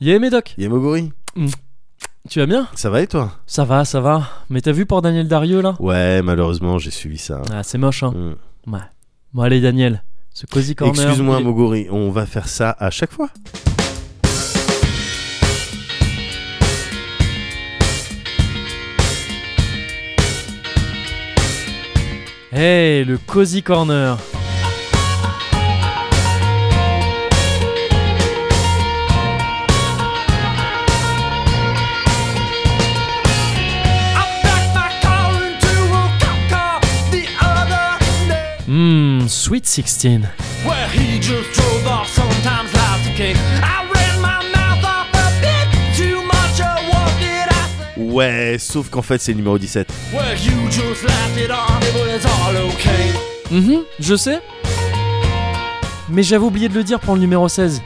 Yé Médoc, Yamoguri, tu vas bien ça va et toi Ça va, ça va. Mais t'as vu pour Daniel Darieux là Ouais, malheureusement, j'ai suivi ça. Ah, c'est moche hein. Hmm. Ouais. Bon allez Daniel, ce cosy corner. Excuse-moi, il- Mogori, on va faire ça à chaque fois. Hey, le cosy corner. Hmm, Sweet 16. Where he just drove off sometimes like the king. I ran my mouth off a bit too much of what did I say? Ouais, sauf qu'en fait, c'est le numéro 17. Well, you just laughed it on me, but it's all okay. Mhm, je sais. Mais j'avais oublié de le dire pour le numéro 16.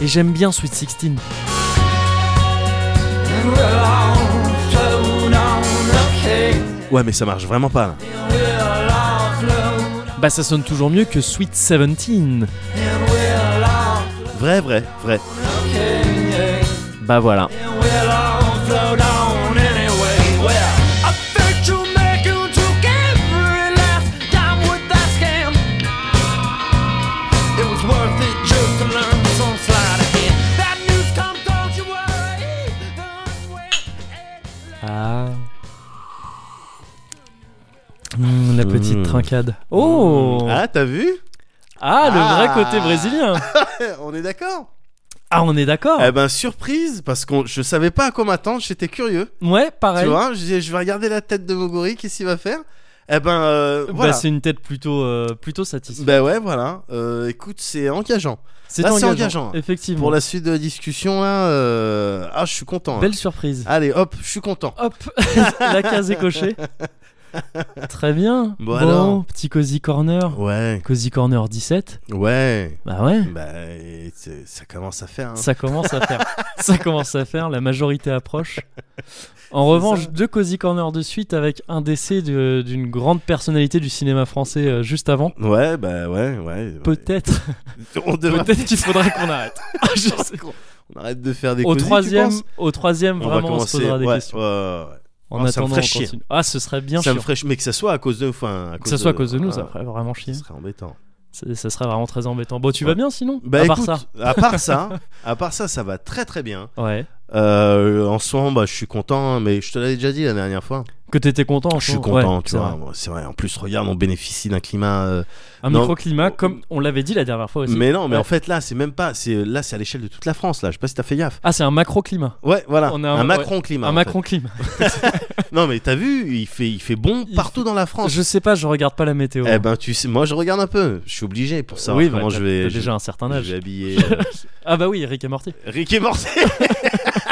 Et j'aime bien Sweet 16. Well, I'm flown on the king. Ouais, mais ça marche vraiment pas. là. Well, I'm flown, Bah ça sonne toujours mieux que Sweet 17. and well, I'm Vrai, vrai, vrai. the king. Bah voilà. Well, I'm flown on anyway. Well, I think you make you took every last dime with that scam. It was worth it just to learn some slide again. That news comes, don't you worry. The unwed- Ah. Mmh, la petite Mmh. trincade. Oh Ah, Ah, t'as vu le Ah. vrai côté brésilien On est d'accord Ah, on est d'accord Eh ben, surprise, parce que je savais pas à quoi m'attendre, j'étais curieux. Ouais, pareil. Tu vois, je, dis, je vais regarder la tête de Mogori, qu'est-ce qu'il va faire Eh ben, euh, Bah, voilà. c'est une tête plutôt, euh, plutôt satisfaite. Bah ouais, voilà. Euh, écoute, c'est engageant. c'est là, c'est engageant. engageant. hein. Effectivement. Pour la suite de la discussion, là, euh, ah, je suis content. hein. Belle surprise. Allez, hop, je suis content. Hop La case est cochée. Très bien. Bon, alors. petit Cozy Corner. Ouais, Cozy Corner 17. ouais. Bah ouais. Bah, et c'est- ça commence à faire. hein. Ça commence à faire. ça commence à faire. La majorité approche. En revanche, deux Cozy Corner de suite avec un décès de- d'une grande personnalité du cinéma français euh, juste avant. Ouais, bah ouais, ouais. ouais. Peut-être, On, devrait- peut-être qu'il faudrait qu'on arrête. Ah, Je sais. on arrête de faire des Au cosy, tu troisième, penses au troisième, on va vraiment, on se commencer. posera des ouais, questions. ouais, ouais, ouais. En Ah, ça me attendant, ferait on chier. continue. Ah, ce serait bien ça me chier. ferait ch- mais que ça soit à cause de, enfin, à Que cause ça soit à cause de nous, ah, ça ferait vraiment chier. Ce serait embêtant. C'est- Ça serait vraiment très embêtant. Bon, tu vas Ouais. bien sinon Bah À écoute, part ça. à part ça, à part ça, ça va très très bien. Ouais. Euh, en ce moment, bah, je suis content, mais je te l'avais déjà dit la dernière fois. Que t'étais content. Je suis toi. Ouais, content, tu c'est vois. vrai. Bon, C'est vrai. En plus, regarde, on bénéficie d'un climat. euh, Un Non. microclimat, comme on l'avait dit la dernière fois aussi. Mais non, mais Ouais. en fait, là, c'est même pas. C'est là, c'est à l'échelle de toute la France. Là, je sais pas si t'as fait gaffe. Ah, c'est un macroclimat. Ouais, voilà. On a un, un- Macron climat. Un Bah, en fait. macroclimat. Non, mais t'as vu, il fait, il fait bon Il partout dans la France. Je sais pas, je regarde pas la météo. Eh ben, tu sais, moi, je regarde un peu. Je suis obligé pour savoir oui, comment bah, je t'as- vais. t'as je- déjà un certain je, âge. vais habiller. euh, Ah bah oui, Rick et Morty. Rick et Morty.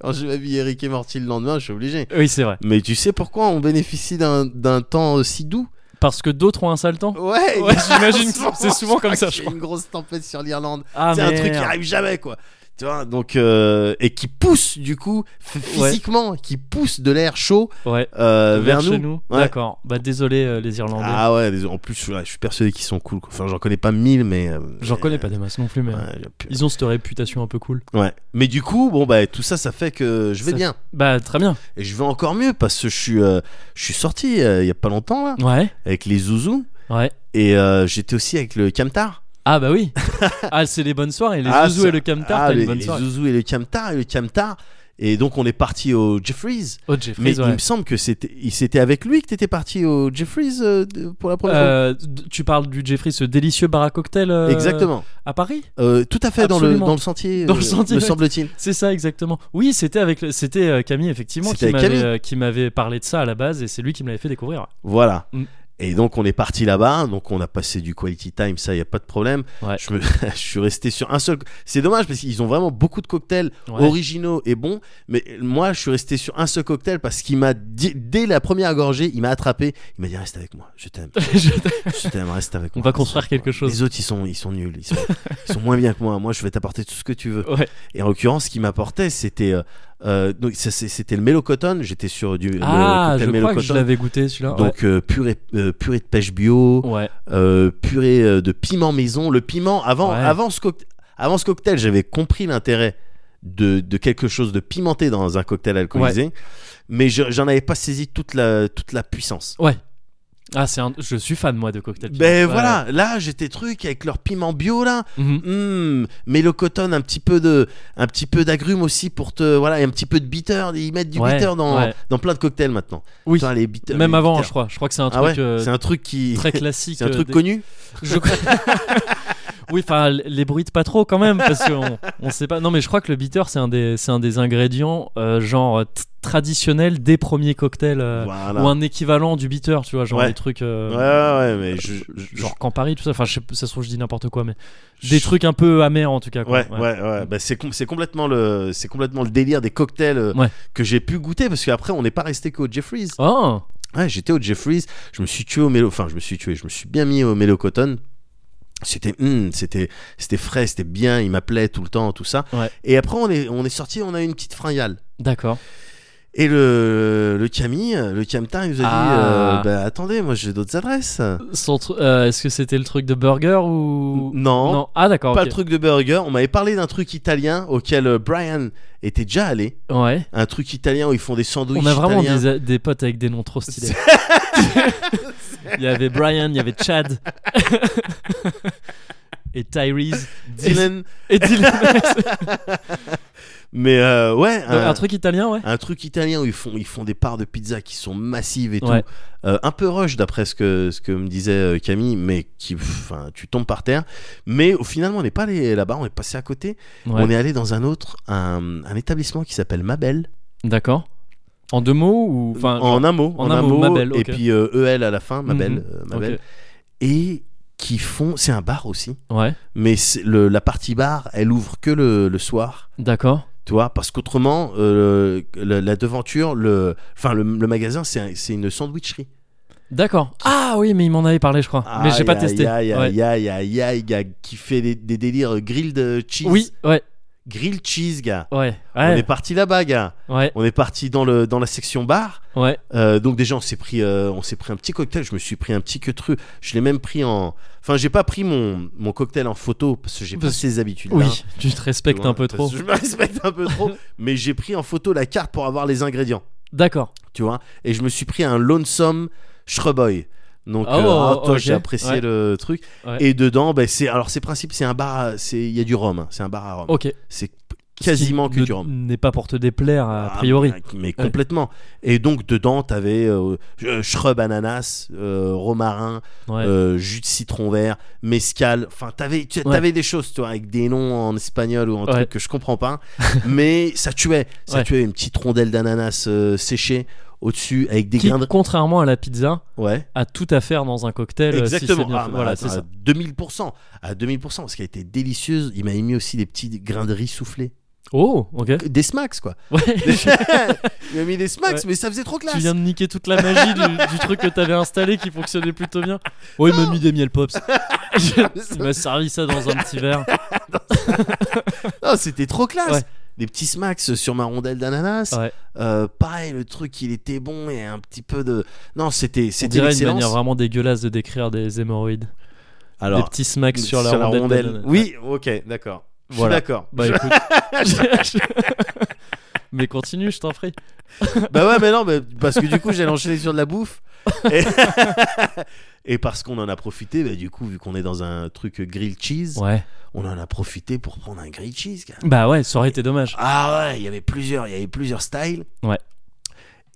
Quand je vais habiller Rick et Morty le lendemain, je suis obligé. Oui, c'est vrai. Mais tu sais pourquoi on bénéficie d'un d'un temps euh, si doux Parce que d'autres ont un sale temps. Ouais, Ouais, j'imagine que c'est souvent comme crois ça, je qu'il y a Une grosse tempête sur l'Irlande. Ah, c'est un truc qui merde. arrive jamais quoi tu vois donc euh, et qui pousse du coup f- Ouais. physiquement qui pousse de l'air chaud Ouais. euh, vers, chez nous, Ouais. D'accord. Bah désolé euh, les Irlandais. ah ouais les- en plus ouais, je suis persuadé qu'ils sont cool quoi. enfin j'en connais pas mille mais euh, J'en mais, connais pas des masses non plus, mais euh, ouais, j'ai pu- ils ont cette réputation un peu cool. ouais. mais du coup bon bah tout ça ça fait que je vais Ça- bien Bah très bien. et je vais encore mieux parce que je suis euh, je suis sorti euh, il y a pas longtemps là, Ouais. avec les zouzous Mm. Ouais. et euh, j'étais aussi avec le camtar Ah bah oui. ah c'est les bonnes soirées. Les Ah, zouzous ça- et le camtar, ah, t'as les, une bonne les soirée. zouzous et le camtar et le camtar et donc on est parti au Jeffries Oh Mais Jeffries, il ouais. me semble que c'était, il- c'était avec lui que t'étais parti au Jeffries euh, de- pour la première Euh, d- tu parles du Jeffrey, ce délicieux bar à cocktail euh, fois. Exactement. à Paris Euh, tout à fait dans le, absolument. dans le sentier. Dans le euh, sentier, Me ouais. semble-t-il. C'est ça exactement. Oui, c'était avec le- c'était euh, Camille effectivement C'était qui avec m'avait Camille. euh, qui m'avait parlé de ça à la base et c'est lui qui me l'avait fait découvrir. Voilà. Mm. Et donc on est parti là-bas, donc on a passé du quality time, ça y a pas de problème. Ouais. Je, me- je suis resté sur un seul. C'est dommage parce qu'ils ont vraiment beaucoup de cocktails Ouais. originaux et bons, mais moi je suis resté sur un seul cocktail parce qu'il m'a dit- dès la première gorgée, il m'a attrapé, il m'a dit reste avec moi, je t'aime, Je- je t'aime, reste avec On moi. va reste construire avec moi. quelque chose. Les autres ils sont ils sont nuls, ils sont, ils sont moins bien que moi. Moi je vais t'apporter tout ce que tu veux. Ouais. Et en l'occurrence, ce qui m'apportait, c'était euh, Euh, donc ça, c'est- c'était le Mélocoton. J'étais sur du le Ah, cocktail je crois que je Mélocoton. l'avais goûté celui-là. Donc euh, purée, euh, purée de pêche bio, ouais. ouais. euh, purée euh, de piment maison. Le piment avant Ouais. avant ce cocktail, avant ce cocktail, j'avais compris l'intérêt de, de quelque chose de pimenté dans un cocktail alcoolisé, mais je- j'en avais pas saisi toute la toute la puissance. Ouais. Ah, c'est un... je suis fan moi de cocktail. Ben Ouais. voilà, là j'étais truc avec leur piment bio là, Mhm. Hum, mais le coton, un petit peu de, un petit peu d'agrumes aussi pour te, voilà, et un petit peu de bitter. Ils mettent du Ouais, bitter dans, ouais. dans plein de cocktails maintenant. Oui. Putain, les bitter- Même les avant, bitter. je crois. Je crois que c'est un Ah truc ouais, euh, c'est un truc qui, très classique. c'est un euh, truc des- connu. Je crois- oui, enfin, l- les bruits de pas trop quand même, parce qu'on on sait pas. Non, mais je crois que le bitter, c'est un des, c'est un des ingrédients, euh, genre, t- traditionnel des premiers cocktails, euh, Voilà. ou un équivalent du bitter, tu vois, genre Ouais. des trucs. euh, Ouais, ouais, mais je, je- Genre Campari, tout ça. Enfin, je sais, ça se trouve, je dis n'importe quoi, mais je- des trucs un peu amers en tout cas. quoi. Ouais, ouais, ouais. Bah, c'est com- c'est complètement le, c'est complètement le délire des cocktails euh, Ouais. que j'ai pu goûter parce qu'après on n'est pas resté qu'au Jeffries. Oh, Ouais, j'étais au Jeffries, je me suis tué au mélo, enfin je me suis tué, je me suis bien mis au mélocoton. C'était, hum, c'était, c'était frais, c'était bien, il m'appelait tout le temps, tout ça. Ouais. Et après on est, on est sorti, on a eu une petite fringale. d'accord. Et le, le Camille, le Camtin, il nous a Ah. dit, euh, bah, attendez, moi j'ai d'autres adresses. Son tru- euh, Est-ce que c'était le truc de burger ou Non, Ah, d'accord. pas ok. le truc de burger. On m'avait parlé d'un truc italien auquel euh, Brian était déjà allé. Ouais. Un truc italien où ils font des sandwichs. On a vraiment italiens. des, des potes avec des noms trop stylés. il y avait Brian, il y avait Chad. et Tyrese. Dylan. Et Dylan. Mais euh, ouais, un un, truc italien, ouais. un truc italien où ils font, ils font des parts de pizza qui sont massives et Ouais. tout. Euh, un peu rush d'après ce que, ce que me disait euh, Camille, mais qui, pff, enfin, tu tombes par terre. Mais au- finalement, on n'est pas allé là-bas, on est passé à côté. Ouais. On est allé dans un autre, un, un établissement qui s'appelle Mabel. D'accord. En deux mots ou enfin en un mot, en un mot, Mabel, et ok. puis euh, EL à la fin, Mabel, Mhm, euh, ok. Mabel. et qui font, c'est un bar aussi, Ouais. mais c'est le, la partie bar, elle ouvre que le, le soir, D'accord. tu vois, parce qu'autrement, euh, la, la devanture, le, enfin le, le magasin, c'est un- c'est une sandwicherie. D'accord. Ah oui, mais il m'en avait parlé, je crois. mais j'ai pas testé. Aïe, Ouais. aïe, aïe, aïe, aïe, gars, qui fait des, des délires grilled euh, cheese. Oui, ouais, Grilled cheese, gars. ouais, On est ouais, parti là-bas, gars. ouais, On est parti dans, le, dans la section bar. ouais. Euh, donc déjà on s'est pris euh, on s'est pris un petit cocktail je me suis pris un petit queutru je l'ai même pris en enfin j'ai pas pris mon, mon cocktail en photo parce que j'ai pas Parce- ces habitudes là Oui, tu te respectes un peu trop. je me respecte un peu trop mais j'ai pris en photo la carte pour avoir les ingrédients D'accord. tu vois et je me suis pris un lonesome shrubboy donc Oh, euh, ah, toi, ok. j'ai apprécié Ouais. le truc Ouais. et dedans ben, c'est alors c'est principe c'est un bar à- c'est il y a du rhum hein. c'est un bar à rhum Ok. c'est quasiment Oh. Ce qui que ne- du rhum N'est pas pour te déplaire a ah, priori. Mais, mais complètement. Et donc dedans, t'avais euh, euh, shrub ananas, euh, romarin, Ouais. euh, jus de citron vert, mescal. Enfin, t'avais tu- Ouais. t'avais des choses, toi, avec des noms en espagnol ou en Ouais. truc que je comprends pas. mais ça tuait. Ça Ouais. tuait une petite rondelle d'ananas euh, séchée au-dessus avec des Qui, grains de... contrairement à la pizza, Ouais. a tout à faire dans un cocktail. euh, si c'est Exactement. bien Ah, fait. bah, voilà, attends, c'est ça. À 2000%. À 2000%. Parce qu'elle était délicieuse. Il m'avait mis aussi des petits grains de riz soufflés. Oh, ok. Des smacks, quoi. Ouais. Il m'a mis des smacks, Ouais. mais ça faisait trop classe. tu viens de niquer toute la magie du, du truc que t'avais installé qui fonctionnait plutôt bien. Oh, il m'a mis des miel pops. il m'a servi ça dans un petit verre. Non, Ah, c'était trop classe. Ouais. Des petits smacks sur ma rondelle d'ananas. Ouais. Euh, pareil, le truc, il était bon et un petit peu de. Non, c'était On c'était dirait une l'excellence. manière vraiment dégueulasse de décrire des hémorroïdes. Alors, des petits smacks sur la rondelle. d'ananas. Oui, ok, d'accord. Je suis Voilà. d'accord. Bah écoute. Mais continue, je t'en prie. bah ouais, mais non, mais parce que du coup, j'allais enchaîner sur de la bouffe. Et, et parce qu'on en a profité, bah, du coup, vu qu'on est dans un truc grilled cheese, Ouais. on en a profité pour prendre un grilled cheese, gars. Bah ouais, ça aurait été dommage. Ah ouais, il y avait plusieurs, il y avait plusieurs styles. Ouais.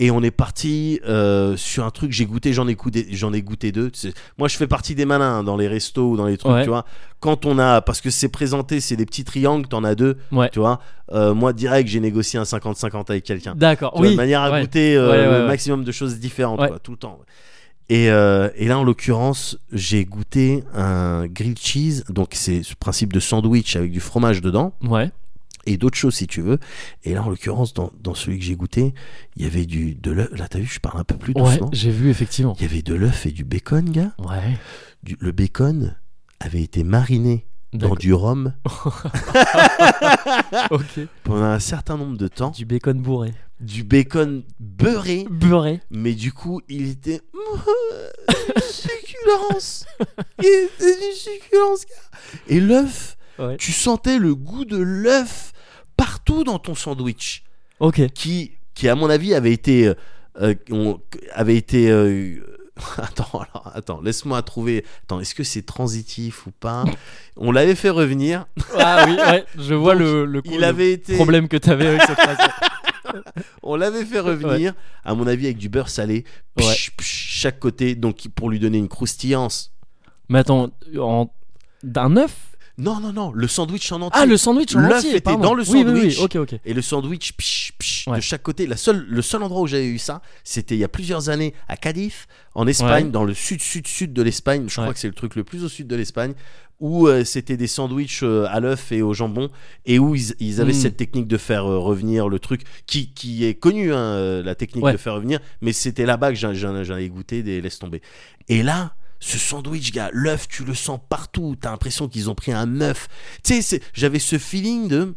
Et on est parti euh, sur un truc. J'ai goûté, j'en ai goûté, j'en ai goûté deux. Tu sais, moi, je fais partie des malins hein, dans les restos ou dans les trucs, Ouais. tu vois. Quand on a, parce que c'est présenté, c'est des petits triangles, t'en as deux, Ouais. tu vois. Euh, moi, direct, j'ai négocié un 50-50 avec quelqu'un. D'accord, Tu vois, oui. de manière à ouais. goûter euh, Ouais, ouais, le ouais. maximum de choses différentes, Ouais. quoi, tout le temps. Et, euh, et là, en l'occurrence, j'ai goûté un grilled cheese. Donc, c'est ce principe de sandwich avec du fromage dedans Ouais. et d'autres choses si tu veux. Et là, en l'occurrence, dans, dans celui que j'ai goûté, il y avait du de l'œuf. Là, t'as vu, je parle un peu plus Ouais, doucement. j'ai vu effectivement. Il y avait de l'œuf et du bacon, gars. Ouais. Du- le bacon avait été mariné dans du rhum Ok. pendant un certain nombre de temps, Du bacon bourré. du bacon beurré, Beurré. mais du coup, il était succulence. Il était du succulence, gars. Et l'œuf, Ouais. tu sentais le goût de l'œuf partout dans ton sandwich Ok. qui, qui à mon avis avait été euh, euh, on- avait été euh, attends alors, attends laisse-moi trouver attends est-ce que c'est transitif ou pas on l'avait fait revenir Ah oui, ouais, je vois le, le, il le avait été problème que t'avais avec cette phrase. on l'avait fait revenir à mon avis avec du beurre salé psh, Ouais. psh, chaque côté donc pour lui donner une croustillance Mais attends, en... d'un œuf non non non le sandwich en entier Ah, le sandwich en L'œuf entier, était pardon. dans le Oui, Oui, oui, sandwich. ok, ok. et le sandwich psh, psh, Ouais. de chaque côté la seule, le seul endroit où j'avais eu ça c'était il y a plusieurs années à Cadiz en Espagne Ouais. dans le sud sud sud de l'Espagne je Ouais. crois que c'est le truc le plus au sud de l'Espagne où euh, c'était des sandwichs euh, à l'œuf et au jambon et où ils, ils avaient Mm. cette technique de faire euh, revenir le truc qui, qui est connue hein, euh, la technique Ouais. de faire revenir mais c'était là-bas que j'en- j'en j'en avais goûté des laisse tomber et là ce sandwich, gars, l'œuf, tu le sens partout. T'as l'impression qu'ils ont pris un œuf. Tu sais, c'est- j'avais ce feeling de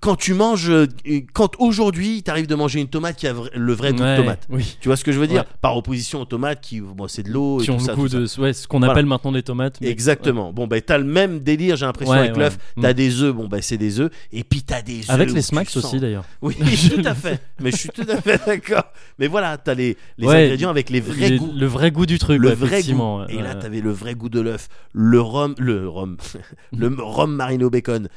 quand tu manges, euh, quand aujourd'hui t'arrives de manger une tomate qui a vra- le vrai goût Ouais, de tomate. Oui. Tu vois ce que je veux dire Ouais. Par opposition aux tomates qui, bon, c'est de l'eau et Qui Oh, tout ont ça. le goût tout ça. de ouais, ce qu'on Voilà. appelle maintenant des tomates. mais- Exactement. Bon, ben t'as le même délire, j'ai l'impression Ouais, avec ouais. l'œuf. Mm. T'as des œufs, bon ben c'est des œufs. Et puis t'as des œufs. Avec où les tu smacks sens- aussi d'ailleurs. Oui, tout à fait. Mais je suis tout à fait d'accord. Mais voilà, t'as les, les Ouais. ingrédients avec les vrais Les- goûts. Le vrai goût du truc. Le ouais, vrai effectivement, goût. ouais, Et là, ouais. t'avais le vrai goût de l'œuf, le rhum, le rhum, le rhum marino bacon.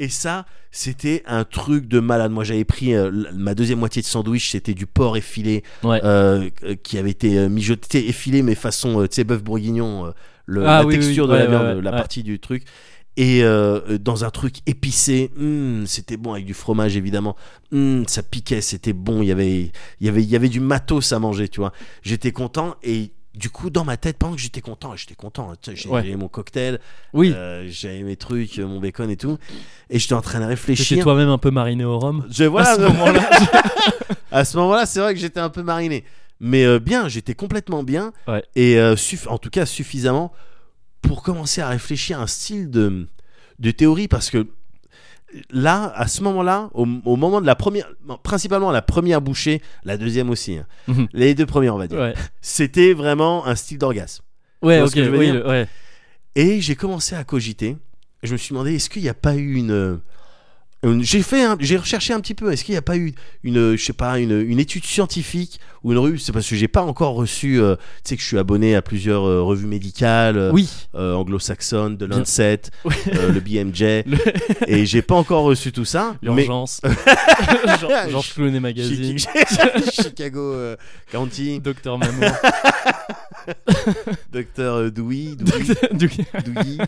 Et ça, c'était un truc de malade. Moi, j'avais pris euh, l- ma deuxième moitié de sandwich, c'était du porc effilé Ouais. euh, euh, qui avait été euh, mijoté, effilé, mais façon, euh, tu sais, bœuf bourguignon, euh, le- Ah la oui, oui, texture oui, de ouais, la viande, ouais, ouais, la ouais. partie du truc. Et euh, euh, dans un truc épicé, Hum, c'était bon avec du fromage évidemment. Hum, ça piquait, c'était bon. Il y avait, il y avait, il y avait du matos à manger, tu vois j'étais content et du coup dans ma tête pendant que j'étais content j'étais content hein, tu sais, j'ai Ouais. j'avais mon cocktail Oui. euh, j'avais mes trucs euh, mon bacon et tout et j'étais en train de T'étais réfléchir toi-même un peu mariné au rhum. je voilà à ce moment-là. à ce moment-là c'est vrai que j'étais un peu mariné mais euh, bien j'étais complètement bien Ouais. et euh, suff- en tout cas suffisamment pour commencer à réfléchir à un style de de théorie parce que là à ce moment-là au, au moment de la première principalement la première bouchée la deuxième aussi hein. Mhm. les deux premières on va dire Ouais, c'était vraiment un style d'orgasme ouais vois ok. ce que je veux oui, dire le- ouais. Et j'ai commencé à cogiter. Je me suis demandé, est-ce qu'il n'y a pas eu une. euh, une- J'ai fait, un- j'ai recherché un petit peu. Est-ce qu'il n'y a pas eu une, euh, je sais pas, une, une étude scientifique ou une revue C'est parce que j'ai pas encore reçu. euh, tu sais que je suis abonné à plusieurs euh, revues médicales euh, Oui. euh, anglo-saxonnes, de Bien. Lancet, Oui. euh, le BMJ, Le- et j'ai pas encore reçu tout ça. mais- L'urgence. Georges Georges Clooney Magazine. Chicago euh, County, Docteur Mamour. Docteur euh, Dewey, Dewey, Docteur- Duc- Dewey.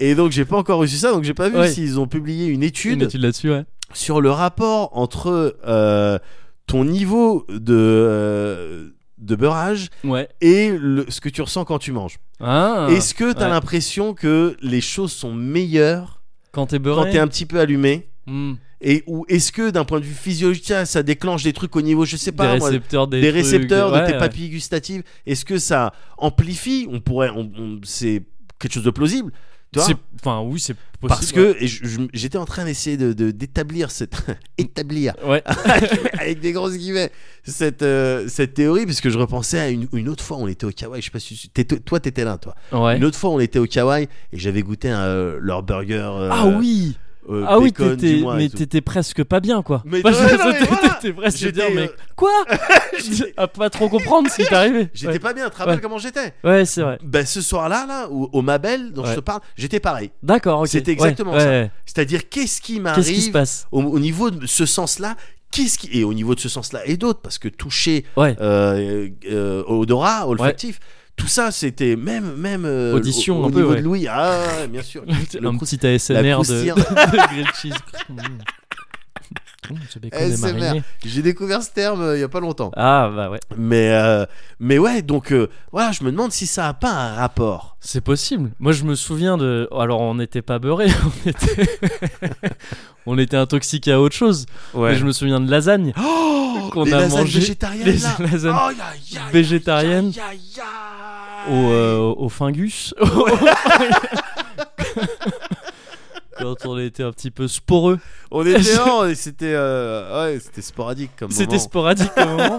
Et donc j'ai pas encore reçu ça, donc j'ai pas vu Ouais. s'ils ont publié une Une étude étude là-dessus, ouais. sur le rapport entre euh, ton niveau de, euh, de beurrage Ouais. et le- ce que tu ressens quand tu manges. Ah, Est-ce que tu as ouais. l'impression que les choses sont meilleures quand t'es quand beurré. tu es un petit peu allumé hmm, et ou est-ce que d'un point de vue physiologique tiens, ça déclenche des trucs au niveau je sais pas des moi, récepteurs, des, des trucs, récepteurs ouais, de tes ouais. papilles gustatives est-ce que ça amplifie on pourrait on- on- c'est quelque chose de plausible tu vois C'est- Enfin, oui, c'est possible. parce que et je- je- j'étais en train d'essayer de de- d'établir cette établir Ouais. avec des grosses guillemets cette, euh, cette théorie parce que je repensais à une, une autre fois on était au Kawaii je sais pas si tu- t'es- toi t'étais là toi Ouais. ouais. une autre fois on était au Kawaii et j'avais goûté un, euh, leur burger euh, Ah oui. euh, ah oui, bacon, t'étais, dis-moi, et mais tout. t'étais presque pas bien, quoi. Mais Parce ouais, que non, mais t'étais- voilà. t'étais presque J'étais, dire, mais euh, quoi À pas trop comprendre ce qui t'est arrivé. j'étais Ouais, pas bien tu te rappelles Ouais. comment j'étais ouais c'est vrai. ben ce soir là là au, au Mabel dont Ouais. je te parle j'étais pareil D'accord, ok. C'était Ouais, exactement ouais, ça. ouais. c'est à dire qu'est-ce qui Qu'est-ce qui se m'arrive passe au, au niveau de ce sens là qu'est-ce qui et au niveau de ce sens là et d'autres parce que toucher Ouais. euh, euh, odorat, olfactif. Tout ça, c'était même même euh, Audition, au, au un peu, niveau ouais. de Louis. Ah, bien sûr. Le un crous- petit ASMR la de, croustille- de grilled cheese. Mmh. Mmh, ce bacon est ASMR. mariné. J'ai découvert ce terme euh, il y a pas longtemps. Ah bah ouais, Mais euh, mais ouais, donc euh, voilà, je me demande si ça a pas un rapport. c'est possible. Moi je me souviens de, alors on n'était pas beurré, on était, on était intoxiqué à autre chose. Mais je me souviens de lasagne, Oh, qu'on les a lasagnes mangé- végétariennes les là. lasagnes Oh, ya, ya, ya, végétariennes. ya, ya, ya. au, euh, au Fingus. Quand on était un petit peu sporeux. On était non, c'était euh, ouais, c'était sporadique comme C'était moment. sporadique au moment.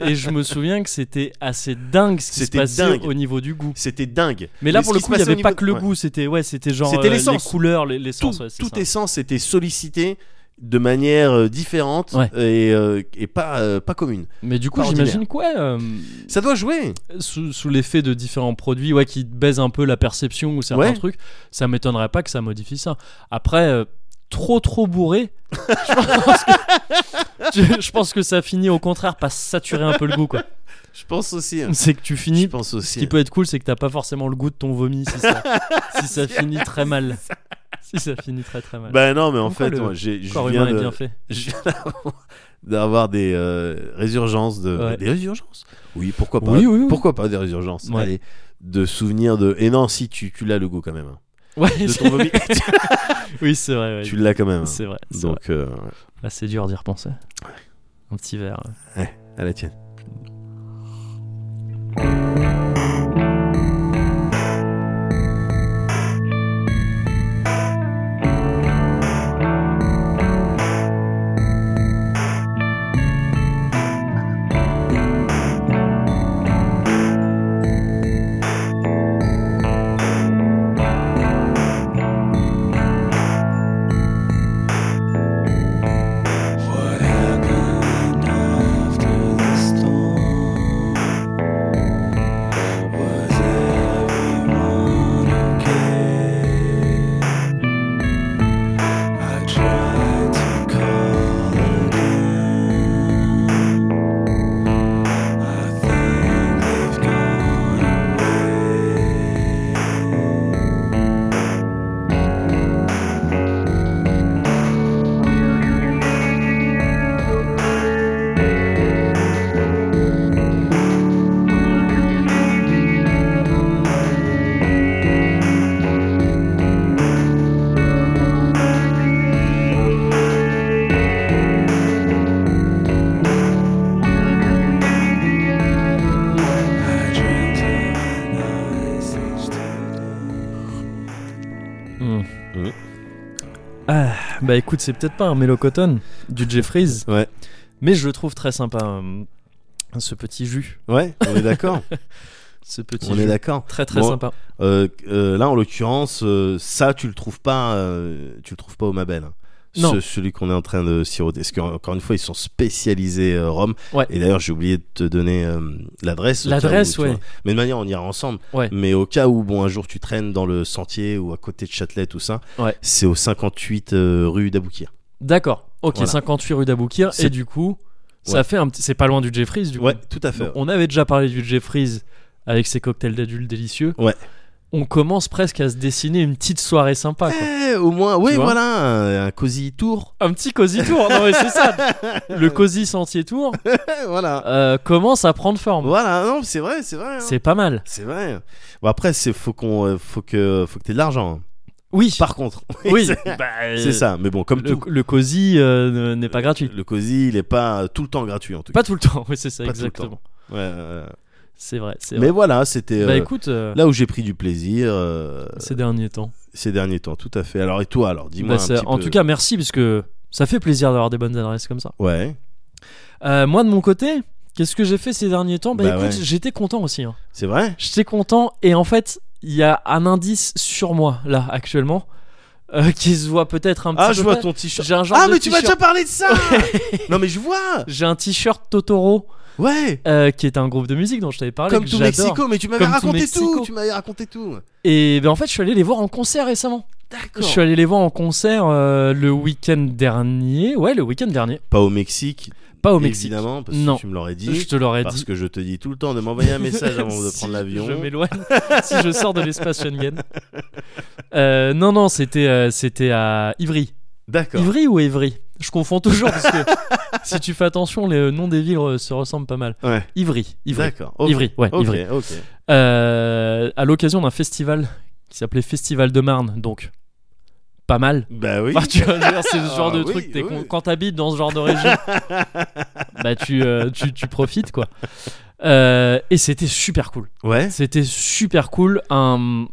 Et je me souviens que c'était assez dingue ce qui se C'était passait dingue. au niveau du goût. C'était dingue. Mais là, ce pour le qui se coup, il n'y passait avait au pas niveau- que le ouais. goût, c'était ouais, c'était genre C'était euh, les l'essence. couleurs, les, les Tout, sens. ouais, c'est tout ça. est sens était sollicité de manière euh, différente Ouais. et, euh, et pas, euh, pas commune. Mais du coup, pas ordinaire. j'imagine euh, quoi Ça doit jouer. sous, sous l'effet de différents produits ouais, qui baisent un peu la perception ou certains Ouais. trucs, ça m'étonnerait pas que ça modifie ça. Après, euh, trop trop bourré, je pense, que, je pense que ça finit au contraire par saturer un peu le goût. quoi. Je pense aussi. C'est que tu Je finis. pense Ce aussi. qui peut être cool, c'est que t'as pas forcément le goût de ton vomi si ça, si ça finit très mal. Si ça finit très très mal. Ben non, mais en Comme quoi, fait, le moi, j'ai- je Corps viens humain est de- bien fait. je viens d'avoir- d'avoir des euh, résurgences de Ouais. des résurgences. Oui, pourquoi pas. Oui, oui, oui. Pourquoi pas des résurgences. Ouais. Allez, de souvenirs de. Et non, si tu, tu l'as le goût quand même. hein. Ouais, De c'est- ton vomi, tu- oui, c'est vrai. ouais. tu l'as quand même. hein. C'est vrai. c'est vrai. Donc euh, Ah, c'est dur d'y repenser. Un petit verre. euh. ouais. à la tienne. What happened after the storm? Was everyone okay? I tried to call again. I think they've gone I dreamt of an ice age today. Hmm. Mhm. Ah, bah écoute, c'est peut-être pas un Mélocotton du Jeffries, Ouais. mais je le trouve très sympa. euh, ce petit jus. Ouais, on est d'accord. Ce petit on jus. est d'accord. Très très Bon. sympa. Euh, euh, là, en l'occurrence, euh, ça, tu le trouves pas, euh, tu le trouves pas au Mabel. hein. Non. Ce- celui qu'on est en train de siroter. Parce qu'encore une fois, ils sont spécialisés euh, Rome. Ouais. Et d'ailleurs, j'ai oublié de te donner euh, l'adresse. au cas L'adresse, où, tu ouais. vois. Mais de manière, on ira ensemble. Ouais. Mais au cas où, bon, un jour, tu traînes dans le sentier ou à côté de Châtelet, tout ça, Ouais. c'est au 58 euh, rue d'Aboukir. D'accord. Ok, Voilà. 58 rue d'Aboukir. Et C'est- du coup, ça fait un petit. C'est pas loin du Jeffries du Ouais, coup. tout à fait. Donc, on avait déjà parlé du Jeffries avec ses cocktails d'adultes délicieux. Ouais. On commence presque à se dessiner une petite soirée sympa. Quoi. Eh, au moins, oui, vois voilà, un, un cosy tour. Un petit cosy tour. Non mais c'est ça. Le cosy sentier tour Eh, voilà. euh, commence à prendre forme. Voilà, non, c'est vrai, c'est vrai. hein. C'est pas mal. C'est vrai. Bon après, c'est faut qu'on, euh, faut que, faut que t'aies de l'argent. hein. Oui. Par contre, Oui, c'est- bah, c'est ça. Mais bon, comme Le, tout, le cosy euh, n'est pas gratuit. le cosy, il est pas euh, tout le temps gratuit en tout cas. Pas tout le temps, oui, c'est ça, Pas tout le exactement. Ouais, ouais, ouais. C'est vrai, c'est Mais vrai. voilà, c'était bah euh, écoute, euh, là où j'ai pris du plaisir euh, ces derniers temps. ces derniers temps. Tout à fait. Alors et toi, alors dis-moi Bah, un c'est- petit en peu. tout cas, merci, parce que ça fait plaisir d'avoir des bonnes adresses comme ça. ouais. Euh, moi, de mon côté, qu'est-ce que j'ai fait ces derniers temps Bah, Bah écoute, ouais. j'étais content aussi. hein. C'est vrai. J'étais content, et en fait, il y a un indice sur moi, là, actuellement, euh, qui se voit peut-être un petit Ah, peu. je vois pas. ton t-shirt. J'ai un genre Ah, de mais tu m'as t-shirt- déjà parlé de ça. non, mais je vois. J'ai un t-shirt Totoro, Ouais. euh, qui est un groupe de musique dont je t'avais parlé. Comme que tout j'adore. Mexico, mais tu m'avais Comme tout raconté Mexico. tout, Tu m'avais raconté tout. Et ben en fait, je suis allé les voir en concert récemment. Je D'accord. suis allé les voir en concert euh, le week-end dernier. Ouais, le week-end dernier. Pas au Mexique. Pas au Mexique. Évidemment, parce Non. que tu me l'aurais dit. Je te l'aurais Parce dit. que je te dis tout le temps de m'envoyer un message avant de Si prendre l'avion. Je m'éloigne si je sors de l'espace Schengen. Euh, non, non, c'était euh, c'était à Ivry. D'accord. Ivry ou Évry Je confonds toujours parce que si tu fais attention, les noms des villes euh, se ressemblent pas mal. Ouais. Ivry, Ivry, D'accord. Ok. Ivry, ouais, Ok, Ivry. ok. Euh, à l'occasion d'un festival qui s'appelait Festival de Marne, donc pas mal. Bah oui. Enfin, tu vois, je veux dire, c'est ce Ah, genre de oui, truc. t'es con- oui. Quand t'habites dans ce genre de région, bah tu, euh, tu, tu profites quoi. Euh, et c'était super cool. Ouais. C'était super cool. Un,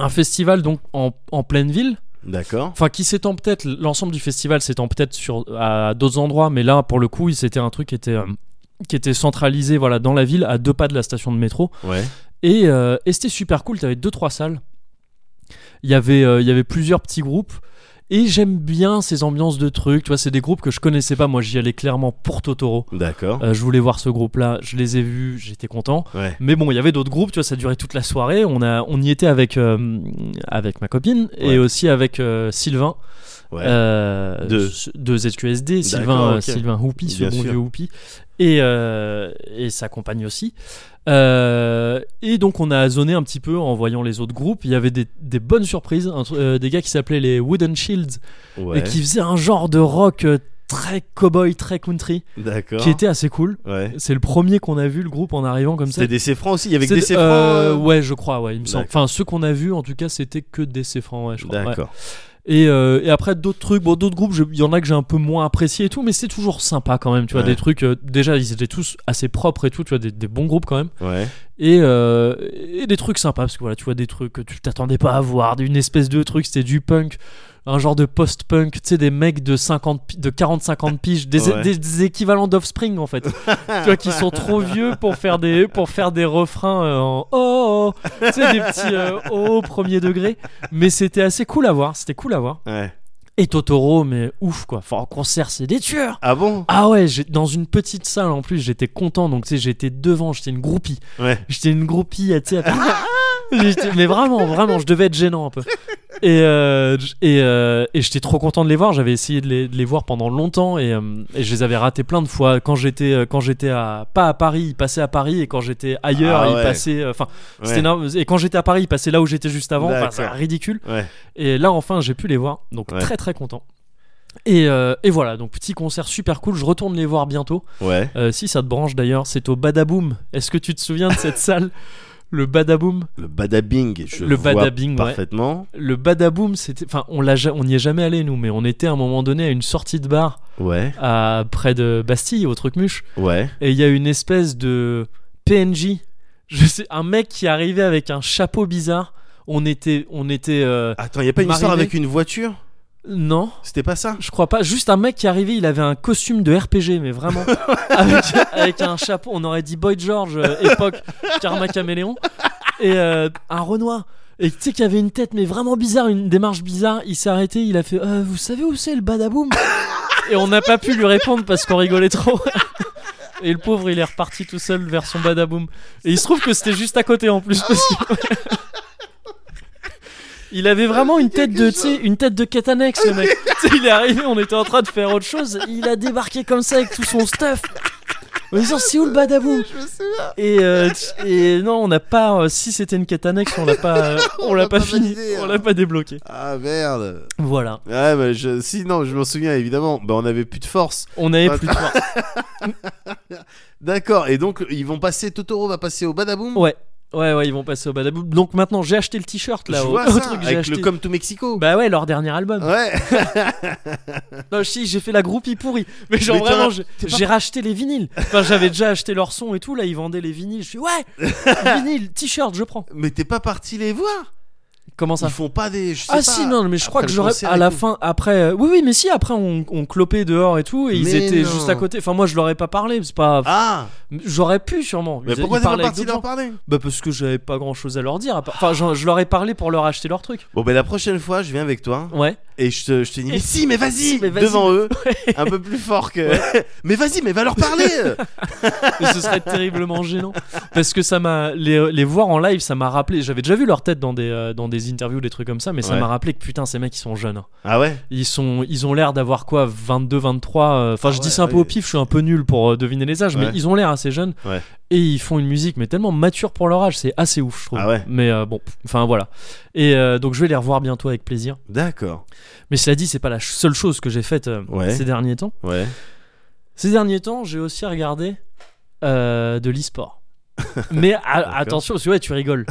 un festival donc en, en pleine ville. D'accord. Enfin, qui s'étend peut-être, l'ensemble du festival s'étend peut-être sur à d'autres endroits, mais là, pour le coup, il- c'était un truc qui était, euh, qui était centralisé voilà, dans la ville, à deux pas de la station de métro. Ouais. Et, euh, et c'était super cool, t'avais deux, trois salles. Il y, avait, euh, il y avait plusieurs petits groupes. Et j'aime bien ces ambiances de trucs, tu vois, c'est des groupes que je connaissais pas, moi j'y allais clairement pour Totoro. D'accord. Euh, je voulais voir ce groupe-là, je les ai vus, j'étais content. Ouais. Mais bon, il y avait d'autres groupes, tu vois, ça durait toute la soirée. On, a, on y était avec, euh, avec ma copine Ouais. et aussi avec euh, Sylvain, Ouais. euh, Deux. s- deux SQSD, D'accord, Sylvain, euh, ok. Sylvain Houpi, ce Bien bon sûr. vieux Houpi, et, euh, et sa compagne aussi. Euh, et donc on a zoné un petit peu en voyant les autres groupes. Il y avait des, des bonnes surprises, un tru- euh, des gars qui s'appelaient les Wooden Shields ouais. et qui faisaient un genre de rock euh, très cowboy, très country, D'accord. qui était assez cool. Ouais. C'est le premier qu'on a vu le groupe en arrivant comme ça. C'était des francs aussi. Il y avait que des C'est- francs. euh, euh, Ouais, je crois, ouais, il me semble. D'accord. Enfin, ceux qu'on a vus, en tout cas, c'était que des francs, ouais, je crois. ouais. D'accord. Et, euh, et après, d'autres trucs, bon, d'autres groupes, je- il y en a que j'ai un peu moins apprécié et tout, mais c'est toujours sympa quand même, tu vois, Ouais. des trucs, euh, déjà, ils étaient tous assez propres et tout, tu vois, des, des bons groupes quand même. Ouais. Et, euh, et des trucs sympas, parce que voilà, tu vois, des trucs que tu t'attendais pas à voir, une espèce de truc, c'était du punk. Un genre de post-punk, tu sais, des mecs de, 50, pi- de 40-50 piges, des, Ouais. des- des équivalents d'offspring en fait tu vois, qui sont trop vieux pour faire des, pour faire des refrains euh, en oh, oh, oh. tu sais, des petits euh, oh au premier degré. Mais c'était assez cool à voir, c'était cool à voir. Ouais. Et Totoro, mais ouf quoi. Enfin, en concert, c'est des tueurs. Ah bon Ah ouais, j'ai- dans une petite salle en plus, j'étais content, donc tu sais, j'étais devant, j'étais une groupie. Ouais. J'étais une groupie, tu sais, à- J'étais- mais vraiment, vraiment, je devais être gênant un peu. Et, euh, j- et, euh, et j'étais trop content de les voir. J'avais essayé de les, de les voir pendant longtemps et, euh, et je les avais ratés plein de fois. Quand j'étais, euh, quand j'étais à, pas à Paris, ils passaient à Paris et quand j'étais ailleurs, Ah ils ouais. passaient. euh, Enfin, c'était Ouais. énorme. Et quand j'étais à Paris, ils passaient là où j'étais juste avant. Enfin, D'accord. c'est ridicule. Ouais. Et là, enfin, j'ai pu les voir. Donc Ouais. très très content. Et, euh, et voilà, donc petit concert super cool. Je retourne les voir bientôt. Ouais. Euh, si ça te branche d'ailleurs, c'est au Badaboom. Est-ce que tu te souviens de cette salle Le Badaboom. Le badabing. Je Le vois badabing, ouais. Parfaitement. Le Badaboom, c'était. Enfin, on l'a ja- on n'y est jamais allé, nous, mais on était à un moment donné à une sortie de bar Ouais. à... près de Bastille, au Truc-Muche, Ouais. et il y a une espèce de PNJ. Je sais, un mec qui arrivait avec un chapeau bizarre. On était. On était euh, Attends, il a pas une histoire Mariné. avec une voiture Non C'était pas ça Je crois pas. Juste un mec qui arrivait, il avait un costume de RPG, mais vraiment. avec, avec un chapeau, on aurait dit Boy George, euh, époque Karma Caméléon. Et euh, un Renoir. Et tu sais qu'il avait une tête, mais vraiment bizarre, une démarche bizarre. Il s'est arrêté, il a fait Euh, Vous savez où c'est le badaboom Et on n'a pas pu lui répondre parce qu'on rigolait trop. Et le pauvre, il est reparti tout seul vers son badaboom. Et il se trouve que c'était juste à côté en plus. parce que- Il avait vraiment une tête de, tu sais, une tête de quête annexe, le mec. Tu sais, il est arrivé, on était en train de faire autre chose. Il a débarqué comme ça avec tout son stuff. En disant, c'est où le badaboom et, euh, tu- et non, on n'a pas. euh, si c'était une quête annexe, on l'a pas, euh, on l'a l'a pas, pas fini, validé, on hein. l'a pas débloqué. Ah merde Voilà, Ouais, bah, je... si, non, je m'en souviens évidemment. Bah, on avait plus de force. on avait Bah, plus de force. D'accord, et donc ils vont passer, Totoro va passer au Badaboom Ouais, ouais, ouais, ils vont passer au badaboom. Donc maintenant, j'ai acheté le t-shirt là, je au, vois au ça, truc que j'ai avec le acheté. Come to Mexico. Bah ouais, leur dernier album. ouais, Non, si, j'ai fait la groupie pourrie. Mais genre Mais t'en vraiment, as- j'ai t'es pas- j'ai racheté les vinyles. Enfin, j'avais déjà acheté leur son et tout. Là, ils vendaient les vinyles. Je suis ouais, vinyle, t-shirt, je prends. mais t'es pas parti les voir Comment ça Ils font pas des. je sais Ah pas, si non mais je crois après que le j'aurais concert à et la tout. fin après euh, oui oui mais si après on, on clopait dehors et tout et ils Mais étaient non. juste à côté enfin moi je leur ai pas parlé c'est pas Ah j'aurais pu sûrement Mais Ils- pourquoi ils t'es pas parlaient avec parti d'autres gens. leur parler bah parce que j'avais pas grand chose à leur dire à part- enfin j'en- je leur ai parlé pour leur acheter leur truc Bon, bah la prochaine fois, je viens avec toi ouais et je te, je te dis Et- Mais si, mais vas-y Si, mais vas-y, Devant eux, un peu plus fort que. mais vas-y, mais va leur parler et ce serait terriblement gênant parce que ça m'a les, les voir en live ça m'a rappelé j'avais déjà vu leur tête dans des euh, dans des interviews des trucs comme ça mais ça Ouais. m'a rappelé que putain ces mecs ils sont jeunes hein. Ah ouais ils sont ils ont l'air d'avoir quoi 22 23 euh, enfin Ah je dis ouais, ça un peu ouais. au pif je suis un peu nul pour euh, deviner les âges mais Ouais. ils ont l'air assez jeunes Ouais. et ils font une musique mais tellement mature pour leur âge c'est assez ouf je trouve Ah ouais. mais euh, bon pff, enfin voilà et euh, donc je vais les revoir bientôt avec plaisir D'accord. mais cela dit c'est pas la ch- seule chose que j'ai faite euh, Ouais. ces derniers temps Ouais. ces derniers temps j'ai aussi regardé euh, de l'e-sport Mais a- attention, parce que ouais, tu rigoles.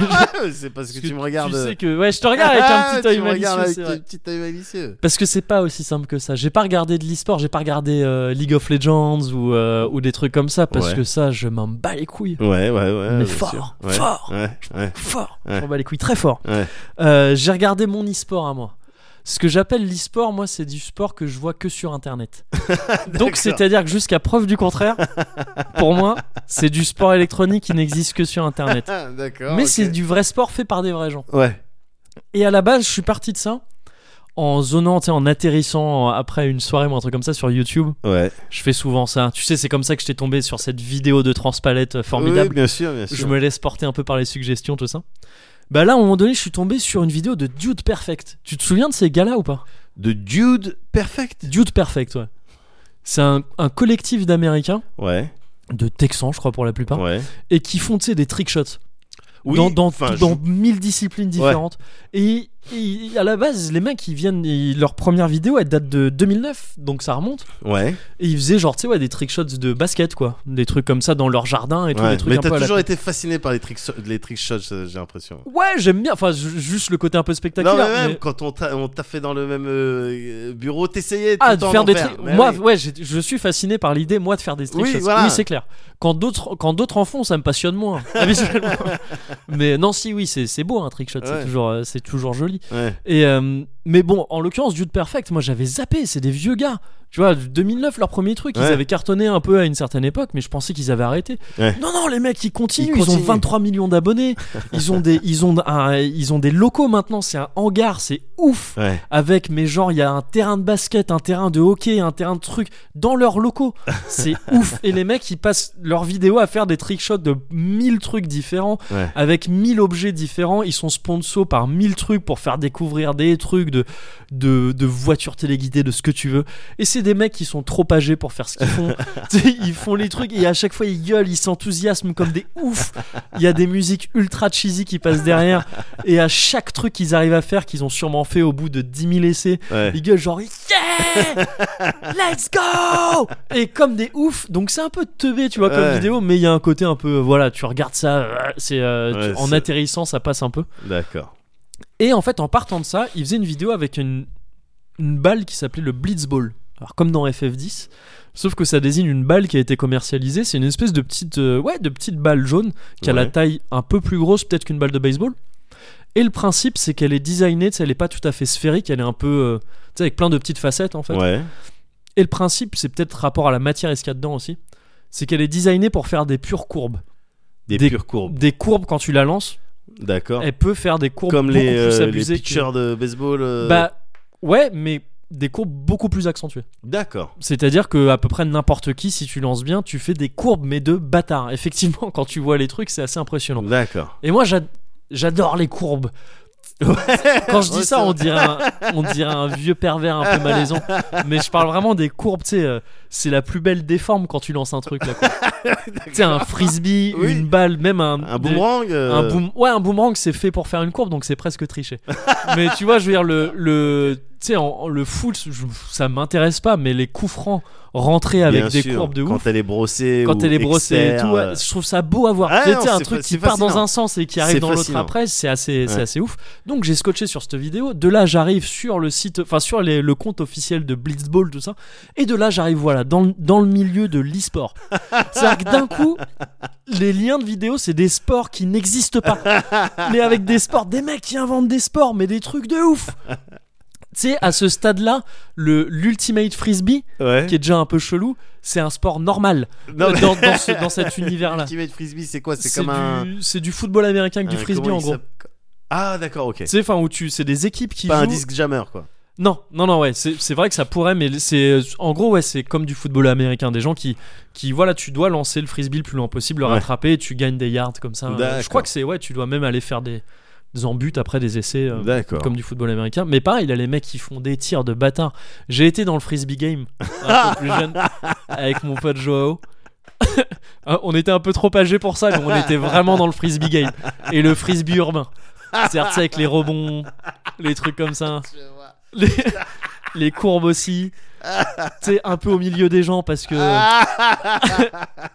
c'est parce que Parce que tu me regardes. Tu sais que ouais, je te regarde avec Ah, un petit tu œil me malicieux. regardes avec c'est ton vrai. petit œil malicieux. Parce que c'est pas aussi simple que ça. J'ai pas regardé de l'e-sport, j'ai pas regardé euh, League of Legends ou, euh, ou des trucs comme ça, parce Ouais. que ça, je m'en bats les couilles. Ouais, ouais, ouais. Mais bien fort, sûr. Ouais, fort. Ouais, ouais. Fort Ouais. Je m'en bats les couilles très fort. Ouais. Euh, j'ai regardé mon e-sport à moi. Ce que j'appelle l'e-sport, moi, c'est du sport que je vois que sur internet. Donc, c'est-à-dire que jusqu'à preuve du contraire, pour moi, c'est du sport électronique qui n'existe que sur internet. Ah, D'accord. Mais ok. c'est du vrai sport fait par des vrais gens. Ouais. Et à la base, je suis parti de ça en zonant, tu sais, en atterrissant après une soirée ou un truc comme ça sur YouTube. Ouais. Je fais souvent ça. Tu sais, c'est comme ça que j'étais tombé sur cette vidéo de Transpalette euh, Oui, formidable. bien sûr, bien sûr. je me laisse porter un peu par les suggestions, tout ça. Bah là, à un moment donné, je suis tombé sur une vidéo de Dude Perfect. Tu te souviens de ces gars-là ou pas De Dude Perfect. Dude Perfect, ouais. C'est un, un collectif d'Américains, Ouais. de Texans, je crois, pour la plupart, Ouais. et qui font, tu sais, des trick shots Oui, dans, dans, enfin, je- dans mille disciplines différentes. Et, et à la base, les mecs, ils viennent, ils- leur première vidéo, elle date de 2009, donc ça remonte. Ouais. Et ils faisaient genre, tu sais, ouais, des trick shots de basket, quoi. Des trucs comme ça dans leur jardin et tout, Ouais. des trucs Mais un peu t'as à la- toujours été fasciné par les trick, les trick shots, euh, j'ai l'impression. Ouais, j'aime bien, enfin, ju- juste le côté un peu spectaculaire. Non, mais même mais- quand on t'a on t'a fait dans le même euh, bureau, t'essayais Ah, tout de le temps faire d'en des tri- Mais Moi, oui. ouais, j'ai- je suis fasciné par l'idée, moi, de faire des trick Oui, shots. voilà. Oui, c'est clair. Quand d'autres, quand d'autres en font, ça me passionne moins, habituellement. mais non, si, oui, c'est c'est beau un trick shot, Ouais. c'est toujours, euh, c'est toujours joli. Ouais. Et euh, mais bon, en l'occurrence, Dude Perfect, moi j'avais zappé, c'est des vieux gars. Tu vois, 2009, leur premier truc, Ouais. ils avaient cartonné un peu à une certaine époque, mais je pensais qu'ils avaient arrêté. Ouais. Non, non, les mecs, ils continuent, Ils ils, continuent. ont 23 millions d'abonnés, ils, ont des, ils, ont un- ils ont des locaux maintenant, c'est un hangar, c'est ouf. Ouais. Avec, mais genre, il y a un terrain de basket, un terrain de hockey, un terrain de truc dans leurs locaux. C'est ouf. Et les mecs, ils passent leur vidéo à faire des trick shots de 1000 trucs différents Ouais. avec 1000 objets différents. Ils sont sponsors par 1000 trucs pour faire découvrir des trucs de, de, de voitures téléguidées, de ce que tu veux. Et c'est des mecs qui sont trop âgés pour faire ce qu'ils font. Tu sais, ils font les trucs et à chaque fois ils gueulent, ils s'enthousiasment comme des oufs. Il y a des musiques ultra cheesy qui passent derrière. Et à chaque truc qu'ils arrivent à faire, qu'ils ont sûrement fait au bout de 10 000 essais, Ouais. ils gueulent genre Yeah Let's go Et comme des oufs, donc c'est un peu teubé, tu vois, comme Ouais. vidéo, mais il y a un côté un peu, euh, voilà, tu regardes ça, euh, c'est euh, tu- Ouais, en c'est- atterrissant, ça passe un peu. D'accord. Et en fait, en partant de ça, il faisait une vidéo avec une, une balle qui s'appelait le Blitzball. Alors, comme dans FF10, sauf que ça désigne une balle qui a été commercialisée, c'est une espèce de petite, euh, ouais, de petite balle jaune qui a Ouais. la taille un peu plus grosse, peut-être qu'une balle de baseball. Et le principe, c'est qu'elle est designée, tu sais, elle est pas tout à fait sphérique, elle est un peu, euh, tu sais, avec plein de petites facettes en fait. Ouais. Et le principe, c'est peut-être rapport à la matière et ce qu'il y a dedans aussi, c'est qu'elle est designée pour faire des pures courbes. Des, Des- pures courbes. Des courbes, quand tu la lances, D'accord. elle peut faire des courbes Comme beaucoup les, plus euh, les abusées que- pitchers de baseball. euh, Bah ouais, mais des courbes beaucoup plus accentuées. D'accord. C'est-à-dire que à peu près n'importe qui, si tu lances bien, tu fais des courbes mais de bâtard. Effectivement, quand tu vois les trucs, c'est assez impressionnant. D'accord. Et moi, j'ad- j'adore les courbes. Quand je dis ouais, ça, c'est on dirait, un, on dirait un vieux pervers un peu malaisant. Mais je parle vraiment des courbes, tu sais. euh, c'est la plus belle déforme quand tu lances un truc. là, quoi. Tu sais, un frisbee, Oui. une balle, même un, Un des- boomerang. euh, un boom... Ouais, un boomerang, c'est fait pour faire une courbe, donc c'est presque tricher. mais tu vois, je veux dire, le, le, tu sais, en- en- le foot, je- ça m'intéresse pas, mais les coups francs rentrés avec bien des sûr, courbes de quand ouf. elle est brossée. Quand ou elle est brossée et externe, tout, ouais, euh, je trouve ça beau à voir. Ah Tu sais, non, tu sais, un c'est truc fa- qui c'est part dans fascinant. un sens et qui C'est arrive dans l'autre fascinant. après, c'est assez, c'est Ouais. assez ouf. Donc j'ai scotché sur cette vidéo. De là, j'arrive sur le site, enfin sur les- le compte officiel de Blitzball, tout ça. Et de là, j'arrive, voilà, dans, le- dans le milieu de l'e-sport. C'est-à-dire que d'un coup, les liens de vidéo, c'est des sports qui n'existent pas. mais avec des sports, des mecs qui inventent des sports, mais des trucs de ouf. Tu sais, à ce stade-là, le l'ultimate frisbee, euh, Ouais. qui est déjà un peu chelou, c'est un sport normal Non, mais- dans, dans ce- dans cet univers-là. Ultimate frisbee, c'est quoi C'est C'est comme un. du, c'est du football américain avec du un- frisbee comment en il gros. Tu s'appelle Ah, d'accord, ok. sais, enfin où tu, c'est des équipes qui Pas un jouent. disc jammer, quoi. Non, non, non, ouais, c'est c'est vrai que ça pourrait, mais c'est en gros, ouais, c'est comme du football américain, des gens qui, qui, voilà, tu dois lancer le frisbee le plus loin possible, le Ouais. rattraper, et tu gagnes des yards comme ça. Euh, Je D'accord. crois que c'est, ouais, tu dois même aller faire des, des embuts après des essais, euh, D'accord. comme du football américain. Mais pareil, là, les mecs qui font des tirs de bâtard. J'ai été dans le frisbee game un peu plus jeune avec mon pote Joao. Hein, on était un peu trop âgés pour ça, mais on était vraiment dans le frisbee game et le frisbee urbain. Certes, c'est avec les rebonds, les trucs comme ça, les, les courbes aussi. tu sais, un peu au milieu des gens parce que.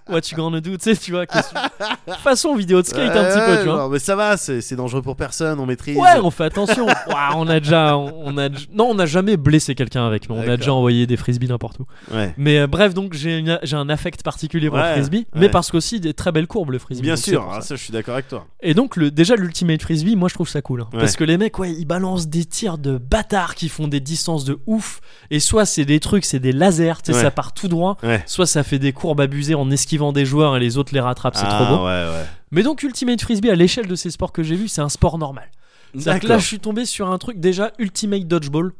What you gonna do, tu sais, tu vois. qu'est-ce que- Façon vidéo de skate un petit peu, tu vois. Non, mais ça va, c'est c'est dangereux pour personne, on maîtrise. Ouais, on fait attention. Ouah, on a déjà, on a, non, on n'a jamais blessé quelqu'un avec, mais on a D'accord. déjà envoyé des frisbees n'importe où. Ouais. Mais euh, bref, donc j'ai une- j'ai un affect particulier pour Ouais, le frisbee, ouais. mais parce qu'aussi des très belles courbes le frisbee. Bien donc c'est sûr, pour ah, ça. ça je suis d'accord avec toi. Et donc le, déjà l'ultimate frisbee, moi je trouve ça cool, hein. Ouais. parce que les mecs, ouais, ils balancent des tirs de bâtards qui font des distances de ouf. Et soit c'est des trucs, c'est des lasers, tu sais, Ouais. ça part tout droit. Ouais. Soit ça fait des courbes abusées en esquivant des joueurs et les autres les rattrapent, c'est Ah, trop beau. Ouais, ouais. Mais donc Ultimate Frisbee, à l'échelle de ces sports que j'ai vus, c'est un sport normal. C'est-à-dire que là, D'accord. je suis tombé sur un truc déjà Ultimate Dodgeball.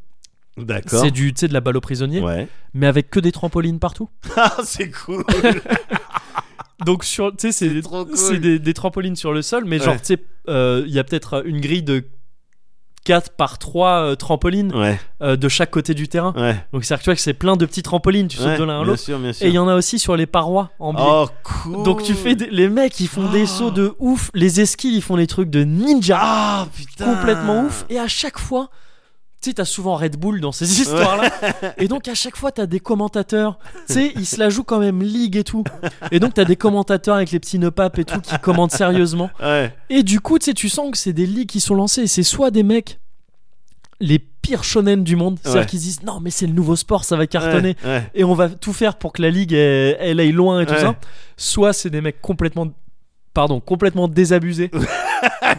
D'accord. C'est du, tu sais, de la balle aux prisonniers, Ouais. mais avec que des trampolines partout. Ah, c'est cool. Donc, sur, tu sais, c'est des, trop cool. c'est des- des trampolines sur le sol, mais genre, Ouais. tu sais, euh, il y a peut-être une grille de 4 par 3 trampolines Ouais, euh, de chaque côté du terrain. ouais. Donc, c'est-à-dire que tu vois que c'est plein de petits trampolines, tu ouais, sautes de l'un à Bien l'autre. sûr, bien sûr. Et il y en a aussi sur les parois en biais. Oh, cool. Donc, tu fais des- les mecs, ils font Oh. des sauts de ouf. Les esquilles, ils font des trucs de ninja. Ah, putain. complètement ouf. Et à chaque fois, tu sais, t'as souvent Red Bull dans ces histoires-là. Et donc, à chaque fois, t'as des commentateurs. Tu sais, ils se la jouent quand même ligue et tout. Et donc, t'as des commentateurs avec les petits nepapes et tout qui commentent sérieusement. Ouais. Et du coup, tu sais, tu sens que c'est des ligues qui sont lancées. Et c'est soit des mecs, les pires shonen du monde, c'est-à-dire Ouais. qu'ils se disent non, mais c'est le nouveau sport, ça va cartonner. Ouais. ouais. Et on va tout faire pour que la ligue, elle, elle aille loin et tout Ouais. ça. Soit c'est des mecs complètement pardon, complètement désabusés.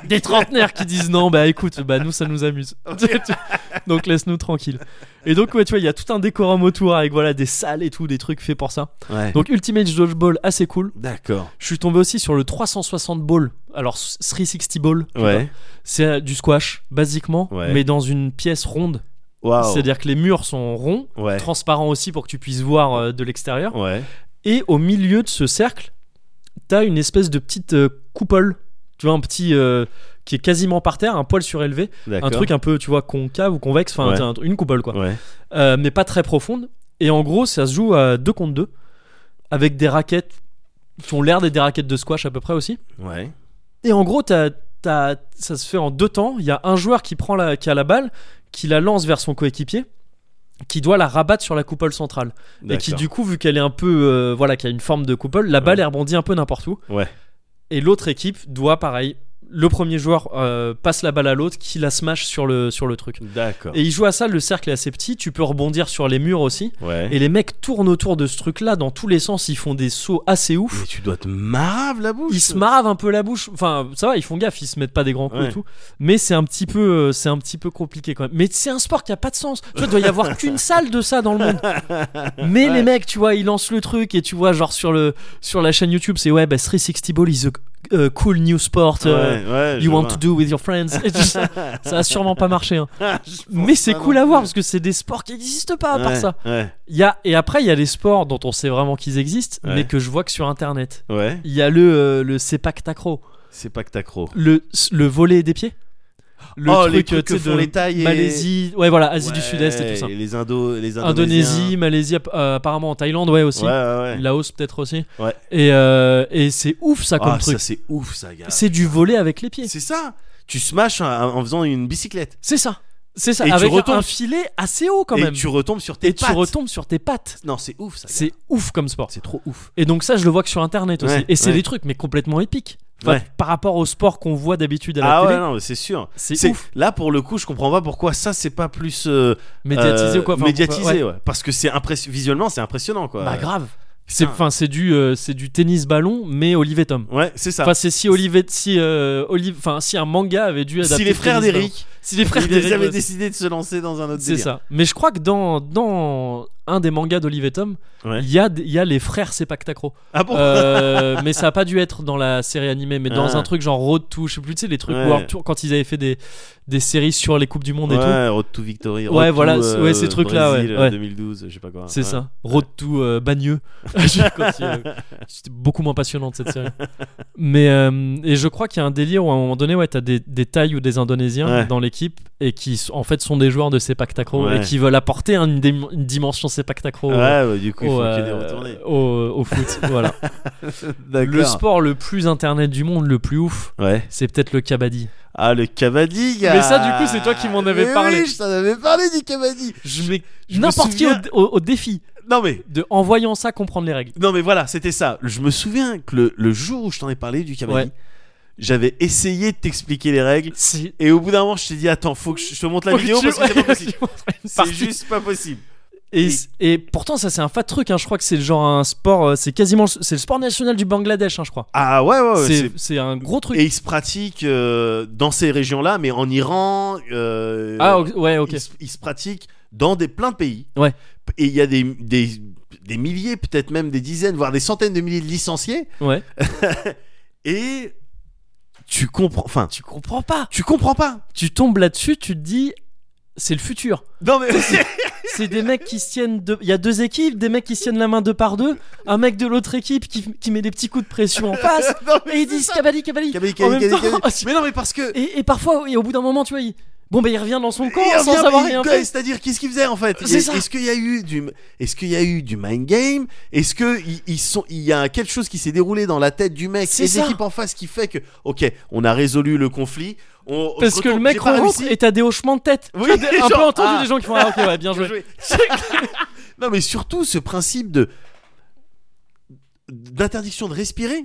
des trentenaires qui disent non, bah écoute, bah nous ça nous amuse. donc laisse-nous tranquille. Et donc ouais, tu vois, il y a tout un décorum autour avec voilà des salles et tout, des trucs faits pour ça. Ouais. Donc Ultimate Dodgeball assez cool. D'accord. Je suis tombé aussi sur le 360 ball. Alors 360 ball, tu vois. Ouais. c'est euh, du squash basiquement, Ouais. mais dans une pièce ronde. Waouh. C'est-à-dire que les murs sont ronds, Ouais. transparents aussi pour que tu puisses voir euh, de l'extérieur. Ouais. Et au milieu de ce cercle, t'as une espèce de petite euh, coupole. Tu vois, un petit. euh, qui est quasiment par terre, un poil surélevé. D'accord. Un truc un peu, tu vois, concave ou convexe. Enfin, Ouais. t'as un- une coupole, quoi. Ouais. Euh, mais pas très profonde. Et en gros, ça se joue à 2 contre 2. Avec des raquettes qui ont l'air d'être des raquettes de squash à peu près aussi. Ouais. Et en gros, t'as- t'as- ça se fait en deux temps. Il y a un joueur qui, prend la, qui a la balle, qui la lance vers son coéquipier, qui doit la rabattre sur la coupole centrale et qui D'accord. du coup vu qu'elle est un peu euh, voilà qui a une forme de coupole la balle Ouais. elle rebondit un peu n'importe où Ouais. et l'autre équipe doit pareil le premier joueur euh, passe la balle à l'autre qui la smash sur le sur le truc D'accord. et il joue à ça le cercle est assez petit tu peux rebondir sur les murs aussi Ouais. et les mecs tournent autour de ce truc là dans tous les sens ils font des sauts assez ouf Mais tu dois te marave la bouche. ils se marravent un peu la bouche enfin ça va ils font gaffe ils se mettent pas des grands coups Ouais. et tout mais c'est un petit peu euh, c'est un petit peu compliqué quand même mais c'est un sport qui a pas de sens tu vois, il doit y avoir qu'une salle de ça dans le monde mais les mecs tu vois ils lancent le truc et tu vois genre sur le sur la chaîne YouTube c'est ouais bah 360 ball is a euh, cool new sport euh, ouais, ouais, je You want vois. to do with your friends. Et tout ça, ça a sûrement pas marché. hein. pense Mais c'est pas cool non à voir plus. parce que c'est des sports qui n'existent pas à part Ouais, ça. Ouais. Il Y a, et après, il y a les sports dont on sait vraiment qu'ils existent, Ouais. mais que je vois que sur internet. Ouais. Il y a le, euh, le sepak takraw. C'est pas que t'as croc. le, le volet des pieds le oh, truc les trucs tu que sais, font de les tailles et- Malaisie ouais voilà Asie du Ouais, Sud-Est et tout ça Les Indo, les Indonésiens. Indonésie Malaisie app- euh, apparemment en Thaïlande ouais aussi Ouais, ouais, ouais. Laos peut-être aussi Ouais. et, euh, et c'est ouf ça comme Ah, ça truc c'est ouf ça, gars. c'est du volet avec les pieds C'est ça. Tu smashes en, en faisant une bicyclette c'est ça c'est ça Et tu avec un- retombes- un filet assez haut quand et même tu retombes sur tes et tu pattes. retombes sur tes pattes Non, c'est ouf ça. gars. c'est ouf comme sport c'est trop ouf. et donc ça je le vois que sur internet aussi Ouais, et c'est ouais. des trucs mais complètement épiques Enfin, Ouais. par rapport au sport qu'on voit d'habitude à la Ah télé ouais, non, mais c'est sûr. c'est C'est- ouf Là pour le coup, je comprends pas pourquoi ça c'est pas plus euh, médiatisé euh, ou quoi Enfin, ouais. médiatisé, ouais. Parce que c'est impressionnant. Visuellement, c'est impressionnant quoi. Bah grave. C'est Putain. enfin c'est du euh, c'est du tennis ballon mais Olivier Tom. Ouais, c'est ça. Enfin c'est si Olivier si euh, Olive- enfin si un manga avait dû adapter si les le frères tennis ballon. d'Eric, si les frères ils d'Eric avaient ouais, décidé de se lancer dans un autre c'est ça. Mais je crois que dans dans un des mangas d'Olivier Tom, il Ouais. y a des- il y a les frères Sepak Takraw. Ah bon Euh, mais ça a pas dû être dans la série animée mais dans Ah. un truc genre Road to, je sais plus tu sais les trucs Ouais. World Tour quand ils avaient fait des des séries sur les coupes du monde et tout. Ouais, Road to Victory. Road Ouais, to, voilà, euh, ouais, ces trucs-là, ouais, Brésil, ouais. 2012, je sais pas quoi. C'est Ouais. ça. Road to euh, Bagneux. Quand il, euh, C'était beaucoup moins passionnante cette série. Mais euh, et je crois qu'il y a un délire où à un moment donné, ouais, t'as des, des Thaïs ou des Indonésiens Ouais. dans l'équipe et qui s- en fait sont des joueurs de Sepak Takraw Ouais. et qui veulent apporter un- une, dim- une dimension Sepak Takraw ouais, euh, bah, du coup, il au, faut qu'il y ait des euh, retournées. au- au foot. voilà. Le D'accord. sport le plus internet du monde, le plus ouf, Ouais. c'est peut-être le kabaddi. Ah, le Cavadi, gars. Mais ça, du coup, c'est toi qui m'en avais Mais parlé. Oui, je t'en avais parlé du Cavadi. Je mets je me n'importe qui au, souviens- au- au défi Non, mais. de en voyant ça comprendre les règles. Non mais voilà, c'était ça. Je me souviens que le, le jour où je t'en ai parlé du Cavadi, Ouais. j'avais essayé de t'expliquer les règles C'est et au bout d'un moment, je t'ai dit attends, faut que je je te montre la vidéo parce que c'est pas possible. C'est Partie. juste pas possible. Et, et pourtant, ça c'est un fat truc. hein. Je crois que c'est le genre un sport. euh, C'est quasiment le- c'est le sport national du Bangladesh, hein, je crois. Ah ouais ouais, ouais, C'est- c'est- c'est un gros truc. Et ils se pratiquent euh, dans ces régions-là, mais en Iran. euh, ah ok- ouais, ok. ils, se- ils se pratiquent dans des plein de pays. Ouais. Et il y a des, des, des milliers, peut-être même des dizaines, voire des centaines de milliers de licenciés. Ouais. Et tu comprends. Enfin, tu, Comprends pas. tu comprends pas. Tu tombes là-dessus, tu te dis, c'est le futur. Non mais C'est des mecs qui se tiennent. deux- Il y a deux équipes, des mecs qui se tiennent la main deux par deux, un mec de l'autre équipe qui, qui met des petits coups de pression en face, non, mais et ils c'est disent ça. Kabali, Kabali. Kabali, Kabali, Kabali, Kabali. Mais Mais non, mais parce que. Et, et parfois, et au bout d'un moment, tu vois, il... bon, bah il revient dans son camp Il sans revient, avoir mais rien quoi, fait. C'est-à-dire qu'est-ce qu'ils faisaient en fait C'est Est- ça. Est-ce qu'il y a eu du, est-ce qu'il y a eu du mind game Est-ce que i- ils sont, il y a quelque chose qui s'est déroulé dans la tête du mec C'est et ça. l'équipe en face qui fait que, ok, on a résolu le conflit. On, Parce quand que on- le mec j'ai pas rentre réussi, et t'as des hochements de tête. Oui, Tu as des- un genre, peu entendu ah. des gens qui font ah ok ouais bien bien joué. joué. non mais surtout ce principe de d'interdiction de respirer.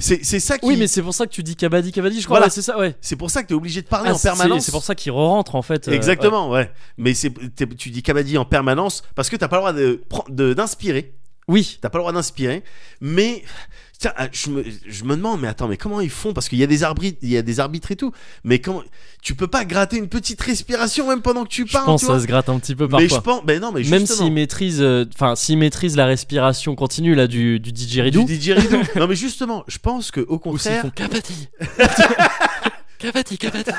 C'est c'est ça qui. Oui mais c'est pour ça que tu dis Kabaddi Kabaddi je crois Voilà. ouais, c'est ça ouais. c'est pour ça que t'es obligé de parler Ah, en c'est- permanence. C'est pour ça qu'il re-rentre en fait. euh, ouais. Exactement, ouais. Mais c'est, t'es- tu dis Kabaddi en permanence parce que t'as pas le droit de, de- d'inspirer. Oui. T'as pas le droit d'inspirer. Mais tiens, ah, je me, je me demande, mais attends, mais comment ils font Parce qu'il y a des arbitres, il y a des arbitres et tout. Mais comment tu peux pas gratter une petite respiration même pendant que tu Je parles pense hein, tu que vois ça se gratte un petit peu Mais je parfois. pense, mais non, mais Même justement. s'il maîtrise, euh, enfin s'il maîtrise la respiration continue là du du didgeridoo du didgeridoo. non mais justement, je pense que au ou s'ils contraire, font Kabaddi. Kabaddi Kabaddi.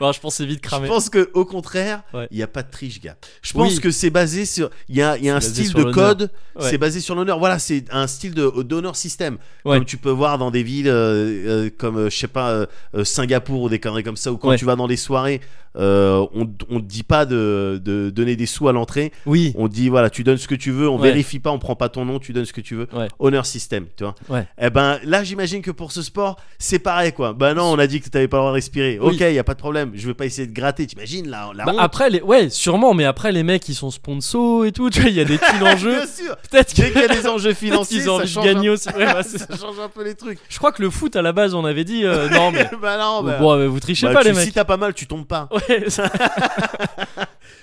Bon je pense que c'est vite je cramé. pense que au contraire, il Ouais. y a pas de triche, gars. Je pense Oui. que c'est basé sur, il y a, il y a un basé style sur de l'honneur. code, Ouais. c'est basé sur l'honneur. Voilà, c'est un style de d'honneur système, Ouais. comme tu peux voir dans des villes euh, euh, comme euh, je sais pas euh, euh, Singapour ou des conneries comme ça, ou quand Ouais. tu vas dans des soirées, euh, on on te dit pas de, de donner des sous à l'entrée, Oui. on te dit voilà, tu donnes ce que tu veux, on Ouais. vérifie pas, on prend pas ton nom, tu donnes ce que tu veux. Ouais. Honneur système, tu vois. Ouais. Eh ben là, j'imagine que pour ce sport, c'est pareil quoi. Bah non, on a dit que t'avais pas le droit de respirer. Oui. Ok, y a pas de problème. Je vais pas essayer de gratter. T'imagines là, la Bah, honte. après les ouais sûrement mais après les mecs ils sont sponsors et tout tu vois il y a des thunes en jeu. Bien sûr. Peut-être que- Dès qu'il y a des enjeux peut-être financiers, qu'ils ont envie ça de change. hein. gagner aussi. Ouais, bah, Un... c'est- ça change un peu les trucs. Je crois que le foot à la base on avait dit euh, non mais bah non, bah. bon euh, vous trichez bah, pas tu- les mecs. Si t'as pas mal, tu tombes pas. Ouais, ça-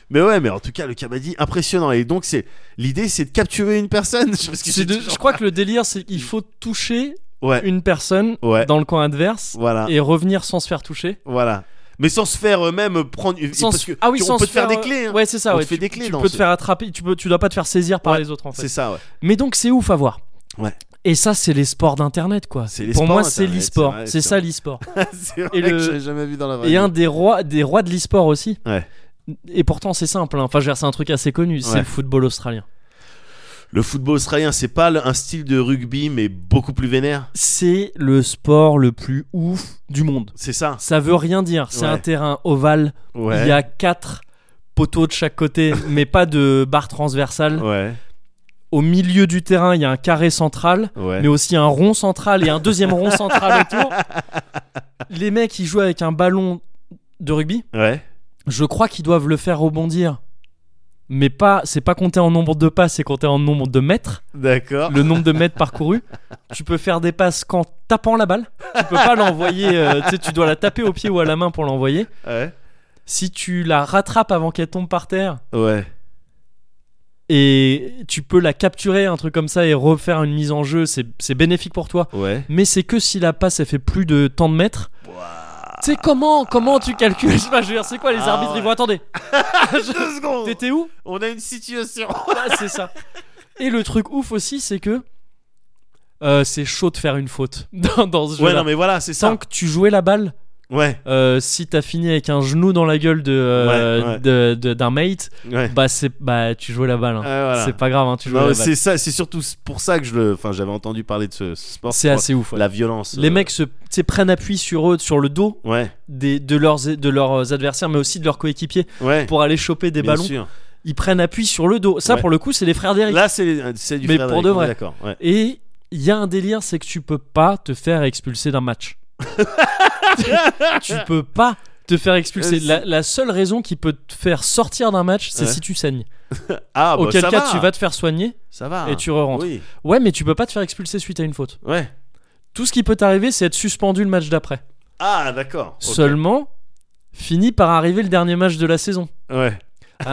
Mais ouais, mais en tout cas, le kabaddi, impressionnant. Et donc, c'est l'idée, c'est de capturer une personne. Parce que c'est de- toujours- je crois que le délire c'est qu'il faut toucher Ouais, une personne ouais. dans le camp adverse Voilà, et revenir sans se faire toucher. voilà. Mais sans se faire euh, même prendre. Sans parce se- que ah oui tu- sans on peut se te faire, des euh, clés. hein. Ouais c'est ça. On ouais, te fait tu, des clés tu dans peux ce- te faire attraper. Tu peux tu dois pas te faire saisir par les autres en fait. C'est ça, ouais. Mais donc c'est ouf à voir. Ouais. Et ça c'est les sports d'internet quoi. C'est les Pour sports moi c'est d'internet, l'e-sport. c'est vrai, C'est c'est ça vrai. l'e-sport. c'est vrai Et que le- j'avais jamais vu dans la vraie Et vie. un des rois, des rois de l'e-sport aussi. Ouais. Et pourtant, c'est simple. hein. Enfin, je veux dire, c'est un truc assez connu. C'est Ouais. le football australien. Le football australien, c'est pas le- un style de rugby, mais beaucoup plus vénère. C'est le sport le plus ouf du monde. C'est ça. Ça veut rien dire. C'est Ouais. un terrain ovale. Ouais. Il y a quatre poteaux de chaque côté, mais pas de barre transversale. Ouais. Au milieu du terrain, il y a un carré central, Ouais. mais aussi un rond central et un deuxième rond central autour. Les mecs, ils jouent avec un ballon de rugby. Ouais. Je crois qu'ils doivent le faire rebondir. Mais pas, c'est pas compté en nombre de passes, c'est compté en nombre de mètres, D'accord. le nombre de mètres parcourus. Tu peux faire des passes qu'en tapant la balle. Tu peux pas l'envoyer, euh, tu sais, tu dois la taper au pied ou à la main pour l'envoyer. Ouais. Si tu la rattrapes avant qu'elle tombe par terre Ouais. et tu peux la capturer, un truc comme ça, et refaire une mise en jeu, c'est c'est bénéfique pour toi. Ouais. Mais c'est que si la passe, elle fait plus de tant de mètres. Tu sais, comment, comment tu calcules Je sais pas, je veux dire, c'est quoi les Ah arbitres Ils ouais. vont attendez. Deux secondes. T'étais où On a une situation. Ouais, c'est ça. Et le truc ouf aussi, c'est que euh, c'est chaud de faire une faute dans, dans ce Ouais, jeu-là. non, mais voilà, c'est Tant ça. que tu jouais la balle, Ouais, Euh, si t'as fini avec un genou dans la gueule de, euh, Ouais, ouais. de- de- d'un mate, ouais. bah c'est bah tu jouais la balle. hein. Ah, voilà. C'est pas grave, hein, tu jouais Non, la balle. c'est ça, c'est surtout pour ça que je le. Enfin, j'avais entendu parler de ce, ce sport. C'est je assez ouf. crois. ouais. La violence. Les euh, mecs se tu sais, prennent appui sur eux, sur le dos Ouais, des, de, leurs, de leurs adversaires, mais aussi de leurs coéquipiers ouais. pour aller choper des bien ballons. sûr. Ils prennent appui sur le dos. Ça, Ouais. pour le coup, c'est les frères d'Eric. Là, c'est euh, c'est du Mais frère pour d'Eric, de on est vrai. D'accord. Ouais. Et il y a un délire, c'est que tu peux pas te faire expulser d'un match. tu, tu peux pas te faire expulser. Euh, c'est- La, la seule raison qui peut te faire sortir d'un match, c'est Ouais. si tu saignes. Ah, bah, Auquel ça cas, va. tu vas te faire soigner Ça va. et tu re-rentres. Oui. Ouais, mais tu peux pas te faire expulser suite à une faute. Ouais. Tout ce qui peut t'arriver, c'est être suspendu le match d'après. Ah, d'accord. ok. Seulement, finit par arriver le dernier match de la saison. Ah. Ouais.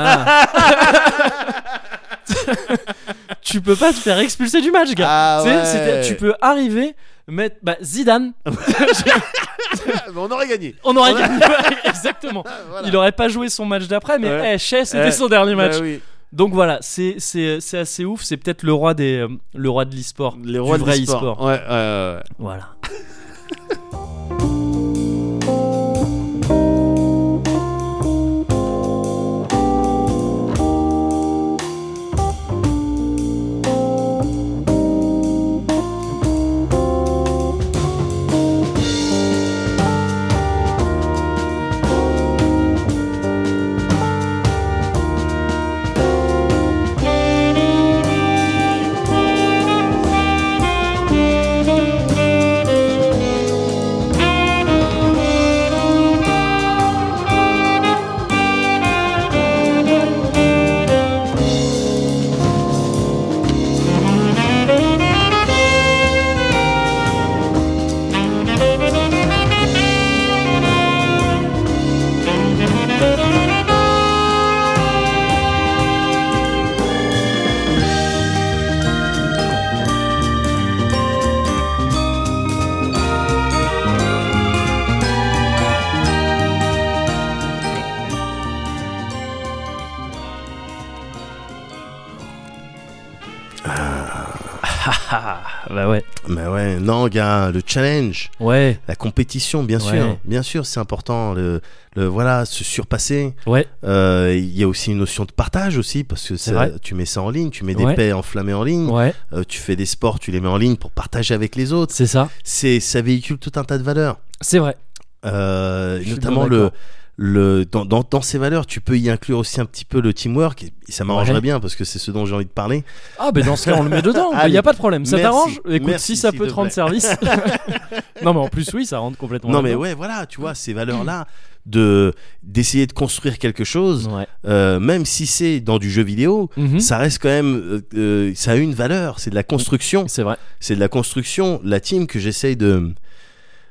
tu peux pas te faire expulser du match, gars. Ah, Tu sais, ouais. c'était- tu peux arriver, mettre bah, Zidane, Ah, mais on aurait gagné. on aurait gagné. Exactement. Il aurait pas joué son match d'après, mais Ouais. eh, Shea, c'était Ouais. son dernier match. Bah oui. Donc voilà, c'est c'est- c'est assez ouf. C'est peut-être le roi des euh, le roi de l'e-sport, Les rois du vrai du sport. e-sport. Ouais, ouais, ouais, ouais. Voilà. bah ouais. Bah ouais, non, gars, le challenge, Ouais. la compétition, bien sûr, Ouais. bien sûr, c'est important. Le, le voilà, se surpasser. Ouais. Euh, Il y a aussi une notion de partage aussi, parce que C'est ça- vrai. tu mets ça en ligne, tu mets Ouais. des paix enflammées en ligne, Ouais. euh, tu fais des sports, tu les mets en ligne pour partager avec les autres. C'est ça. C'est, ça véhicule tout un tas de valeurs, C'est vrai. Euh, Je suis notamment bien le. d'accord. Le, dans, dans, dans ces valeurs, tu peux y inclure aussi un petit peu le teamwork. Et ça m'arrangerait Ouais. bien parce que c'est ce dont j'ai envie de parler. Ah, ben dans ce cas, on le met dedans. Il Allez. n'y a pas de problème. Ça Ah Merci. t'arrange Écoute, Merci, si ça s'il peut te te rendre plaît. service. non, mais en plus, oui, ça rentre complètement. non mais là-dedans. ouais, voilà, tu vois, ces valeurs-là, de d'essayer de construire quelque chose, Ouais. Euh, même si c'est dans du jeu vidéo, Mhm. ça reste quand même, euh, euh, ça a une valeur. C'est de la construction. C'est vrai. C'est de la construction. La team que j'essaye de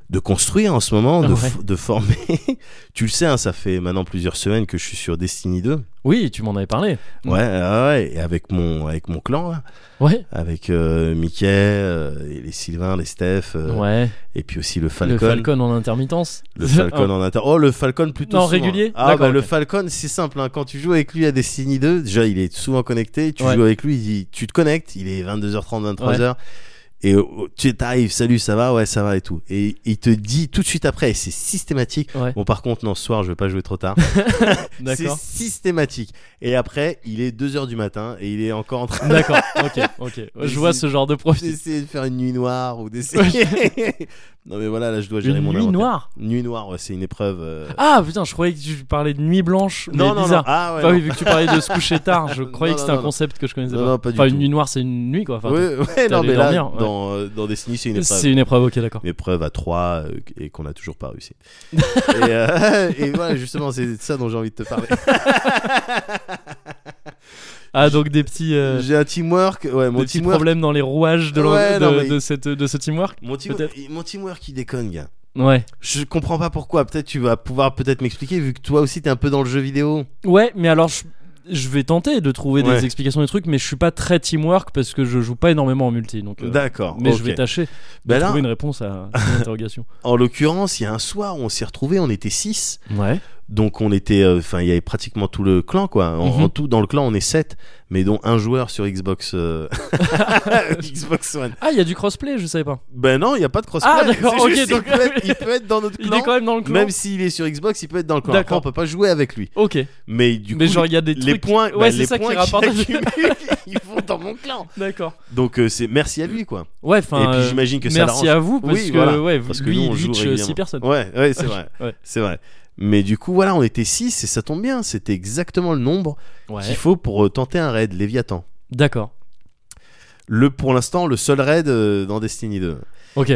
de construire en ce moment, de, Ouais. f- de former. tu le sais, hein, ça fait maintenant plusieurs semaines que je suis sur Destiny 2. Oui, tu m'en avais parlé. Mm. Ouais, ouais, ouais, et avec mon avec mon clan, là, Ouais. avec euh, Mickey, euh, et les Sylvain, les Steph, euh, ouais. et puis aussi le Le Falcon. Falcon en intermittence. Le Falcon en inter. Oh, le Falcon plutôt. Non, souvent. régulier Ah, D'accord, bah, le ok. Falcon, c'est simple. hein. Quand tu joues avec lui à Destiny 2, déjà, il est souvent connecté. Tu Ouais. joues avec lui, il- tu te connectes. Il est 22h30, 23h. Et oh, tu t'arrives, salut, ça va, ouais, ça va et tout. Et il te dit tout de suite après, et c'est systématique. Ouais. Bon, par contre, non, ce soir, je vais pas jouer trop tard. c'est Oh, D'accord. systématique. Et après, il est 2h du matin et il est encore en train D'accord. Ok. Ok. Je vois ce genre de profil. d'essayer de faire une nuit noire ou d'essayer. non, mais voilà, là, je dois gérer Une mon nuit inventaire. noire. Nuit noire, ouais, c'est une épreuve. euh, Ah putain, je croyais que tu parlais de nuit blanche. mais bizarre. Ah ouais. Enfin, non. oui, vu que tu parlais de se coucher tard, je Non, croyais que non, c'était un non, concept que je connaissais Non, pas. non, pas du enfin, une tout. nuit noire, c'est une nuit quoi. Enfin, Ouais, ouais, non, allé mais là, dormir, ouais. dans, euh, dans Destiny, c'est une épreuve. C'est une épreuve, ok, d'accord. Une épreuve à 3 et qu'on n'a toujours pas réussi. et, euh, et voilà, justement, c'est de ça dont j'ai envie de te parler. Ah, donc des petits, euh, j'ai un teamwork. Ouais, des mon petits teamwork. problèmes dans les rouages de, l'en- Ouais, de, non, mais- de cette, de ce teamwork Mon, team- Peut-être. mon teamwork qui déconne, gars. Ouais. Je comprends pas pourquoi. Peut-être tu vas pouvoir peut-être m'expliquer, vu que toi aussi t'es un peu dans le jeu vidéo. Ouais, mais alors je, je vais tenter de trouver Ouais. des explications des trucs, mais je suis pas très teamwork parce que je joue pas énormément en multi. Donc, euh, D'accord. mais je ok. vais tâcher de Bah là, trouver une réponse à cette interrogation. en l'occurrence, il y a un soir où on s'est retrouvés, on était 6. Ouais. Donc on était, euh, enfin il y avait pratiquement tout le clan quoi. En, Mhm. en tout dans le clan on est 7 mais dont un joueur sur Xbox euh, Xbox One. Ah, il y a du crossplay, je savais pas. Ben non il y a pas de crossplay. Ah, d'accord, C'est juste, ok, il, donc- peut être, il peut être dans notre Il clan. est quand même dans le clan. Même s'il est sur Xbox, il peut être dans le clan. Après, D'accord. on peut pas jouer avec lui. Ok. Mais du mais coup, genre, il y a des les trucs. points, Ouais, ben, c'est les ça qui points rapporte. accumule, ils vont dans mon clan. D'accord. Donc euh, c'est merci à lui quoi. Ouais, Et enfin. puis euh, j'imagine que ça l'arrange. Merci à vous parce Oui, que voilà. ouais, Parce que lui, nous, on il joue glitch, euh, régulièrement. six personnes. Ouais, ouais, c'est vrai. Ouais. C'est vrai. Mais du coup, voilà, on était 6 et ça tombe bien. C'était exactement le nombre qu'il faut pour euh, tenter un raid, Léviathan. D'accord. Le, pour l'instant, le seul raid euh, dans Destiny 2. Ok.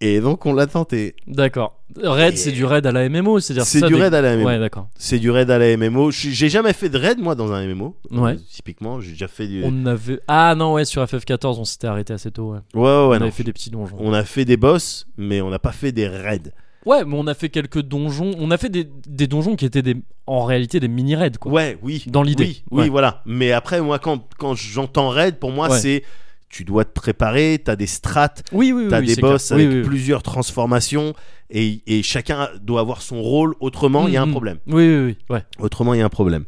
Et donc, on l'a tenté. D'accord. Raid, Et- c'est du raid à la MMO, c'est-à-dire C'est ça, du des- raid à la MMO. Ouais, d'accord. C'est du raid à la MMO. Je- J'ai jamais fait de raid, moi, dans un MMO. Ouais. Euh, typiquement, j'ai déjà fait du. Ouais, On avait ah non ouais sur FF14 on s'était arrêté assez tôt. Ouais. ouais, ouais. on non. avait fait des petits donjons. On a fait des boss, mais on n'a pas fait des raids. Ouais, mais on a fait quelques donjons. On a fait des, des donjons qui étaient des en réalité des mini raids quoi. Ouais, oui. Dans l'idée. Oui, oui, Ouais. voilà. Mais après, moi, quand, quand j'entends raid, pour moi, Ouais. c'est. Tu dois te préparer, t'as des strates, Oui oui oui. T'as oui, des c'est clair. boss Oui, avec oui, oui. plusieurs transformations et, et chacun doit avoir son rôle. Autrement, il y a un Mhm. problème. Oui oui oui. Ouais. Autrement, il y a un problème.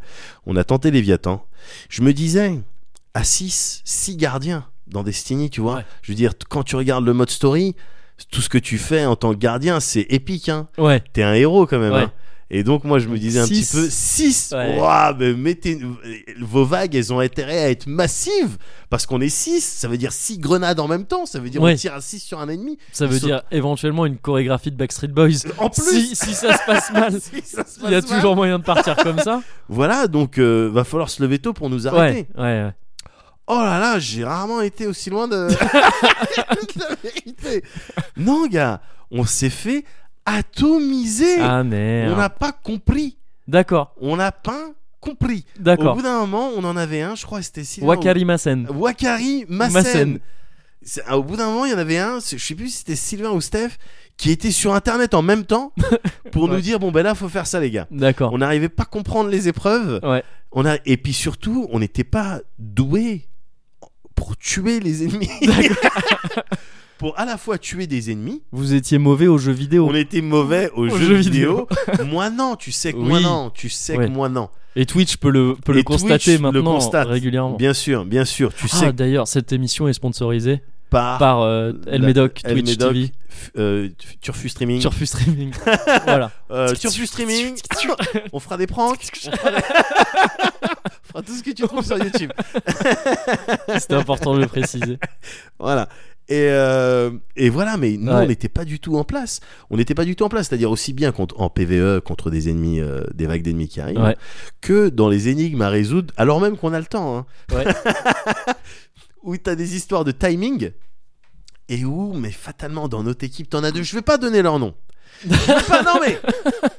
On a tenté Léviathan. Je me disais, à 6, 6 gardiens dans Destiny, tu vois. Ouais. Je veux dire, t- quand tu regardes le mode story, tout ce que tu fais en tant que gardien, c'est épique. Hein. Ouais. T'es un héros quand même. Ouais. hein. Et donc, moi, je me disais un Six. petit peu 6 Ouais. mais mettez vos vagues, elles ont intérêt à être massives parce qu'on est 6. Ça veut dire 6 grenades en même temps. Ça veut dire Ouais. on tire à 6 sur un ennemi. Ça veut Saut- dire éventuellement une chorégraphie de Backstreet Boys. En plus, Si si ça se passe mal, si ça se il y a passe mal. toujours moyen de partir comme ça. Voilà, donc euh, va falloir se lever tôt pour nous arrêter. Ouais ouais ouais. Oh là là, j'ai rarement été aussi loin de, de la vérité. Non, gars, on s'est fait atomiser. Ah on merde. n'a pas compris. D'accord On n'a pas compris. Au d'accord. bout d'un moment, on en avait un, je crois, c'était Sylvain Wakari Masen. ou- Wakari Massen. Massen. C'est- ah, Au bout d'un moment, il y en avait un, c'est- je sais plus si c'était Sylvain ou Steph, qui était sur internet en même temps pour nous Ouais. dire bon, ben là, faut faire ça, les gars. D'accord. On n'arrivait pas à comprendre les épreuves. Ouais. On a et puis surtout, on n'était pas doué pour tuer les ennemis. pour à la fois tuer des ennemis, Vous étiez mauvais aux jeux vidéo on était mauvais aux, Aux jeux, jeux vidéo. moi non, tu sais que moi Oui. non, tu sais Ouais. que moi non. et Twitch peut le peut Et le constater Twitch le maintenant constate. régulièrement. Bien sûr, bien sûr, tu Ah, sais que d'ailleurs, cette émission est sponsorisée par, par euh, El la- Médoc, El Twitch Médoc, TV, f- euh, f- Turfu Streaming. Turfu Streaming. voilà. Euh, Turfu Streaming. on fera des pranks. on, fera des- on fera tout ce que tu trouves sur YouTube. C'était important de le préciser. Voilà. Et, euh, et voilà, mais nous, Ouais. on n'était pas du tout en place. On n'était pas du tout en place, c'est-à-dire aussi bien contre, en PVE contre des ennemis, euh, des vagues d'ennemis qui arrivent, Ouais. que dans les énigmes à résoudre, alors même qu'on a le temps. hein. Ouais. où t'as des histoires de timing, et où, mais fatalement, dans notre équipe, t'en as deux. Je vais pas donner leur nom. Je vais pas, non, mais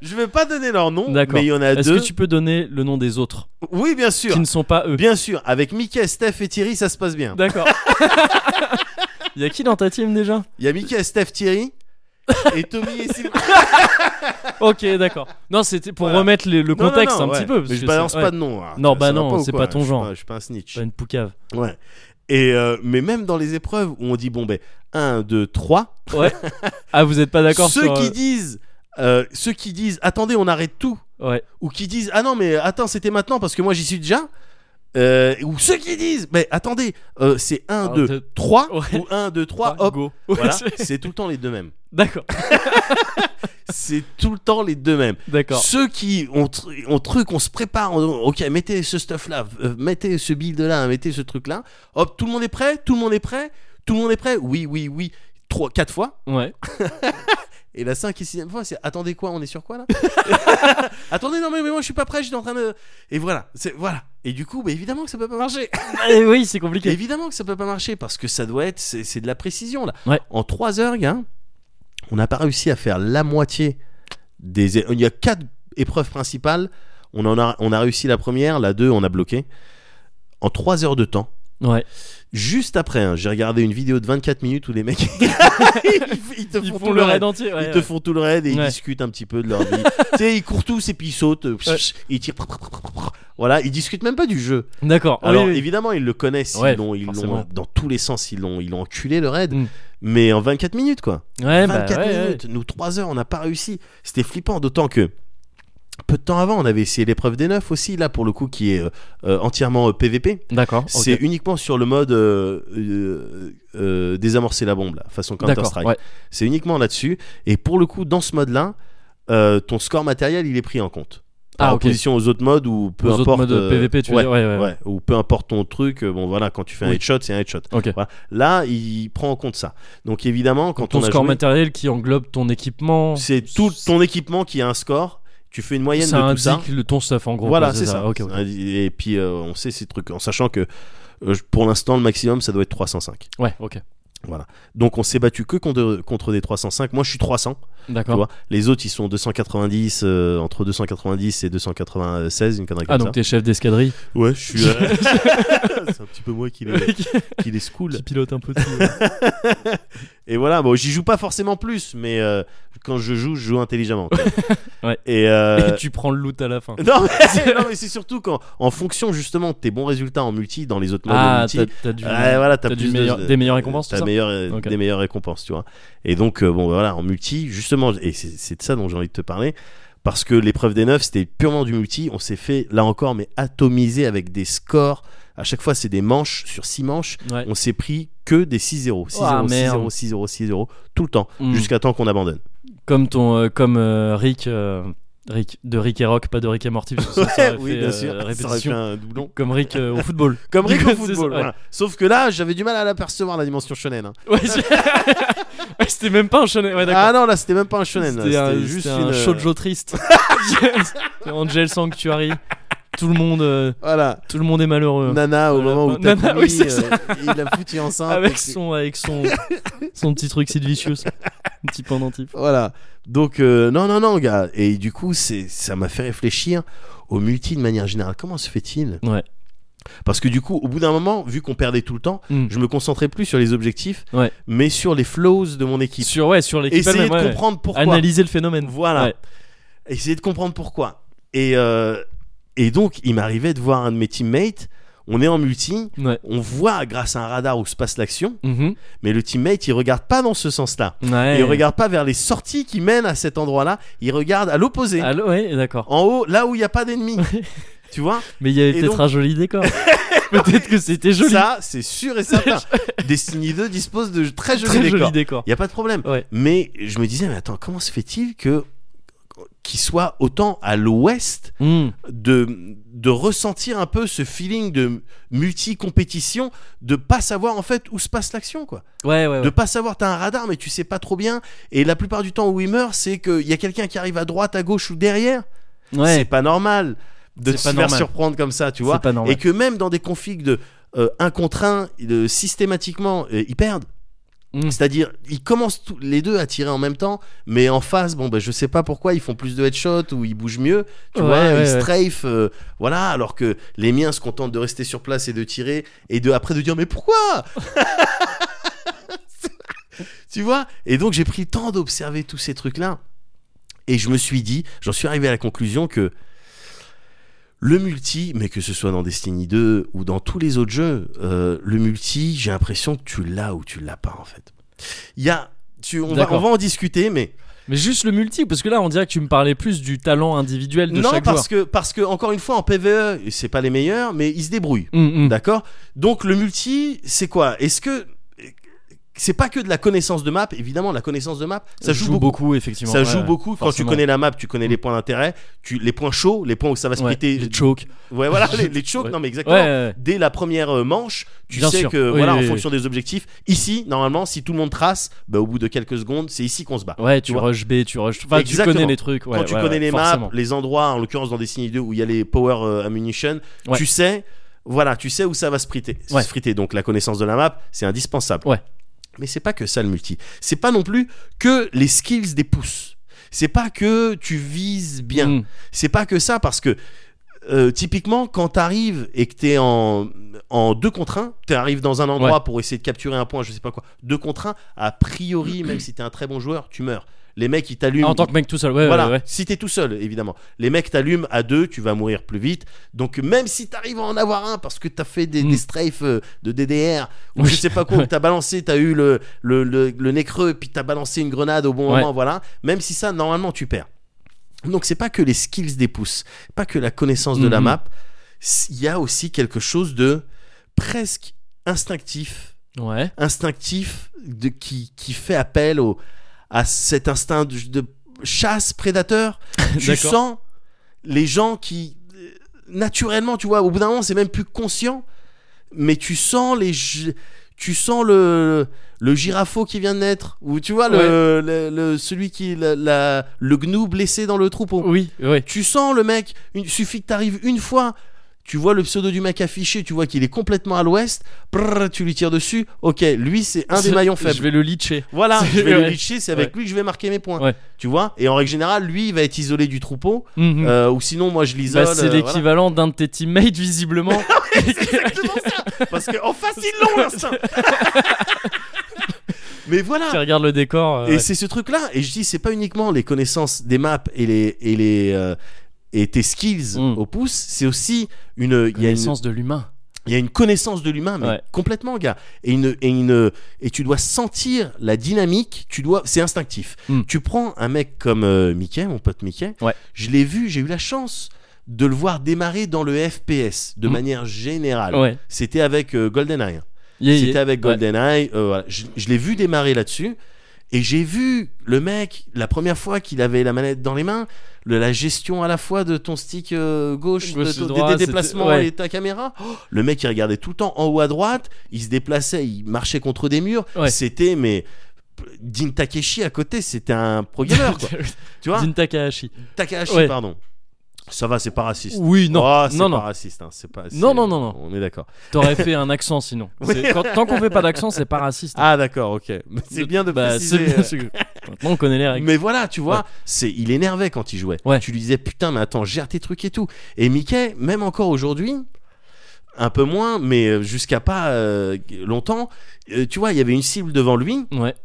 je vais pas donner leur nom, D'accord. mais il y en a Est-ce deux. que tu peux donner le nom des autres Oui, bien sûr. qui ne sont pas eux Bien sûr, avec Mickey, Steph et Thierry, ça se passe bien. D'accord. Il y a qui dans ta team déjà Il y a Mickey, Steph, Thierry et Tommy et Sylvain. Ok, d'accord. Non, c'était pour Voilà. remettre les- le Non, non, contexte non, un ouais. petit peu. parce Mais je que balance c'est- pas ouais, de nom. hein. Non, Ça bah va non, pas ou c'est quoi pas ton Je suis genre. Je suis pas un snitch. pas une poucave. Ouais. Et euh, mais même dans les épreuves où on dit bon ben 1 2 3 Ah, vous êtes pas d'accord ceux sur, qui euh, disent euh, ceux qui disent attendez, on arrête tout Ouais. ou qui disent ah non mais attends, c'était maintenant parce que moi j'y suis déjà euh, ou ceux qui disent mais attendez, euh, c'est 1 Un, 2 deux, 3 ouais. ou 1 2 3 Ah, hop. go. Voilà, Ouais, c'est- c'est tout le temps les deux mêmes. D'accord, C'est tout le temps les deux mêmes. d'accord. Ceux qui ont, tr- ont truc, on se prépare, on- ok, mettez ce stuff là, mettez ce build là, mettez ce truc là. Hop, tout le monde est prêt, tout le monde est prêt, tout le monde est prêt. Oui, oui, oui. Trois, quatre fois. Ouais. Et la cinq et sixième fois, c'est attendez quoi, on est sur quoi là Attendez, non mais, mais moi je suis pas prêt, j'étais en train de. Et voilà, c'est voilà. Et du coup, bah, évidemment que ça peut pas marcher. Eh oui, c'est compliqué. Évidemment que ça peut pas marcher parce que ça doit être, c'est c'est de la précision là. Ouais. En 3 heures, gars, on n'a pas réussi à faire la moitié des. é- Il y a quatre épreuves principales. On en a, on a réussi la première, la deux, on a bloqué. En 3 heures de temps. Ouais. Juste après, hein, j'ai regardé une vidéo de 24 minutes où les mecs ils, ils te Ils font, font le raid entier. ouais, ils ouais. te font tout le raid et ils Ouais. discutent un petit peu de leur vie. tu sais, ils courent tous et puis ils sautent, euh, ils tirent. Voilà, ils discutent même pas du jeu. D'accord. Alors Ah oui, oui. évidemment, ils le connaissent, ils Ouais, l'ont- ils l'ont- forcément. dans tous les sens, ils l'ont ils l'ont enculé le raid, Mm. mais en 24 minutes quoi. Ouais, bah, 24 ouais, ouais. minutes, nous 3 heures, on n'a pas réussi. C'était flippant d'autant que peu de temps avant, on avait essayé l'épreuve des neufs aussi, là pour le coup qui est euh, euh, entièrement euh, PVP. D'accord. ok. C'est uniquement sur le mode euh, euh, euh, désamorcer la bombe, là, façon D'accord. Counter-Strike. ouais. C'est uniquement là-dessus. Et pour le coup, dans ce mode-là, euh, ton score matériel, il est pris en compte. Ah, en ok. opposition aux autres modes ou peu Aux autres importe. modes euh, PVP, tu veux ouais, dire, ouais, ouais, ouais. ouais, Euh, Ou peu importe ton truc, euh, bon voilà, quand tu fais un Oui. headshot, c'est un headshot. Ok. Voilà. Là, il prend en compte ça. Donc évidemment, quand ton on a score joué, matériel qui englobe ton équipement. c'est tout ton équipement qui a un score. Tu fais une moyenne Ça de tout ça. indique le ton stuff en gros. Voilà, quoi, c'est ça. Ok, ok. Et puis euh, on sait ces trucs, en sachant que euh, je- pour l'instant le maximum ça doit être 305. Ouais, ok. Donc on s'est battu que contre, contre des 305. Moi je suis 300, tu D'accord. vois. Les autres ils sont 290, euh, entre 290 et 296, une connerie Ah, comme donc t'es chef d'escadrille. ça. Ouais, je suis. euh, c'est un petit peu moi qui les, qui les scoule. Qui pilote un peu tout. Et voilà, bon, j'y joue pas forcément plus, mais euh, quand je joue, je joue intelligemment. quoi. Ouais. Et, euh, Et tu prends le loot à la fin. Non mais, non, mais c'est surtout quand, en fonction justement de tes bons résultats en multi, dans les autres modes en Ah, multi, t'as t'as du. Ouais, voilà, t'as T'as du plus de- meilleur- des meilleures récompenses, t'as tout ça meilleures, euh, Ok. des meilleures récompenses, tu vois. Et donc, euh, bon, voilà, en multi, justement, et c'est c'est de ça dont j'ai envie de te parler, parce que l'épreuve des neufs, c'était purement du multi. On s'est fait, là encore, mais atomiser avec des scores. À chaque fois, c'est des manches sur 6 manches. Ouais. On s'est pris que des 6-0, 6-0, merde. 6-0, 6-0, 6-0, tout le temps, Mm. jusqu'à temps qu'on abandonne. Comme ton, euh, comme euh, Rick, euh, Rick de Rick et Rock, pas de Rick et Morty. Parce que ça, ça aurait oui, fait, bien euh, sûr, ça aurait fait répétition. un doublon. Comme Rick euh, au football. Comme Rick au C'est ça, football, ouais. voilà. Sauf que là, j'avais du mal à l'apercevoir, la dimension shonen. hein. Ouais, c'est- Ouais, c'était même pas un shonen. Ouais, d'accord. ah non, là, c'était même pas un shonen. là, C'était un, juste c'était un une... euh, shoujo triste. C'était Angel Sanctuary. Tout le monde, euh, Voilà. tout le monde est malheureux. Nana au Voilà, moment où enfin, Nana, Takumi, oui, c'est euh, il a foutu enceinte et avec que- son, avec son, son petit truc Sid Vicious, un petit pendentif. voilà donc euh, non non non gars et du coup c'est ça m'a fait réfléchir au multi de manière générale comment se fait-il Ouais. parce que du coup au bout d'un moment vu qu'on perdait tout le temps Mm. je me concentrais plus sur les objectifs Ouais. mais sur les flows de mon équipe Sur ouais, sur l'équipe. essayer elle-même, de ouais, ouais. comprendre pourquoi Analyser le phénomène. Voilà. Ouais. Essayer de comprendre pourquoi. Et, euh, et donc, il m'arrivait de voir un de mes teammates. On est en multi. Ouais. On voit grâce à un radar où se passe l'action. Mhm. Mais le teammate, il regarde pas dans ce sens-là. Ouais. Il regarde pas vers les sorties qui mènent à cet endroit-là. Il regarde à l'opposé. Allô, ouais, d'accord. En haut, là où il n'y a pas d'ennemis. tu vois Mais il y avait Et peut-être donc- un joli décor. peut-être que c'était joli. Ça, c'est sûr et certain. Destiny 2 dispose de très jolis Très décors. joli décor. Il n'y a pas de problème. Ouais. Mais je me disais, mais attends, comment se fait-il que qu'il soit autant à l'ouest Mm. de, de ressentir un peu ce feeling de multi-compétition, de pas savoir en fait où se passe l'action, quoi. Ouais, ouais, ouais. De pas savoir, t'as un radar, mais tu sais pas trop bien. Et la plupart du temps où il meurt, c'est qu'il y a quelqu'un qui arrive à droite, à gauche ou derrière. C'est Ouais. pas normal de C'est se pas faire normal. surprendre comme ça, tu C'est vois. pas normal. Et que même dans des configs de 1 contre 1, systématiquement, euh, ils perdent. Mm. C'est-à-dire, ils commencent tous les deux à tirer en même temps, mais en face, bon, ben, je sais pas pourquoi, ils font plus de headshots ou ils bougent mieux, tu Ouais, vois, ouais, ils ouais. strafe, euh, voilà, alors que les miens se contentent de rester sur place et de tirer, et de, après de dire, mais pourquoi Tu vois Et donc, j'ai pris le temps d'observer tous ces trucs-là, et je me suis dit, j'en suis arrivé à la conclusion que le multi, mais que ce soit dans Destiny 2 ou dans tous les autres jeux, euh, le multi, j'ai l'impression que tu l'as ou tu l'as pas, en fait. Il y a. Tu, on, va, D'accord. on va en discuter, mais. Mais juste le multi, parce que là, on dirait que tu me parlais plus du talent individuel de Non, chaque parce que, parce que, encore une fois, en PvE, c'est pas les meilleurs, mais ils se débrouillent. joueur. Mm, mm. D'accord Donc, le multi, c'est quoi Est-ce que. C'est pas que de la connaissance de map, évidemment, la connaissance de map, ça joue, beaucoup. effectivement. Ça ouais, joue ouais. beaucoup quand tu forcément. connais la map, tu connais Mm. les points d'intérêt, tu les points chauds, les points où ça va se Ouais, péter. les chokes. Ouais, voilà, les, les chokes, Ouais. non mais exactement. Ouais, ouais, ouais. dès la première euh, manche, tu Bien sais sûr. que Oui, voilà, oui, en oui. fonction des objectifs, ici normalement, si tout le monde trace, bah, au bout de quelques secondes, c'est ici qu'on se bat. Ouais, tu vois. rush B, tu rush. Enfin, tu Exactement. connais les trucs. ouais, Quand tu ouais, connais ouais, les forcément. maps, les endroits, en l'occurrence dans Destiny 2 où il y a les power euh, ammunition, Ouais. tu sais, voilà, tu sais où ça va se friter. Ouais. Se friter. Donc la connaissance de la map, c'est indispensable. Ouais. Mais c'est pas que ça le multi. C'est pas non plus que les skills des pouces. C'est pas que tu vises bien. Mm. C'est pas que ça parce que euh, typiquement quand t'arrives et que t'es en en 2 contre 1, t'arrives dans un endroit pour essayer de capturer un point, je sais pas quoi. 2 contre 1, a priori même si t'es un très bon joueur, tu meurs. Les mecs ils t'allument. En tant que mec tout seul, ouais, voilà, ouais, ouais. si t'es tout seul, évidemment. Les mecs t'allument à deux, tu vas mourir plus vite. Donc même si t'arrives à en avoir un parce que t'as fait des, Mm. des strafes euh, de DDR ou Oui. je sais pas quoi, Ouais. où t'as balancé, t'as eu le, le, le, le nez creux, puis t'as balancé une grenade au bon Ouais. moment, voilà. Même si ça, normalement, tu perds. Donc c'est pas que les skills des pouces, pas que la connaissance de la Mhm. map, s- il y a aussi quelque chose de presque instinctif, Ouais. instinctif de, qui, qui fait appel au, à cet instinct de, de chasse prédateur. tu D'accord. sens les gens qui euh, naturellement, tu vois, au bout d'un moment, c'est même plus conscient, mais tu sens les gi- tu sens le le girafeau qui vient de naître ou tu vois le, le, le- celui qui la, la- le gnou blessé dans le troupeau. Oui, oui. Tu sens le mec, il suffit que t'arrives une fois, tu vois le pseudo du mec affiché, tu vois qu'il est complètement à l'ouest, prrr, tu lui tires dessus, ok, lui c'est un des maillons faibles. Je vais le leacher. Voilà, C'est- je vais le ouais. glitcher, c'est avec lui que je vais marquer mes points. Ouais. Tu vois Et en règle générale, lui il va être isolé du troupeau, Mhm. euh, ou sinon moi je l'isole. Bah, c'est euh, voilà. l'équivalent d'un de tes teammates, visiblement. Parce qu'en face ils l'ont l'instinct Mais voilà qui regarde le décor. euh, Et ouais. c'est ce truc-là. Et je dis, c'est pas uniquement les connaissances des maps et les et les euh, et tes skills Mm. au pouce, c'est aussi une il y a une Connaissance de l'humain. il y a une connaissance de l'humain, mais Ouais. complètement, gars. Et une et une et tu dois sentir la dynamique. Tu dois, c'est instinctif. Mm. Tu prends un mec comme euh, Mickey, mon pote Mickey. Ouais. Je l'ai vu, j'ai eu la chance de le voir démarrer dans le FPS de Mm. manière générale. Ouais. C'était avec euh, GoldenEye. Yeah, yeah. C'était avec Ouais. GoldenEye. euh, voilà. Je, je l'ai vu démarrer là-dessus. Et j'ai vu le mec, la première fois qu'il avait la manette dans les mains, le- la gestion à la fois de ton stick euh, gauche, Gauche, de ton- des- droite, des c'était- déplacements ouais. et ta caméra. Oh, le mec, il regardait tout le temps en haut à droite, il se déplaçait, il marchait contre des murs. Ouais. C'était, mais. Dean Takeshi à côté, c'était un pro gamer, quoi. tu vois Jin Takahashi. Takahashi, Ouais. pardon. Ça va, c'est pas raciste. Oui, non. Oh, c'est non, pas non. raciste. hein, c'est pas, c'est- Non, non, non, non. On est d'accord. T'aurais fait un accent sinon. C'est- quand- tant qu'on fait pas d'accent, c'est pas raciste. Ah, d'accord, ok. Mais C'est bien de Bah, préciser. euh, c'est bien sûr. Maintenant, on connaît les règles. Mais voilà, tu vois, Ouais. c'est il énervait quand il jouait. Ouais. Tu lui disais putain, mais attends, gère tes trucs et tout. Et Mickey, même encore aujourd'hui, un peu moins, mais jusqu'à pas euh, longtemps, euh, tu vois, il y avait une cible devant lui. Ouais.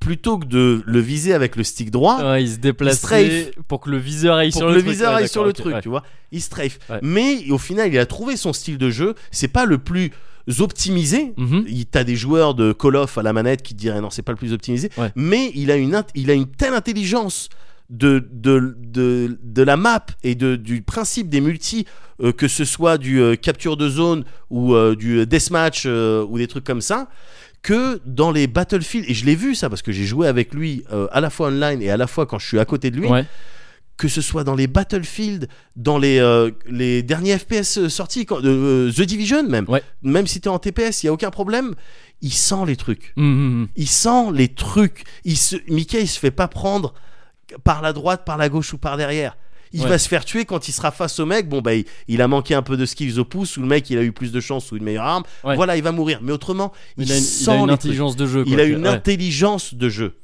Plutôt que de le viser avec le stick droit, Ouais, Hein, il se Ah. Il déplaçait pour que le viseur aille pour sur que le, le truc. viseur Ouais, aille sur le d'accord, truc, ok, tu vois, il strafe. Ouais. Mais au final, il a trouvé son style de jeu. C'est pas le plus optimisé, ouais. Mhm. il- T'as des joueurs de Call of à la manette qui te diraient non, c'est pas le plus optimisé. Ouais. Mais il a une, int- il a une telle intelligence de, de, de, de la map et de, du principe des multis, euh, que ce soit du euh, capture de zone ou euh, du deathmatch euh, ou des trucs comme ça, que dans les Battlefield, et je l'ai vu ça parce que j'ai joué avec lui euh, à la fois online et à la fois quand je suis à côté de lui, Ouais. que ce soit dans les Battlefield, dans les, euh, les derniers FPS sortis, quand, euh, The Division même, Ouais. même si t'es en TPS, il y a aucun problème, il sent les trucs. Mhm, mhm. Il sent les trucs. Il se, Mickey, il se fait pas prendre par la droite, par la gauche ou par derrière. Il Ouais. va se faire tuer quand il sera face au mec. Bon, bah, il, il a manqué un peu de skills au pouce, ou le mec, il a eu plus de chance ou une meilleure arme. Ouais. Voilà, il va mourir. Mais autrement, il, Il a une, sent il a une les trucs. intelligence de jeu. Il quoi, a que- une ouais. intelligence de jeu.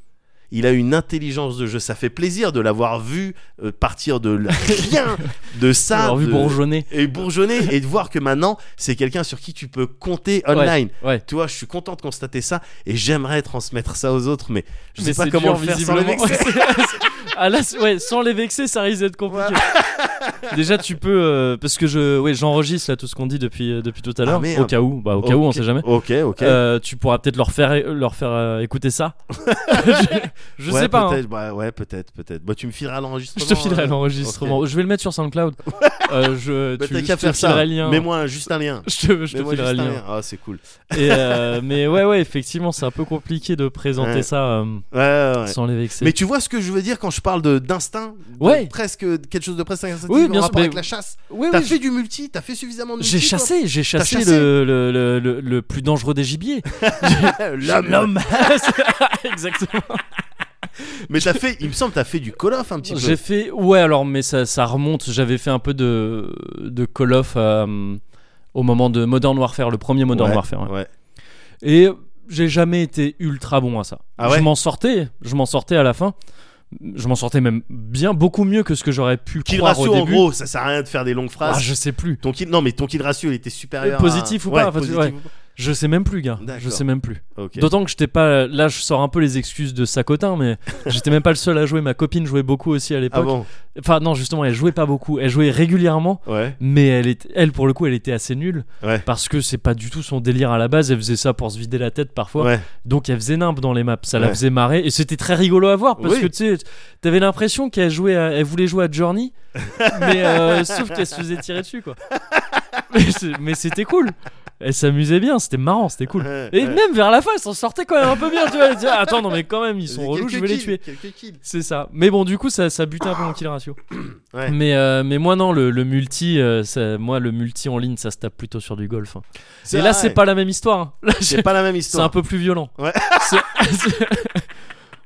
Il a une intelligence de jeu. Ça fait plaisir de l'avoir vu euh, partir de la- rien de ça. Alors, vu de- bourgeonner. Et bourgeonner et de voir que maintenant c'est quelqu'un sur qui tu peux compter online. Ouais. Tu vois, je suis content de constater ça et j'aimerais transmettre ça aux autres, mais je Mais sais pas c'est comment dur, le faire sans le visiblement. vexer. ah là, c'est- ouais, sans les vexer, ça risque d'être compliqué. Déjà, tu peux euh, parce que je, ouais, j'enregistre là tout ce qu'on dit depuis euh, depuis tout à Ah, l'heure. merde. au cas où, bah au cas où, on sait jamais. Ok, ok. Euh, tu pourras peut-être leur faire leur faire euh, écouter ça. je je Ouais, sais pas. hein. peut-être, bah, ouais, peut-être, peut-être. Bah, tu me fileras Je l'enregistrement. te filerai hein. l'enregistrement. Je vais le mettre sur SoundCloud. Euh, je, Bah, tu, t'as je qu'à te faire filerai ça. le lien. Mets-moi un- juste un lien. je te, je te Mets-moi filerai juste le un lien. lien. Ah, c'est cool. Et, euh, mais ouais, ouais, effectivement, c'est un peu compliqué de présenter Ouais. ça euh, Ouais, ouais, ouais. sans les vexer. Mais tu vois ce que je veux dire quand je parle de d'instinct de Ouais. Presque quelque chose de presque instinctif Oui, en bien sûr, rapport mais- avec la chasse. Oui, t'as oui, fait du multi, t'as fait suffisamment de multi. J'ai toi chassé, j'ai chassé, chassé. Le, le, le, le- le plus dangereux des gibiers. L'homme. Exactement. Mais t'as fait, il me semble, t'as fait du Call of un petit J'ai peu. fait. Ouais, alors, mais ça, ça remonte. J'avais fait un peu de, de Call of euh, au moment de Modern Warfare, le premier Modern Ouais, Warfare. ouais. Ouais. Et j'ai jamais été ultra bon à ça. Ah ouais je m'en sortais, je m'en sortais à la fin. Je m'en sortais même bien, beaucoup mieux que ce que j'aurais pu Kill croire ratio, au en début. gros, ça sert à rien de faire des longues Ah, phrases. je sais plus. Ton kill, non, mais ton kill ratio, il était supérieur. Positif à- ou pas, Ouais, parce que- positif ouais. ou pas. Je sais même plus, gars. Je D'accord. sais même plus. Ok. D'autant que j'étais pas. Là, je sors un peu les excuses de Sacotin, mais j'étais même pas le seul à jouer. Ma copine jouait beaucoup aussi à Ah l'époque. bon Enfin, non, justement, elle jouait pas beaucoup. Elle jouait régulièrement, Ouais. mais elle, est... elle pour le coup, elle était assez nulle. Ouais. Parce que c'est pas du tout son délire à la base. Elle faisait ça pour se vider la tête parfois. Ouais. Donc, elle faisait nimbe dans les maps. Ça la Ouais. faisait marrer. Et c'était très rigolo à voir parce Oui. que tu sais, t'avais l'impression qu'elle jouait à- Elle voulait jouer à Journey, mais euh, sauf qu'elle se faisait tirer dessus, quoi. Mais c'est- mais c'était cool. Elle s'amusait bien. C'était marrant. C'était cool. Ouais, Et ouais. même vers la fin, ils s'en sortaient quand même un peu bien, tu vois. Ils disaient, attends, non, mais quand même, ils sont Quelques relous, je vais les kills, tuer. quelques kills. C'est ça. Mais bon, du coup, ça, ça butait un peu mon kill ratio. Ouais. Mais, euh, mais moi, non, le, le multi, euh, ça- moi, le multi en ligne, ça se tape plutôt sur du golf. hein. Et là, vrai. c'est pas la même histoire. hein. Là, je- C'est pas la même c'est un histoire. peu plus violent. Ouais. C'est- c'est-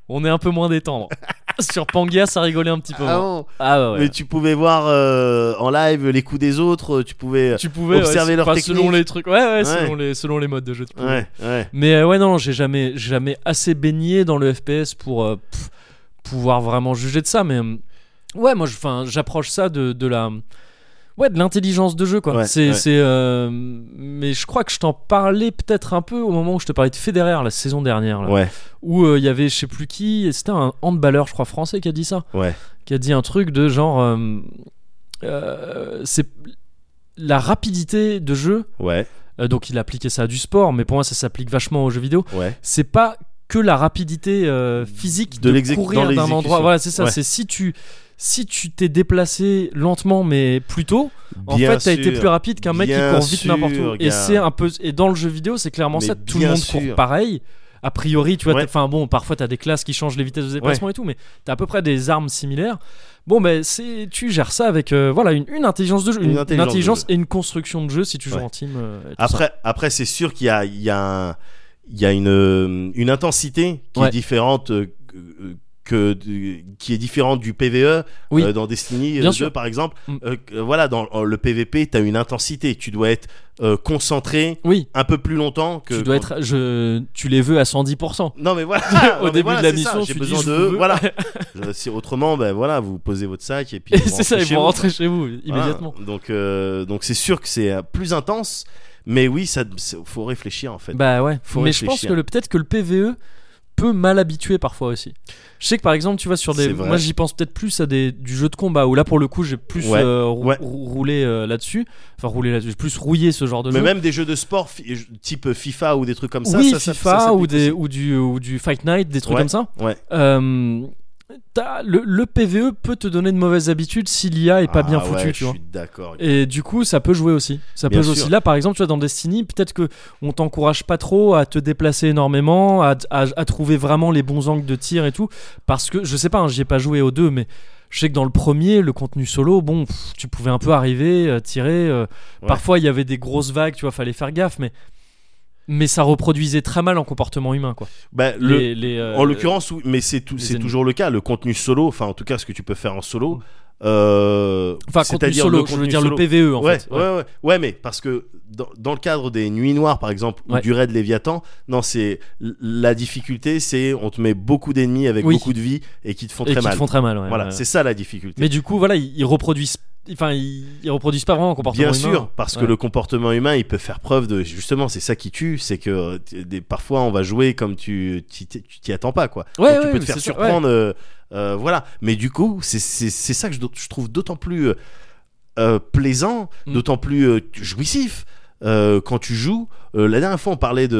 On est un peu moins détendre. sur Pangaea, ça rigolait un petit peu. moins. Ah bon Ah, ouais, ouais. Mais tu pouvais voir euh, en live les coups des autres, tu pouvais. Tu pouvais ouais, observer c'est- leur enfin, technique. selon les trucs. Ouais, ouais, Selon, Ouais. les, selon les modes de jeu. tu pouvais. Ouais, ouais. Mais euh, ouais, non, j'ai jamais, j'ai jamais assez baigné dans le FPS pour euh, pff, pouvoir vraiment juger de ça. Mais euh, ouais, moi, je- 'fin, j'approche ça de, de la. Ouais, de l'intelligence de jeu, quoi. Ouais, c'est, ouais. c'est, euh, mais je crois que je t'en parlais peut-être un peu au moment où je te parlais de Federer la saison dernière, là, Ouais, où euh, il y avait je sais plus qui, et c'était un handballeur, je crois, français qui a dit ça. Ouais. Qui a dit un truc de genre. euh, euh, c'est la rapidité de jeu. ouais, euh, donc il appliquait ça à du sport, mais pour moi ça s'applique vachement aux jeux vidéo ouais. c'est pas que la rapidité euh, physique De de, l'exé- courir dans d'un l'exécution. endroit. Voilà, c'est ça. Ouais. C'est si tu si tu t'es déplacé lentement mais plus tôt, en Bien fait, t'as été sûr. plus rapide qu'un mec Bien qui court vite sûr, n'importe où. Et gars. c'est un peu et dans le jeu vidéo, c'est clairement Mais ça. Tout le bien monde sûr. court pareil. A priori, tu vois, Ouais. t'as- enfin bon, parfois t'as des classes qui changent les vitesses de déplacement et tout, mais t'as à peu près des armes similaires. Bon, ben c'est tu gères ça avec euh, voilà une, une intelligence de jeu, Une une, une intelligence de intelligence jeu. et une construction de jeu si tu joues Ouais. en team. euh, et tout ça. Après, après c'est sûr qu'il y a, il y a, un- il y a une, euh, une intensité qui Ouais. est différente. euh, que- que du- qui est différente du PVE Oui. euh, dans Destiny Bien 2 sûr. par exemple Mm. Euh, que- voilà dans euh, le PVP tu as une intensité tu dois être euh, concentré oui, un peu plus longtemps que tu dois être je tu les veux à 110% non mais voilà au Ah, Non, mais début voilà, de la c'est ça, mission j'ai tu besoin dis je de veux. voilà Je- si autrement ben voilà vous posez votre sac et puis et vous c'est ça rentrez ils chez vont vous. rentrer chez vous Voilà. immédiatement donc euh, donc c'est sûr que c'est euh, plus intense mais oui ça c'est- faut réfléchir en fait bah ouais Faut mais je pense réfléchir. que le peut-être que le PVE peut mal habituer parfois aussi je sais que par exemple tu vois sur des C'est vrai. moi j'y pense peut-être plus à des du jeu de combat où là pour le coup j'ai plus Ouais, euh, rou- ouais. rou- roulé euh, là-dessus enfin roulé là-dessus j'ai plus rouillé ce genre de mais jeu même des jeux de sport fi- type FIFA ou des trucs comme ça oui ça, ça- FIFA ça s'applique ou des aussi. ou du ou du Fight Night des trucs Ouais. comme ça ouais Euh, t'as- le, le PVE peut te donner de mauvaises habitudes si l'IA est pas Ah bien foutue ouais, tu je vois suis d'accord Et du coup, ça peut jouer aussi. Ça Bien peut jouer sûr. aussi. Là, par exemple, tu vois, dans Destiny, peut-être que on t'encourage pas trop à te déplacer énormément, à, à- à trouver vraiment les bons angles de tir et tout, parce que je sais pas, hein, j'y ai pas joué aux deux, mais je sais que dans le premier, le contenu solo, bon, pff, tu pouvais un peu arriver, euh, tirer. euh, Ouais. Parfois, il y avait des grosses vagues, tu vois, fallait faire gaffe, mais mais ça reproduisait très mal en comportement humain, quoi. Bah, le- Les- les, euh, en l'occurrence oui, mais c'est tout- les c'est ennemis. toujours le cas le contenu solo enfin en tout cas ce que tu peux faire en solo euh, Mm. enfin, contenu c'est-à-dire solo, le je veux contenu dire solo. le PVE en ouais, fait. ouais, ouais, ouais. mais parce que dans, dans le cadre des Nuits Noires, par exemple, ou Ouais. du raid Léviathan, non, c'est l- la difficulté, c'est on te met beaucoup d'ennemis avec Oui. beaucoup de vie et qui te font Et très qui te mal. font très mal. ouais, voilà, ouais. c'est ça la difficulté. Mais du coup, voilà, ils ils reproduisent. Enfin, ils ils reproduisent pas vraiment le comportement Bien humain. sûr, parce que Ouais. le comportement humain, il peut faire preuve de justement, c'est ça qui tue, c'est que euh, t- des, parfois on va jouer comme tu t'y- tu t'y attends pas quoi. Ouais, ouais, Donc, tu peux mais te faire c'est sûr, surprendre, euh, euh, voilà. Mais du coup, c'est c'est- c'est ça que je, je trouve d'autant plus euh, euh, plaisant, Mm. d'autant plus euh, jouissif. euh, quand tu joues, Euh, la dernière fois on parlait de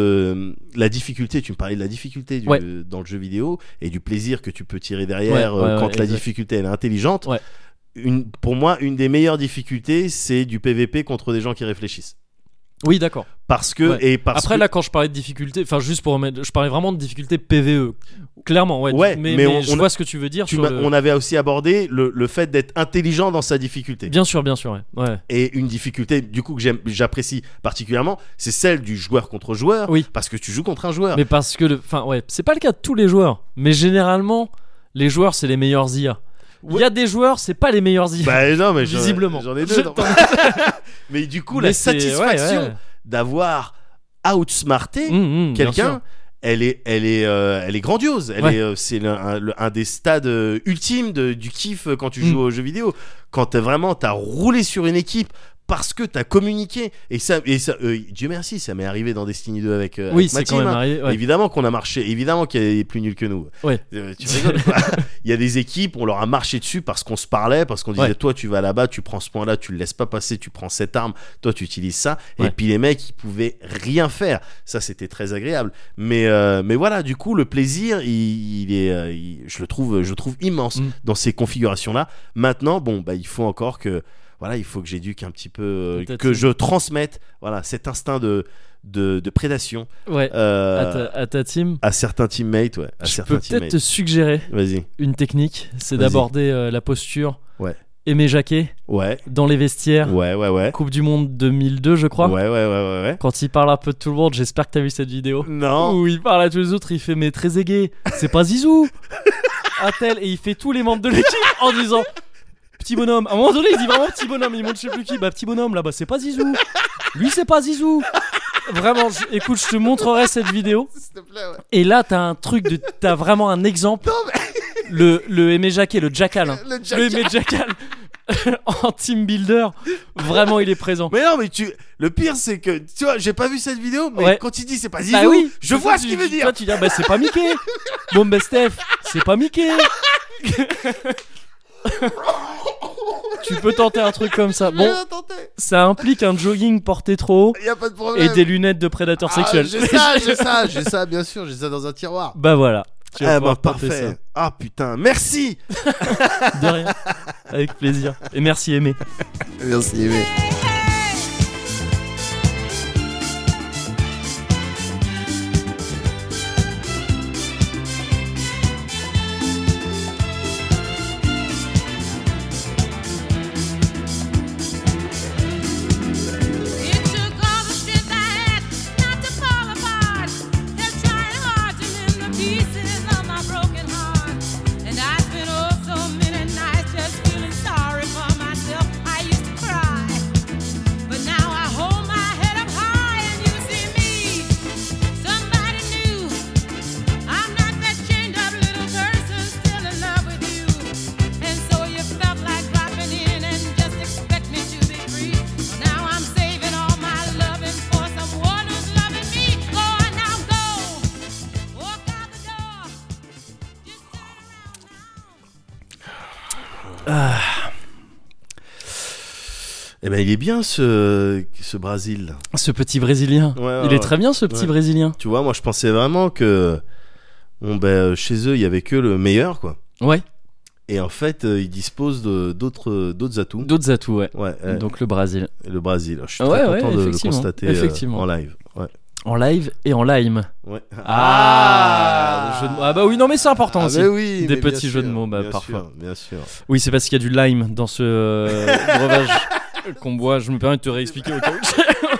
euh, la difficulté, tu me parlais de la difficulté du- Ouais. dans le jeu vidéo et du plaisir que tu peux tirer derrière Ouais, euh, ouais, quand ouais, la exact. difficulté elle est intelligente. Ouais. Une, pour moi, une des meilleures difficultés, c'est du PVP contre des gens qui réfléchissent. Oui, d'accord. Parce que Ouais. et parce Après, que- là, quand je parlais de difficulté, enfin, juste pour remettre, je parlais vraiment de difficulté PVE. Clairement, ouais. Ouais, mais, mais mais on- je on- vois ce que tu veux dire. tu sur m'as- le- on avait aussi abordé le, le fait d'être intelligent dans sa difficulté. Bien sûr, bien sûr, ouais. ouais. Et une difficulté, du coup, que j'aime- j'apprécie particulièrement, c'est celle du joueur contre joueur. Oui. Parce que tu joues contre un joueur. Mais parce que, le... enfin, ouais, c'est pas le cas de tous les joueurs. Mais généralement, les joueurs, c'est les meilleurs IA. Il y a des joueurs, c'est pas les meilleurs IA. Bah non, mais j'en- Visiblement. J'en ai deux. Je non. t'en- mais du coup, Mais la c'est- ouais, satisfaction ouais. d'avoir outsmarté Hum, hum, bien sûr. quelqu'un, elle est, elle est, euh, elle est grandiose. Elle Ouais. est, euh, c'est le- un, le- un des stades euh, ultimes de- du kiff euh, quand tu Mm. joues aux jeux vidéo. Quand t'es vraiment, t'as roulé sur une équipe parce que t'as communiqué. Et ça, et ça euh, Dieu merci, ça m'est arrivé dans Destiny 2 avec, euh, Oui, avec ma c'est quand team, même hein. arrivé. ouais. Évidemment qu'on a marché, évidemment qu'il y a des plus nuls que nous. Ouais. Euh, tu rigoles quoi Il y a des équipes, on leur a marché dessus parce qu'on se parlait, parce qu'on disait Ouais. toi tu vas là-bas, tu prends ce point-là, tu le laisses pas passer, tu prends cette arme, toi tu utilises ça. Et Ouais. puis les mecs ils pouvaient rien faire. Ça c'était très agréable. Mais euh, mais voilà, du coup le plaisir, il, il est, euh, il- je le trouve, je le trouve immense Mm. dans ces configurations-là. Maintenant, bon bah il faut encore que voilà, il faut que j'éduque un petit peu, euh, Peut-être, que oui. je transmette voilà cet instinct de de, de prédation Ouais. euh, À, ta, à ta team, à certains teammates, ouais. À je certains peux peut-être teammates. te suggérer Vas-y. une technique, c'est Vas-y. d'aborder euh, la posture. Ouais. Aimer Jacquet Ouais. dans les vestiaires. Ouais, ouais, ouais. Coupe du Monde 2002, je crois. Ouais, ouais, ouais, ouais, ouais. Quand il parle un peu de tout le monde, j'espère que t'as vu cette vidéo. Non. Où il parle à tous les autres, il fait mais très aigué, c'est pas Zizou Un tel, et il fait tous les membres de l'équipe en disant Petit bonhomme, à un moment donné il dit vraiment petit bonhomme, il monte je sais plus qui, bah petit bonhomme là, bah c'est pas Zizou Lui c'est pas Zizou Vraiment, je- écoute, je te montrerai cette vidéo. Et là, t'as un truc de. T'as vraiment un exemple. Le, le Aimé Jacquet, le Jackal. hein. Le Le Aimé Jackal en team builder. Vraiment, il est présent. Mais non, mais tu. Le pire, c'est que. Tu vois, j'ai pas vu cette vidéo, mais Ouais. quand il dit c'est pas Zizou, Bah oui, je Toi, vois tu- ce qu'il veut tu- dire. Toi, tu dis, ah, bah c'est pas Mickey. bon, bah Steph, c'est pas Mickey. tu peux tenter un truc comme ça. Je vais Bon, la tenter. ça implique un jogging porté trop haut Y a pas de problème. et des lunettes de prédateur Ah, sexuel. J'ai ça, j'ai ça, j'ai ça, bien sûr, j'ai ça dans un tiroir. Bah voilà. Tu vas Ah bah pouvoir tenter parfait. Ah putain, merci. ça. De rien. Avec plaisir. Et merci, Aimé. Merci, Aimé. It took all the strength I had not to fall apart. Kept trying hard to mend the pieces of my broken heart. And I spent oh so many nights just feeling sorry for myself. I used to cry, but now I hold my head up high and you see me. Somebody new. I'm not that chained up little person still in love with you. And so you felt like dropping in and just expect me to be free. Now I'm saving all my loving for someone who's loving me. Go on now, go. Walk out the door. Just turn around now. Eh ben, il est bien ce, ce Brésil. Ce petit Brésilien. Ouais, ouais, il ouais. est très bien, ce petit Ouais. Brésilien. Tu vois, moi, je pensais vraiment que. Bon, ben, chez eux, il y avait que le meilleur, quoi. Ouais. Et en fait, euh, ils disposent de- d'autres d'autres atouts. D'autres atouts, ouais. Ouais, euh, Donc le Brésil. le Brésil. hein. Je suis Ouais, très ouais, content de le effectivement, constater euh, effectivement. en live. Ouais. En live et en lime. Ouais. Ah, le jeu de mots. Ah bah oui, non, mais c'est important Ah, aussi. mais oui, Des mais petits bien jeux de sûr, mots, bah, bien parfois. sûr, bien sûr. Oui, c'est parce qu'il y a du lime dans ce euh, breuvage qu'on boit. Je me permets de te réexpliquer au coach.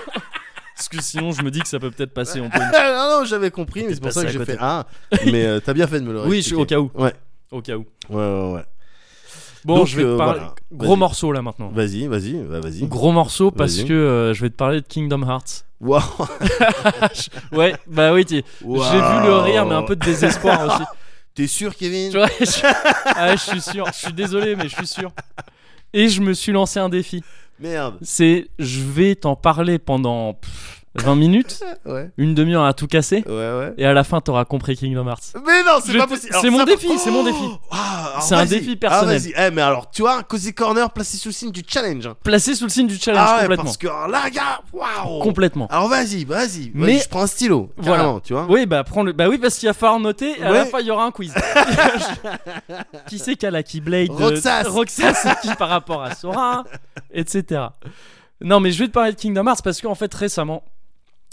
Parce que sinon, je me dis que ça peut peut-être passer. On peut... Ah, non, non, j'avais compris, mais c'est pour passé ça que à j'ai côté. fait ah. Mais euh, t'as bien fait de me le Oui, je suis au cas réexpliquer. où. Ouais, Au cas où. ouais, ouais. ouais. Bon, Donc, je vais te euh, parler. voilà. Gros Vas-y. morceau là maintenant. Vas-y, vas-y, bah, vas-y. Gros morceau parce Vas-y. que euh, je vais te parler de Kingdom Hearts. Waouh. Ouais, bah oui, t'es- j'ai vu le rire, mais un peu de désespoir aussi. T'es sûr, Kevin Tu vois, je... Ah, je suis sûr. Je suis désolé, mais je suis sûr. Et je me suis lancé un défi. Merde. c'est je vais t'en parler pendant pff, 20 minutes, Ouais. une demi-heure à tout casser, Ouais, ouais. et à la fin t'auras compris Kingdom Hearts. Mais non, c'est Je pas t'ai- possible. c'est Alors, mon ça- défi, c'est mon Oh défi. Ah, alors, C'est un vas-y. défi personnel. Ah, vas-y. Eh, mais alors, tu vois, Cozy Corner placé sous le signe du challenge. hein. Placé sous le signe du challenge Ah ouais, Ah, complètement. parce que alors là, gars, waouh. Complètement. Alors vas-y, vas-y. Mais- Mais je prends un stylo. Voilà. Carrément, tu vois. Oui, bah prends le. Bah oui, parce qu'il va falloir noter, et à Ah. Ouais. la fin il y aura un quiz. qui c'est qui a la Keyblade euh, Roxas. Roxas, c'est qui par rapport à Sora Etc. Non, mais je vais te parler de Kingdom Hearts parce qu'en fait récemment,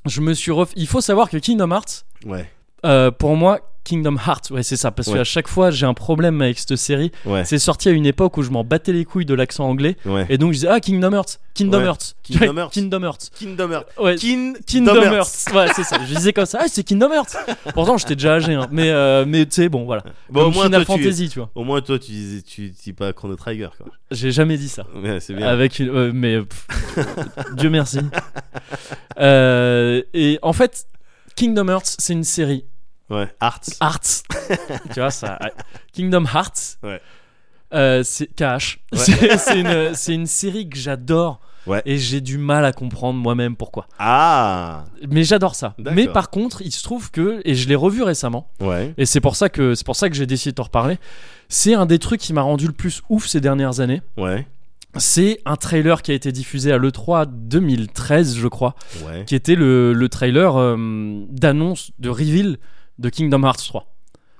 je me suis ref... Il faut savoir que Kingdom Hearts, Ouais. euh, pour moi, Kingdom Hearts, ouais, c'est ça, parce Ouais. qu'à chaque fois j'ai un problème avec cette série. Ouais. C'est sorti à une époque où je m'en battais les couilles de l'accent anglais. Ouais. Et donc je disais, ah, Kingdom Hearts, Kingdom Ouais. Hearts, Kingdom Hearts. Kingdom Hearts. Kingdom Hearts. Ouais, Kin- Kingdom Hearts. Ouais, c'est ça. Je disais comme ça, ah, c'est Kingdom Hearts. Pourtant, j'étais déjà âgé, hein. mais, euh, mais tu sais, bon, voilà. Bon, au Comme moins, Final toi, tu... Fantasy, tu vois. au moins toi, tu disais, tu dis pas Chrono Trigger, quoi. J'ai jamais dit ça. Ouais, c'est bien. Avec une, euh, mais euh, pff, Dieu merci. Euh, et en fait, Kingdom Hearts, c'est une série Ouais. Hearts. Hearts. tu vois, ça. ouais. Kingdom Hearts. Ouais. Euh, c'est KH. Ouais. C'est- C'est une, c'est une série que j'adore. Ouais. et j'ai du mal à comprendre moi-même pourquoi. Ah Mais j'adore ça. D'accord. Mais par contre, il se trouve que et je l'ai revu récemment Ouais. et c'est pour ça que c'est pour ça que j'ai décidé de t'en reparler. C'est un des trucs qui m'a rendu le plus ouf ces dernières années. Ouais. C'est un trailer qui a été diffusé à l'E3 2013, je crois, Ouais. qui était le, le trailer euh, d'annonce de reveal de Kingdom Hearts 3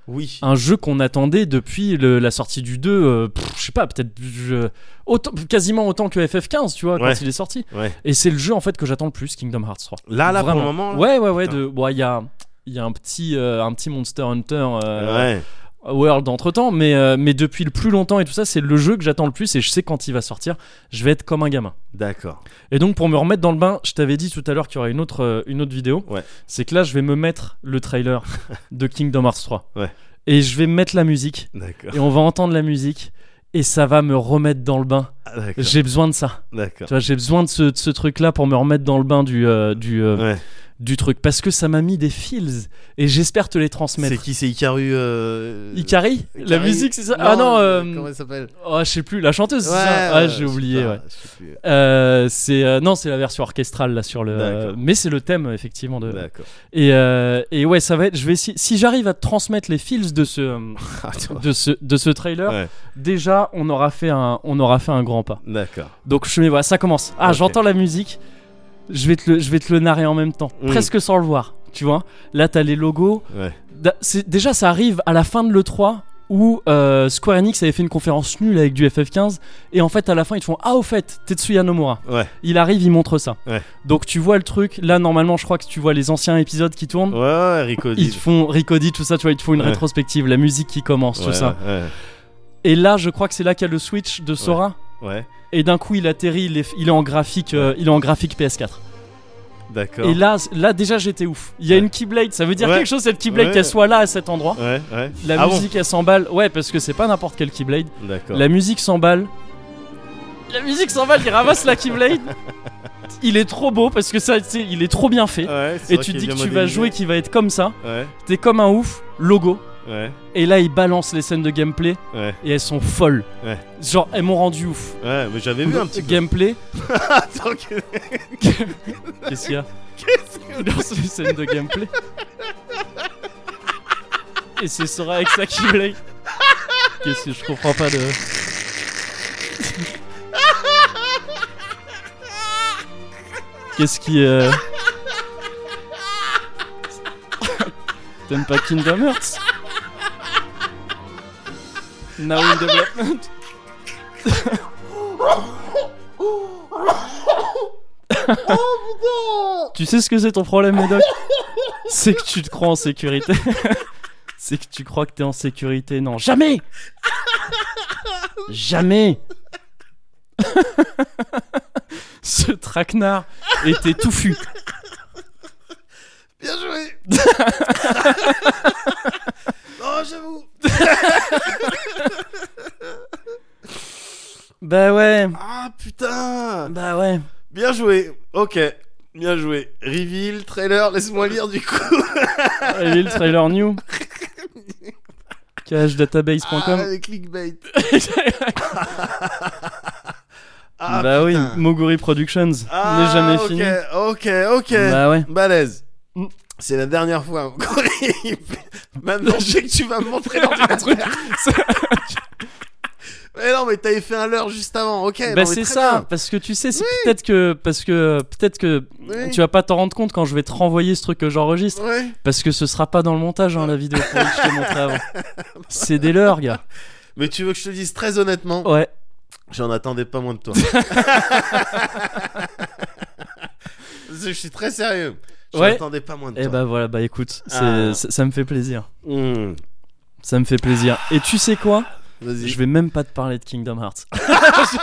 Oui. un jeu qu'on attendait depuis le- la sortie du 2, euh, pff, je sais pas, peut-être je- autant- quasiment autant que FF15, tu vois, Ouais. quand il est sorti. Ouais. Ah, Et c'est le jeu en fait que j'attends le plus, Kingdom Hearts 3. Là, là, Vraiment. pour le moment. là Ouais, ouais, ouais. Putain. de- bon, Il y a, il y a un, petit, euh, un petit Monster Hunter euh, Ouais. World entre temps, mais, euh, mais depuis le plus longtemps et tout ça, c'est le jeu que j'attends le plus et je sais quand il va sortir, je vais être comme un gamin. D'accord. Et donc pour me remettre dans le bain, je t'avais dit tout à l'heure qu'il y aurait une autre, euh, une autre vidéo. Ouais. C'est que là, je vais me mettre le trailer de Kingdom Hearts 3. Ouais. Et je vais mettre la musique. D'accord. Et on va entendre la musique. Et ça va me remettre dans le bain. Ah, D'accord. J'ai besoin de ça. D'accord. Tu vois, j'ai besoin de ce, de ce truc-là pour me remettre dans le bain du, euh, du, euh, Ouais. du truc. Parce que ça m'a mis des feels. Et j'espère te les C'est transmettre. qui C'est Icaru. euh, Ikari, La Ikari musique, c'est ça Ah non, euh, euh, Comment elle s'appelle oh, je sais plus, la chanteuse, c'est ça Ouais, Ah, ouais, j'ai je sais oublié, pas, ouais. je sais plus. Euh, c'est euh, non, c'est la version orchestrale là sur le. D'accord. mais c'est le thème effectivement de. D'accord. Et, euh, et ouais, ça va être. Je vais essayer- si j'arrive à te transmettre les feels de ce euh, Attends. de ce de ce trailer, Ouais. déjà on aura fait un on aura fait un grand pas. D'accord. Donc je mets voilà, ça commence. Ah, Ok. j'entends la musique. Je vais te le je vais te le narrer en même temps, Mm. presque sans le voir. Tu vois. Là t'as les logos. Ouais. Da- c'est- déjà ça arrive à la fin de l'E3 où euh, Square Enix avait fait une conférence nulle avec du FF15 et en fait à la fin ils te font ah au fait Tetsuya Nomura Ouais. il arrive il montre ça Ouais. donc tu vois le truc là normalement je crois que tu vois les anciens épisodes qui tournent Ouais, ouais, Rico ils te font Ricody tout ça tu vois ils te font une Ouais. rétrospective la musique qui commence tout ça Ouais. et là je crois que c'est là qu'il y a le switch de Sora ouais. et d'un coup il atterrit il est, il est en graphique euh, il est en graphique PS4 D'accord. et là c- là déjà j'étais ouf il y a Ouais. une Keyblade ça veut dire Ouais. quelque chose cette Keyblade Ouais. qu'elle soit là à cet endroit Ouais, ouais. la Ah bon musique elle s'emballe ouais parce que c'est pas n'importe quel Keyblade D'accord. La musique s'emballe. La musique s'emballe, il ramasse la Keyblade. Il est trop beau parce que ça, tu sais, il est trop bien fait. Ouais, Ah, c'est Et vrai tu te dis qu'il est que bien tu vas modélisé. jouer, qu'il va être comme ça. Ouais, T'es comme un ouf, logo. ouais, Et là, il balance les scènes de gameplay ouais. et elles sont folles. Ouais. Genre, elles m'ont rendu ouf. Ouais, mais j'avais vu un petit peu. gameplay. Attends, que- Qu'est-ce qu'il y a Balance les scènes de gameplay. Et c'est Sora avec sa Keyblade. Qu'est-ce que je comprends pas de. Qu'est-ce qui. euh, T'aimes pas Kingdom Hearts Now in development Tu sais ce que c'est ton problème, Médoc C'est que tu te crois en sécurité. c'est que tu crois que t'es en sécurité. Non, jamais Jamais Ce traquenard était touffu. Bien joué Non, Oh, j'avoue Bah ouais, Ah putain bah ouais. Bien joué Ok, bien joué. Reveal, trailer, laisse-moi lire du coup. Et lui, le trailer new. Cachedatabase.com. Ah, les clickbait. Ah, bah oui, putain. Moguri Productions. Ah, N'est jamais ok, fini. Ok, ok. Bah ouais. Balèze. Mm. C'est la dernière fois. encore. Maintenant, je sais que tu vas me montrer l'ordinateur. mais non, mais t'avais fait un leurre juste avant. Ok. Eh, non, Bah mais c'est très ça, bien. parce que tu sais, c'est peut-être que parce que peut-être que Oui. tu vas pas t'en rendre compte quand je vais te renvoyer ce truc que j'enregistre, Ouais. parce que ce sera pas dans le montage hein, la vidéo pour que je t'ai montré avant. C'est des leurs, gars. Mais tu veux que je te dise très honnêtement, Ouais. j'en attendais pas moins de toi. je suis très sérieux. J'en Ouais. attendais pas moins de Et toi. bah voilà, bah écoute, c'est- Ah. ça, ça me fait plaisir. Mm. Ça me fait plaisir. Et tu sais quoi Vas-y. Je vais même pas te parler de Kingdom Hearts.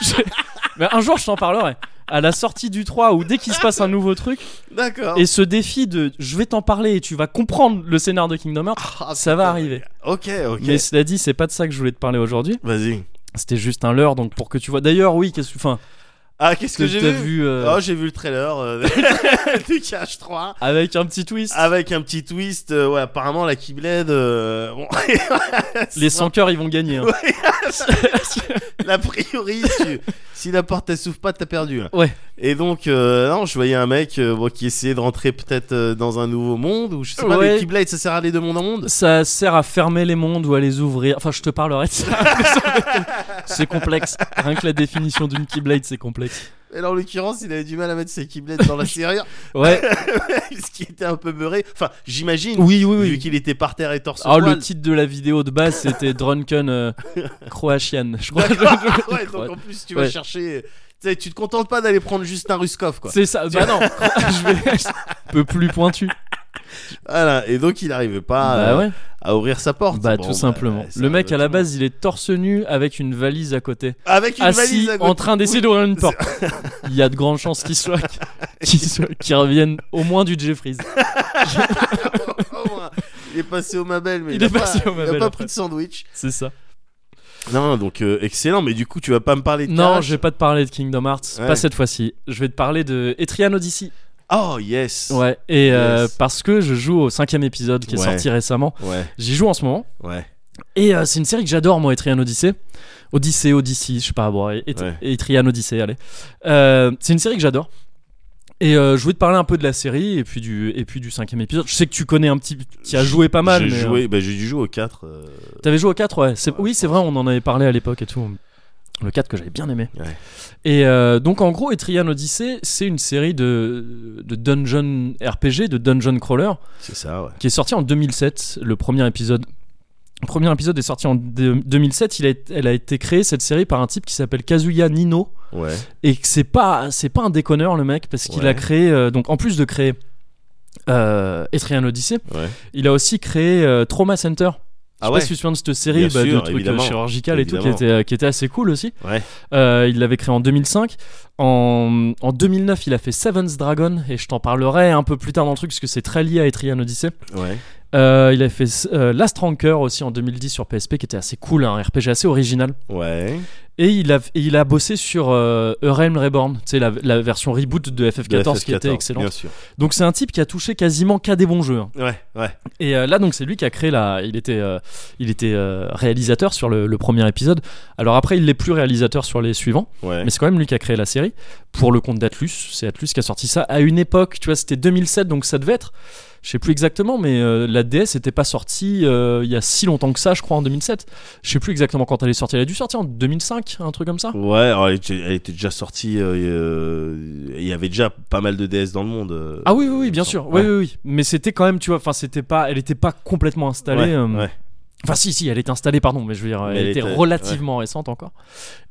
Je- Mais un jour je t'en parlerai. À la sortie du 3 ou dès qu'il se passe un nouveau truc D'accord. et ce défi de je vais t'en parler et tu vas comprendre le scénar de Kingdom Hearts, Ah, ça va putain. arriver. Ok, ok. Mais cela dit, c'est pas de ça que je voulais te parler aujourd'hui. Vas-y. C'était juste un leurre, donc pour que tu vois. D'ailleurs, oui, qu'est-ce que. Enfin, Ah, qu'est-ce que j'ai t'as vu, euh, Oh, j'ai vu le trailer euh, du KH3 avec un petit twist. avec un petit twist. euh, ouais, apparemment, la Keyblade. euh, bon, les sans cœurs, ils vont gagner. hein. a priori, tu- si la porte elle s'ouvre pas, t'as perdu. là. Ouais. Et donc, euh, non, je voyais un mec euh, bon, qui essayait de rentrer peut-être euh, dans un nouveau monde ou je sais pas. Ouais. Les Keyblades, ça sert à aller de monde en monde. Ça sert à fermer les mondes ou à les ouvrir. Enfin, je te parlerai de ça. c'est complexe. Rien que la définition d'une Keyblade, c'est complexe. Et là, en l'occurrence, il avait du mal à mettre ses Keyblades dans la serrure, Ouais. ce qui était un peu beurré. Enfin, j'imagine. Oui, oui, Vu oui. qu'il était par terre et torse Ah, poil. le titre de la vidéo de base, c'était Drunken euh, Croatian, je crois. D'accord. Ouais, donc Ouais. en plus, tu vas Ouais. chercher. Tu sais, tu te contentes pas d'aller prendre juste un Ruskov, quoi. C'est ça. Bah non. je vais... Un peu plus pointu. Voilà, et donc il n'arrivait pas bah euh, ouais. à ouvrir sa porte. Bah Bon, tout simplement. ouais, ça le mec arrive à la tout le base, il est torse nu avec une valise à côté. monde. Avec une assis valise à côté. en train d'essayer d'ouvrir une porte. Il y a de grandes chances qu'il soit qu'il soit- qu'il revienne au moins du Jeffries. Oh, ouais. il est passé au Mabel, mais Il il, a est passé pas, au il a Mabel, pas après. pris de sandwich. C'est ça. Non, donc euh, excellent, mais du coup, tu vas pas me parler de Non, Kalash je vais pas te parler de Kingdom Hearts, Ouais. pas cette fois-ci. Je vais te parler de Etrian Odyssey. Oh yes. Ouais. Et euh, Yes. parce que je joue au cinquième épisode qui est Ouais. sorti récemment. ouais, J'y joue en ce moment. ouais. Et euh, c'est une série que j'adore, moi, Etrian Odyssey. Odyssey, Odyssey, je sais pas, bon, Et- Et- Ouais. Etrian Odyssey, allez. Euh, c'est une série que j'adore. Et euh, je voulais te parler un peu de la série et puis du, et puis du cinquième épisode. Je sais que tu connais un petit. Tu as joué pas mal. J'ai mais, hein. joué, bah, j'ai dû jouer au 4 euh, euh, T'avais joué au 4, ouais. C'est- Ouais, oui, je c'est vrai, on en avait parlé à l'époque et tout. Le 4 que j'avais bien aimé. Ouais. Et euh, donc, en gros, Etrian Odyssey, c'est une série de, de dungeon RPG, de dungeon crawler c'est ça, ouais. qui est sorti en 2007, le premier épisode. Le premier épisode est sorti en deux- 2007. Il a, été- elle a été créée, cette série, par un type qui s'appelle Kazuya Nino. Ouais. Et que c'est pas, c'est pas un déconneur, le mec, parce qu'il Ouais. a créé. euh, donc, en plus de créer euh, Etrian Odyssey, Ouais. il a aussi créé euh, Trauma Center. Je Ah sais ouais. pas si tu te souviens de cette série Bien bah, de sûr, trucs euh, évidemment. chirurgicales et tout qui Évidemment. était, euh, qui était assez cool aussi. Ouais. Euh, il l'avait créé en 2005. En, en 2009, il a fait Seven's Dragon et je t'en parlerai un peu plus tard dans le truc parce que c'est très lié à Etrian Odyssey. Ouais. Euh, il a fait euh, Last Ranker aussi en 2010 sur PSP, qui était assez cool, hein, un RPG assez original. Ouais. Et il a, et il a bossé sur euh, A Realm Reborn, tu sais, la, la version reboot de FF14, De qui était FF14, excellente. Bien sûr. Donc c'est un type qui a touché quasiment qu'à des bons jeux. hein. Ouais, ouais. Et euh, là, donc, c'est lui qui a créé la. Il était, euh, il était euh, réalisateur sur le, le premier épisode. Alors après, il n'est plus réalisateur sur les suivants, Ouais. mais c'est quand même lui qui a créé la série pour le compte d'Atlus. C'est Atlus qui a sorti ça à une époque, tu vois, c'était 2007, donc ça devait être. Je sais plus exactement, mais euh, la DS n'était pas sortie euh, il y a si longtemps que ça, je crois, en 2007. Je sais plus exactement quand elle est sortie. Elle a dû sortir en 2005, un truc comme ça. Ouais, alors, elle, était- elle était déjà sortie. euh, et, euh, Il y avait déjà pas mal de DS dans le monde. euh, Ah oui, oui, oui, il bien me sûr. semble. Oui, Ouais. oui, oui. Mais c'était quand même, tu vois, enfin, c'était pas, elle n'était pas complètement installée. Ouais, euh, ouais. Enfin, si, si, elle est installée, pardon, mais je veux dire, Mais elle, elle était, était- relativement récente encore.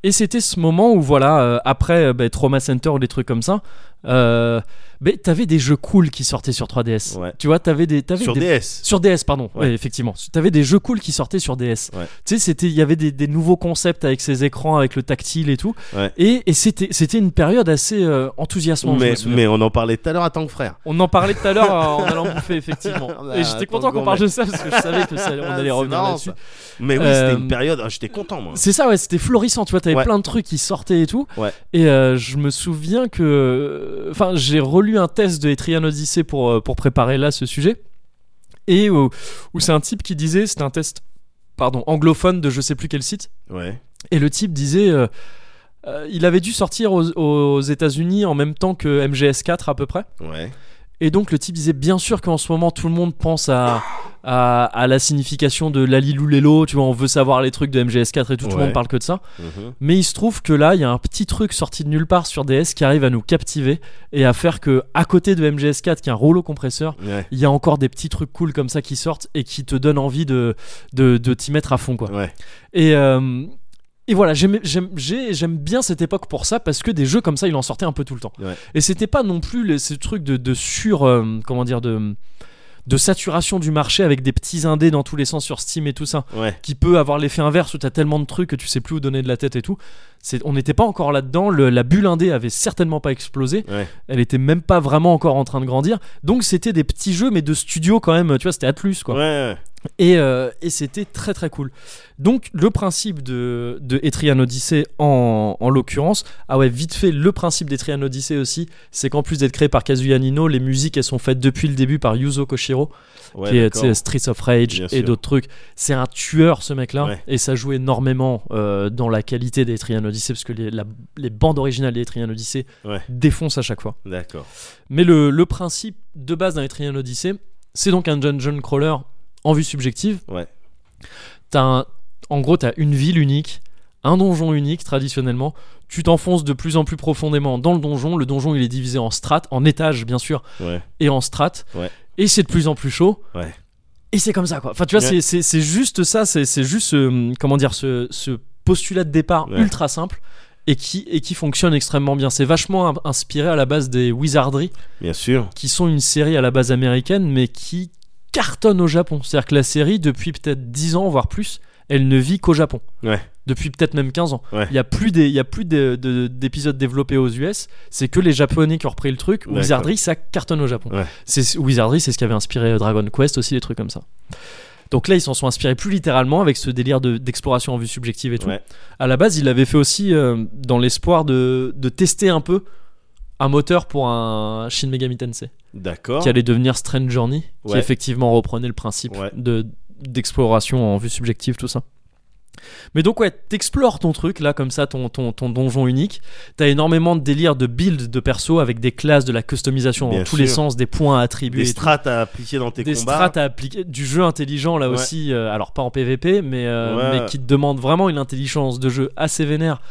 Et c'était ce moment où, voilà, euh, après euh, bah, Trauma Center ou des trucs comme ça, euh, bah, t'avais des jeux cool qui sortaient sur 3DS. Ouais. Tu vois, t'avais des. t'avais Sur des... DS. Sur DS, pardon, Ouais. ouais, effectivement. T'avais des jeux cool qui sortaient sur DS. Ouais. Tu sais, c'était- il y avait des, des nouveaux concepts avec ces écrans, avec le tactile et tout. Ouais. Et, et c'était c'était une période assez euh, enthousiasmante. je mais, me souviens. mais on en parlait tout à l'heure à Tank Frère. On en parlait tout à l'heure euh, en allant bouffer, effectivement. On a Et j'étais tant content qu'on gourmé. parle de ça parce que je savais que ça, on allait Ah, C'est revenir marrant, là-dessus. ça. Mais oui, Euh, c'était une période. ah, J'étais content, moi. C'est ça, ouais, c'était florissant, tu vois, t'avais Ouais. plein de trucs qui sortaient et tout. Ouais. Et euh, je me souviens que. euh, Enfin, j'ai relu un test de Etrian Odyssey pour, euh, pour préparer là ce sujet. Et où, où c'est un type qui disait, c'était un test, pardon, anglophone de je sais plus quel site. Ouais. Et le type disait. euh, euh, il avait dû sortir aux, aux États-Unis en même temps que MGS4 à peu près. Ouais. Et donc le type disait bien sûr qu'en ce moment tout le monde pense à, à, à la signification de Laliloulelo, tu vois, on veut savoir les trucs de MGS4 et tout, tout le Ouais. monde parle que de ça. Mhm. Mais il se trouve que là, il y a un petit truc sorti de nulle part sur DS qui arrive à nous captiver et à faire que, à côté de MGS4 qui est un rouleau compresseur, Ouais. il y a encore des petits trucs cool comme ça qui sortent et qui te donnent envie de, de, de t'y mettre à fond, quoi. Ouais. Et, euh, et voilà, j'aime j'aime- j'ai- j'aime bien cette époque pour ça parce que des jeux comme ça, il en sortait un peu tout le temps. Ouais. Et c'était pas non plus le- ce truc de, de sur. euh, comment dire de, de saturation du marché avec des petits indés dans tous les sens sur Steam et tout ça, Ouais. qui peut avoir l'effet inverse où t'as tellement de trucs que tu sais plus où donner de la tête et tout. c'est- on n'était pas encore là-dedans. le- La bulle indé avait certainement pas explosé. Ouais. Elle était même pas vraiment encore en train de grandir. Donc c'était des petits jeux, mais de studio quand même. Tu vois, c'était Atlus quoi. Ouais, ouais. Et, euh, et c'était très très cool. Donc le principe de, de Etrian Odyssey en, en l'occurrence, ah ouais, vite fait, le principe d'Etrian Odyssey aussi, c'est qu'en plus d'être créé par Kazuya Nino, les musiques elles sont faites depuis le début par Yuzo Koshiro, Ouais, qui est tu d'accord. sais, Streets of Rage Bien et sûr. d'autres trucs. C'est un tueur ce mec-là, Ouais. et ça joue énormément euh, dans la qualité d'Etrian Odyssey, parce que les, la- les bandes originales d'Etrian Odyssey Ouais. défoncent à chaque fois. D'accord. Mais le, le principe de base d'un Etrian Odyssey, c'est donc un dungeon crawler en vue subjective. Ouais. T'as un- en gros, t'as une ville unique, un donjon unique traditionnellement. Tu t'enfonces de plus en plus profondément dans le donjon. Le donjon, il est divisé en strates, en étages bien sûr, Ouais. et en strates. Ouais. Et c'est de plus en plus chaud. Ouais. Et c'est comme ça quoi. Enfin, tu vois, Ouais. c'est- c'est c'est juste ça. C'est c'est juste ce, comment dire ce, ce postulat de départ Ouais. ultra simple. Et qui, et qui fonctionne extrêmement bien. C'est vachement im- inspiré à la base des Wizardry, Bien sûr. qui sont une série à la base américaine, mais qui cartonne au Japon. C'est-à-dire que la série, depuis peut-être 10 ans, voire plus, elle ne vit qu'au Japon. Ouais. Depuis peut-être même 15 ans. Ouais. Il n'y a plus des- il y a plus de- de- d'épisodes développés aux US, c'est que les Japonais qui ont repris le truc. D'accord. Wizardry, ça cartonne au Japon. Ouais. C'est Wizardry, c'est ce qui avait inspiré euh, Dragon Quest aussi, des trucs comme ça. Donc là, ils s'en sont inspirés plus littéralement avec ce délire de- d'exploration en vue subjective et tout. Ouais. À la base, il l'avait fait aussi euh, dans l'espoir de, de tester un peu un moteur pour un Shin Megami Tensei D'accord. qui allait devenir Strange Journey, qui Oh. Ouais. effectivement reprenait le principe Ouais. de d'exploration en vue subjective, tout ça. Mais donc ouais, t'explores ton truc là comme ça, ton, ton, ton donjon unique. T'as énormément de délire de build de perso avec des classes, de la customisation dans Bien tous les sûr. sens, des points à attribuer, Des et tout. strates à appliquer dans tes des combats. strats à appliquer, du jeu intelligent là Ouais. aussi. euh, alors pas en PvP, mais, euh, Ouais. mais qui te demande vraiment une intelligence de jeu assez vénère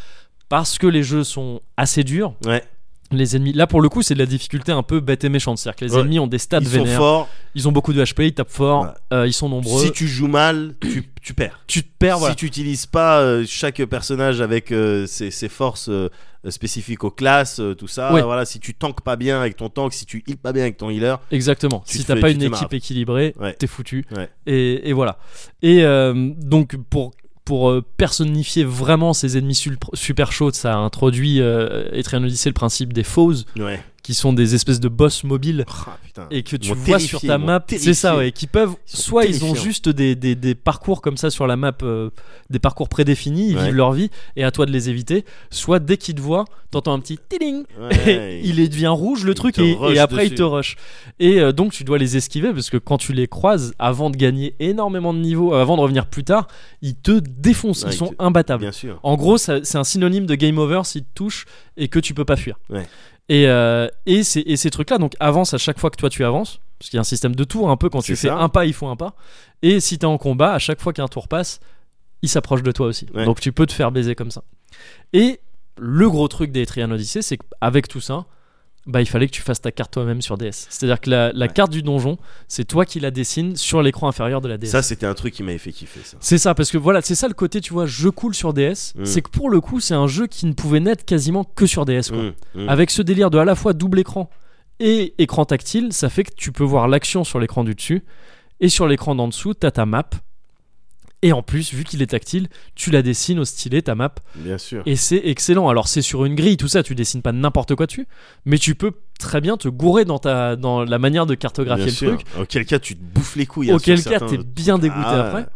parce que les jeux sont assez durs. Ouais. Les ennemis, là pour le coup, c'est de la difficulté un peu bête et méchante, c'est-à-dire que les Ouais. ennemis ont des stats Ils sont vénères. forts. Ils ont beaucoup de HP, ils tapent fort, Ouais. euh, ils sont nombreux. Si tu joues mal, tu, tu perds. tu te perds, voilà. Si tu n'utilises pas euh, chaque personnage avec euh, ses, ses forces euh, spécifiques aux classes, euh, tout ça, Ouais. voilà, si tu tankes pas bien avec ton tank, si tu heals pas bien avec ton healer, Exactement. tu si te t'as fais- pas tu une te équipe marres. équilibrée, Ouais. t'es foutu. Ouais. Et, et voilà. Et euh, donc pour pour euh, personnifier vraiment ces ennemis sul- super chauds, ça a introduit euh, Etrian Odyssey le principe des foes, ouais. qui sont des espèces de boss mobiles Ah, putain. et que tu Ils m'ont vois terrifié, sur ta ils m'ont map, c'est ça, terrifié. ouais, qui peuvent, Ils sont soit ils ont terrifiants. juste des, des, des parcours comme ça sur la map, euh, des parcours prédéfinis, ils Ouais. vivent leur vie, et à toi de les éviter, soit dès qu'ils te voient, t'entends un petit tiling, Ouais, il est- devient rouge le il truc te et, rush et après il dessus. te rush. Et euh, donc tu dois les esquiver parce que quand tu les croises, avant de gagner énormément de niveaux, euh, avant de revenir plus tard, ils te défoncent, Ouais, ils ils sont te- imbattables. Bien sûr. En gros, ça- c'est un synonyme de game over s'ils te touchent et que tu peux pas fuir. Ouais. Et, euh, et, ces, et ces trucs-là, donc avance à chaque fois que toi tu avances, parce qu'il y a un système de tours un peu, quand tu fais C'est ça. un pas, il faut un pas. Et si t'es en combat, à chaque fois qu'un tour passe, il s'approche de toi aussi. Ouais. Donc tu peux te faire baiser comme ça. Et le gros truc des Etrian Odyssey, c'est qu'avec tout ça, bah, il fallait que tu fasses ta carte toi-même sur DS. C'est-à-dire que la, la Ouais. carte du donjon, c'est toi qui la dessines sur l'écran inférieur de la DS. Ça, c'était un truc qui m'avait fait kiffer, ça. C'est ça, parce que voilà, c'est ça le côté, tu vois, jeu cool sur DS. Mm. C'est que pour le coup, c'est un jeu qui ne pouvait naître quasiment que sur DS. Quoi. Mm, mm. Avec ce délire de à la fois double écran et écran tactile, ça fait que tu peux voir l'action sur l'écran du dessus et sur l'écran d'en dessous, t'as ta map. Et en plus, vu qu'il est tactile, tu la dessines au stylet, ta map, Bien sûr. et c'est excellent. Alors c'est sur une grille, tout ça, tu dessines pas n'importe quoi dessus, mais tu peux très bien te gourer dans, ta, dans la manière de cartographier Bien le sûr. truc. Auquel cas, tu te bouffes les couilles. hein, Auquel sur cas, certains- t'es bien dégoûté Ah, après.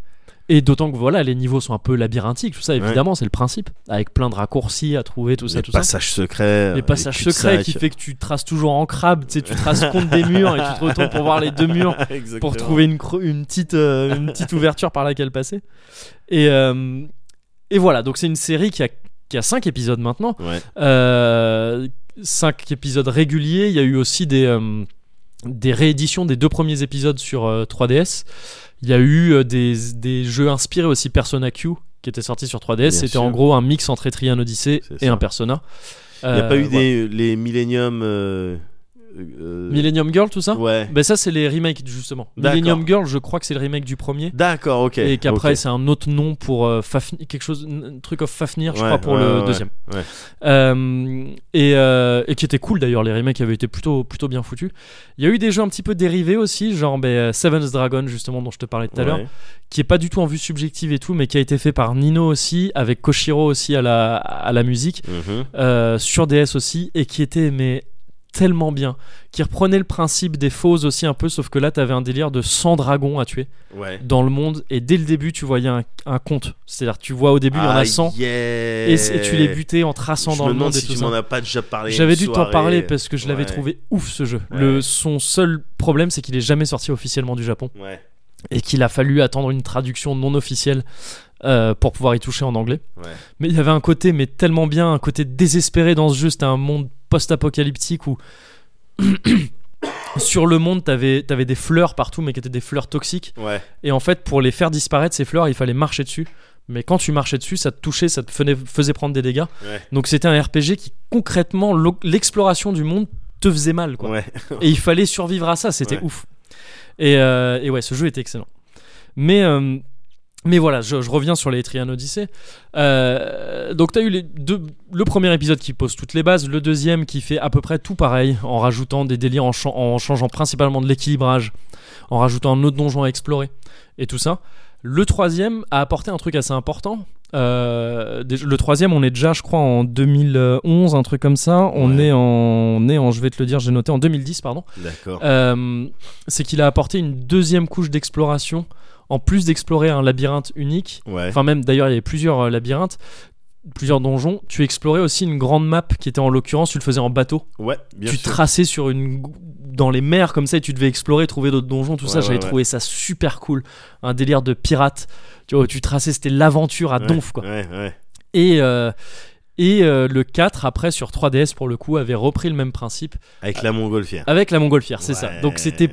Et d'autant que voilà, les niveaux sont un peu labyrinthiques, tout ça, Ouais. évidemment, c'est le principe. Avec plein de raccourcis à trouver, tout ça, les tout ça. passages secrets. euh, Les passages secrets qui fait que tu traces toujours en crabe, tu sais, tu traces contre des murs et tu te retournes pour voir les deux murs pour trouver une, cre- une, petite, euh, une petite ouverture par laquelle passer. Et, euh, et voilà, donc c'est une série qui a, qui a 5 épisodes maintenant. Ouais. 5 Euh, épisodes réguliers. Il y a eu aussi des, euh, des rééditions des deux premiers épisodes sur euh, 3DS. Il y a eu euh, des, des jeux inspirés aussi Persona Q qui était sorti sur 3DS. Bien C'était sûr. en gros un mix entre Etrian Odyssey C'est et ça. un Persona. Euh, Il n'y a pas des eu des, les Millennium. euh, euh, Millennium Girl, tout ça Ouais. Ben ça, c'est les remakes, justement. D'accord. Millennium Girl, je crois que c'est le remake du premier. D'accord, ok. et qu'après, ok. c'est un autre nom pour euh, Fafnir- quelque chose, un truc of Fafnir, je Ouais, crois, pour ouais, le ouais, deuxième. ouais. Euh, et, euh, et qui était cool d'ailleurs, les remakes avaient été plutôt, plutôt bien foutus. Il y a eu des jeux un petit peu dérivés aussi, genre ben, euh, Seven's Dragon, justement, dont je te parlais tout à l'heure, Ouais. qui est pas du tout en vue subjective et tout, mais qui a été fait par Nino aussi, avec Koshiro aussi à la, à la musique Mhm. euh, sur DS aussi et qui était mais tellement bien qui reprenait le principe des fauses aussi un peu sauf que là t'avais un délire de 100 dragons à tuer Ouais. dans le monde et dès le début tu voyais un, un compte c'est à dire tu vois au début il y en a Ah, 100 yeah. et, c- et tu les butais en traçant Je dans me le demande monde et si tout tu ça m'en as pas déjà parlé. j'avais une dû t'en soirée. parler parce que je l'avais Ouais. trouvé ouf ce jeu. Ouais. Le, son seul problème, c'est qu'il est jamais sorti officiellement du Japon Ouais. et qu'il a fallu attendre une traduction non officielle euh, pour pouvoir y toucher en anglais. Ouais. Mais il y avait un côté, mais tellement bien, un côté désespéré dans ce jeu. C'était un monde post-apocalyptique où sur le monde, t'avais avais des fleurs partout, mais qui étaient des fleurs toxiques. Ouais. Et en fait, pour les faire disparaître, ces fleurs, il fallait marcher dessus. Mais quand tu marchais dessus, ça te touchait, ça te fenait- faisait prendre des dégâts. Ouais. Donc c'était un RPG qui, concrètement, l'o- l'exploration du monde te faisait mal. Quoi Ouais. et il fallait survivre à ça c'était Ouais. ouf et, euh, et ouais ce jeu était excellent mais euh, mais voilà, je, je reviens sur les Etrian Odyssey. Euh, donc, tu as eu les deux, le premier épisode qui pose toutes les bases, le deuxième qui fait à peu près tout pareil, en rajoutant des délires, en, chan- en changeant principalement de l'équilibrage, en rajoutant un autre donjon à explorer, et tout ça. Le troisième a apporté un truc assez important. Euh, déjà- le troisième, on est déjà, je crois, en 2011, un truc comme ça. On, Ouais. est, en, on est en, je vais te le dire, j'ai noté en 2010, pardon. D'accord. Euh, c'est qu'il a apporté une deuxième couche d'exploration, en plus d'explorer un labyrinthe unique. Ouais. Enfin, même d'ailleurs, il y avait plusieurs euh, labyrinthes, plusieurs donjons. Tu explorais aussi une grande map qui était en l'occurrence, tu le faisais en bateau. Ouais. Bien tu sûr. traçais sur une dans les mers comme ça et tu devais explorer, trouver d'autres donjons, tout ça. Ouais, J'avais ouais, trouvé ça super cool. Un délire de pirate. Tu vois, tu traçais, c'était l'aventure à Ouais, donf quoi. Ouais. Ouais. Et. euh, et euh, le 4 après sur 3DS pour le coup avait repris le même principe Avec la montgolfière. avec la montgolfière, Ah, c'est ça. Ouais. Donc c'était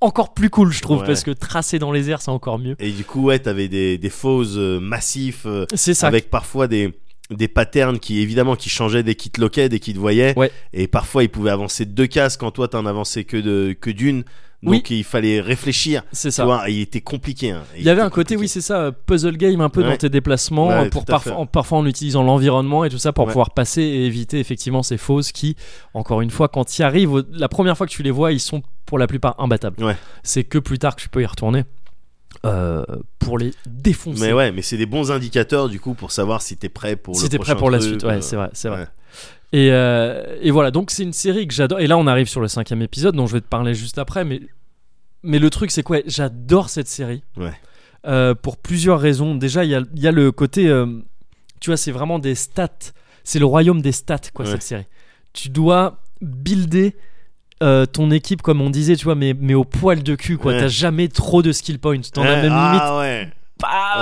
encore plus cool, je trouve, Ouais. parce que tracer dans les airs, c'est encore mieux. Et du coup, ouais, t'avais des, des fauses euh, massifs euh, C'est ça. avec parfois des des patterns qui évidemment qui changeaient dès qu'ils te loquaient, dès qu'ils te voyaient. Ouais. Et parfois ils pouvaient avancer de deux cases quand toi t'en avançais que de que d'une. Oui. Donc il fallait réfléchir. C'est Tu ça. vois, il était compliqué. hein. Il y avait un côté, oui, compliqué. c'est ça, euh, puzzle game un peu Ouais. dans tes déplacements, Ouais, euh, pour tout à parf- fait. en- parfois en utilisant l'environnement et tout ça pour Ouais. pouvoir passer et éviter effectivement ces fausses qui, encore une fois, quand tu y arrives, au- la première fois que tu les vois, ils sont pour la plupart imbattables. Ouais. C'est que plus tard que tu peux y retourner euh, pour les défoncer. Mais ouais, mais c'est des bons indicateurs du coup pour savoir si t'es prêt pour si le t'es prêt prochain pour la truc, suite, ouais, euh, c'est vrai, c'est vrai. ouais. Et, euh, et voilà, donc c'est une série que j'adore. Et là, on arrive sur le cinquième épisode dont je vais te parler juste après. Mais, mais le truc, c'est quoi J'adore cette série. Ouais. Euh, pour plusieurs raisons. Déjà, il y a, il y a le côté. euh, tu vois, c'est vraiment des stats. C'est le royaume des stats, quoi, Ouais. cette série. Tu dois builder. euh, ton équipe comme on disait tu vois mais, mais au poil de cul quoi Ouais. t'as jamais trop de skill points t'en Ouais, as même limite ah ouais. pas-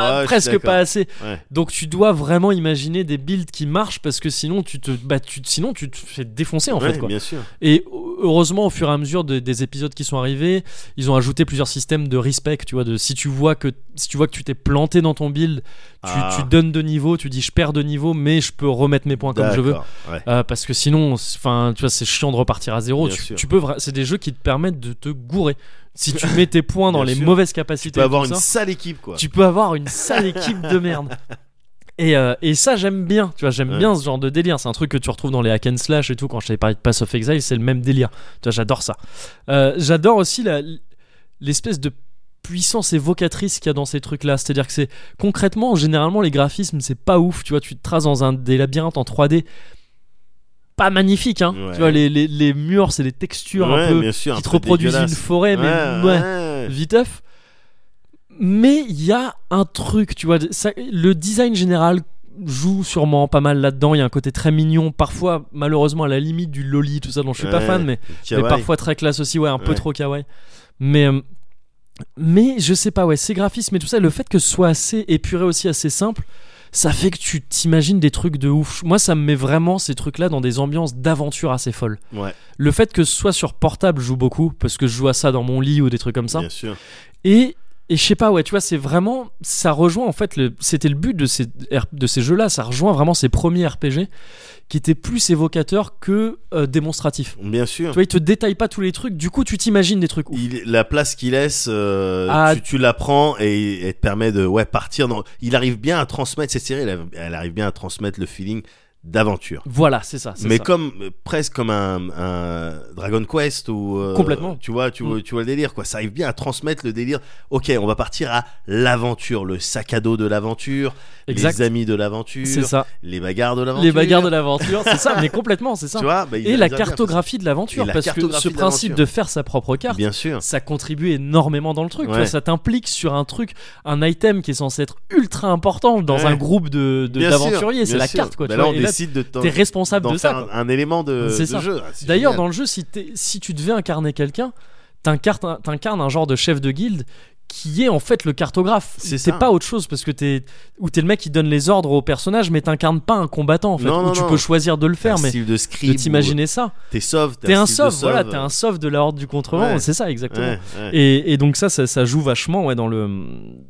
Ouais, je suis presque d'accord. pas assez. Ouais. Donc tu dois vraiment imaginer des builds qui marchent parce que sinon tu te bah, tu, sinon tu te fais défoncer en Ouais, fait quoi. bien sûr. Et heureusement au fur et à mesure de- des épisodes qui sont arrivés, ils ont ajouté plusieurs systèmes de respect, tu vois, de si tu vois que si tu vois que tu t'es planté dans ton build, tu, Ah. tu donnes de niveau, tu dis je perds de niveau mais je peux remettre mes points comme je veux. D'accord, ouais. Euh, parce que sinon, enfin, tu vois, c'est chiant de repartir à zéro. Bien Tu, sûr. tu peux, vra- c'est des jeux qui te permettent de te gourer. Si tu mets tes points dans Bien les sûr. mauvaises Tu capacités, peux et avoir tout une ça, sale équipe quoi. tu peux avoir une sale équipe de merde. Et, euh, et ça, j'aime bien, tu vois, j'aime Ouais. bien ce genre de délire. C'est un truc que tu retrouves dans les hack and slash et tout. Quand je t'avais parlé de Pass of Exile, c'est le même délire. Tu vois, j'adore ça. Euh, j'adore aussi la- l'espèce de puissance évocatrice qu'il y a dans ces trucs-là. C'est-à-dire que c'est concrètement, généralement, les graphismes, c'est pas ouf. Tu vois, tu te traces dans un des labyrinthes en 3D, pas magnifique, hein. Ouais. Tu vois, les, les, les murs, c'est des textures ouais, un peu bien sûr, un qui te peu reproduisent une dégueulasse. forêt, mais Ouais, ouais ouais. viteuf. Mais il y a un truc, tu vois, ça- le design général joue sûrement pas mal là-dedans. Il y a un côté très mignon, parfois malheureusement à la limite du loli, tout ça dont je suis pas Ouais, fan, mais, mais Kawaii. parfois très classe aussi, ouais, un peu Ouais. trop kawaii. Mais euh, mais je sais pas, ouais, ces graphismes et tout ça, le fait que ce soit assez épuré aussi, assez simple, ça fait que tu t'imagines des trucs de ouf. Moi, ça me met vraiment ces trucs-là dans des ambiances d'aventure assez folles. Ouais, Le fait que ce soit sur portable joue beaucoup, parce que je joue à ça dans mon lit ou des trucs comme ça. bien sûr. Et Et je sais pas, ouais, tu vois, c'est vraiment. Ça rejoint en fait. Le, c'était le but de ces, R- de ces jeux-là. Ça rejoint vraiment ces premiers RPG qui étaient plus évocateurs que euh, démonstratifs. Bien sûr. Tu vois, ils te détaillent pas tous les trucs. Du coup, tu t'imagines des trucs. ouf. Il- la place qu'il laisse, euh, Ah. tu, tu la prends et elle te permet de ouais, partir. Dans... Il arrive bien à transmettre cette série, elle, elle arrive bien à transmettre le feeling d'aventure. Voilà, c'est ça. c'est Mais ça. comme euh, presque comme un, un Dragon Quest ou euh, Complètement. Mm. tu vois tu vois tu vois le délire quoi ça arrive bien à transmettre le délire ok on va partir à l'aventure le sac à dos de l'aventure Exact. les amis de l'aventure C'est ça. les bagarres de l'aventure Les bagarres de l'aventure, c'est ça. Mais complètement, c'est ça. tu vois bah, ils Et arrivent la bien à faire ça. cartographie de l'aventure, Et la parce que cartographie ce de principe l'aventure. de faire sa propre carte, bien sûr ça contribue énormément dans le truc. tu Ouais. vois, ça t'implique sur un truc, un item qui est censé être ultra important dans Ouais. un groupe de de- Bien sûr, d'aventuriers. C'est bien la sûr. carte, quoi. Bah tu là, vois, on et là, décide de t'en- t'es responsable d'en de ça. faire quoi. un, un élément de, C'est de ça. jeu. Ah, c'est D'ailleurs, génial. dans le jeu, si, t'es- si tu devais incarner quelqu'un, t'incarnes t'incarnes un genre de chef de guilde qui est en fait le cartographe. C'est ça. pas autre chose parce que t'es ou t'es le mec qui donne les ordres au personnage, mais t'incarnes pas un combattant en fait. Non, ou non, tu non. peux choisir de le T'as faire, un mais style de de scribe t'imaginer ça. ou- T'es sauve. t'as T'es un style de sauve, voilà, t'es euh, un sauve de la horde du contrevent, Ouais. c'est ça exactement. ouais, ouais. Et, et donc ça, ça, ça joue vachement ouais, dans, le,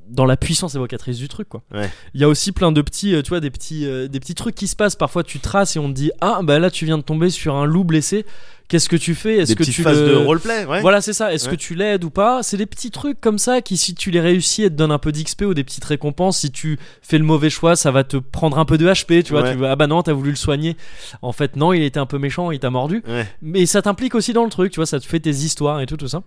dans la puissance évocatrice du truc. Quoi. Ouais. Il y a aussi plein de petits, euh, tu vois, des petits, euh, des petits trucs qui se passent. Parfois, tu traces et on te dit ah bah là tu viens de tomber sur un loup blessé. Qu'est-ce que tu fais Est-ce Des que petites tu phases le- de roleplay, ouais. Voilà, c'est ça. Est-ce Ouais. que tu l'aides ou pas C'est des petits trucs comme ça qui, si tu les réussis, elles te donnent un peu d'XP ou des petites récompenses. Si tu fais le mauvais choix, ça va te prendre un peu de HP. Tu vois, Ouais. tu vas, ah bah non, t'as voulu le soigner. En fait, non, il était un peu méchant, il t'a mordu Ouais. mais ça t'implique aussi dans le truc, tu vois, ça te fait tes histoires et tout, tout ça.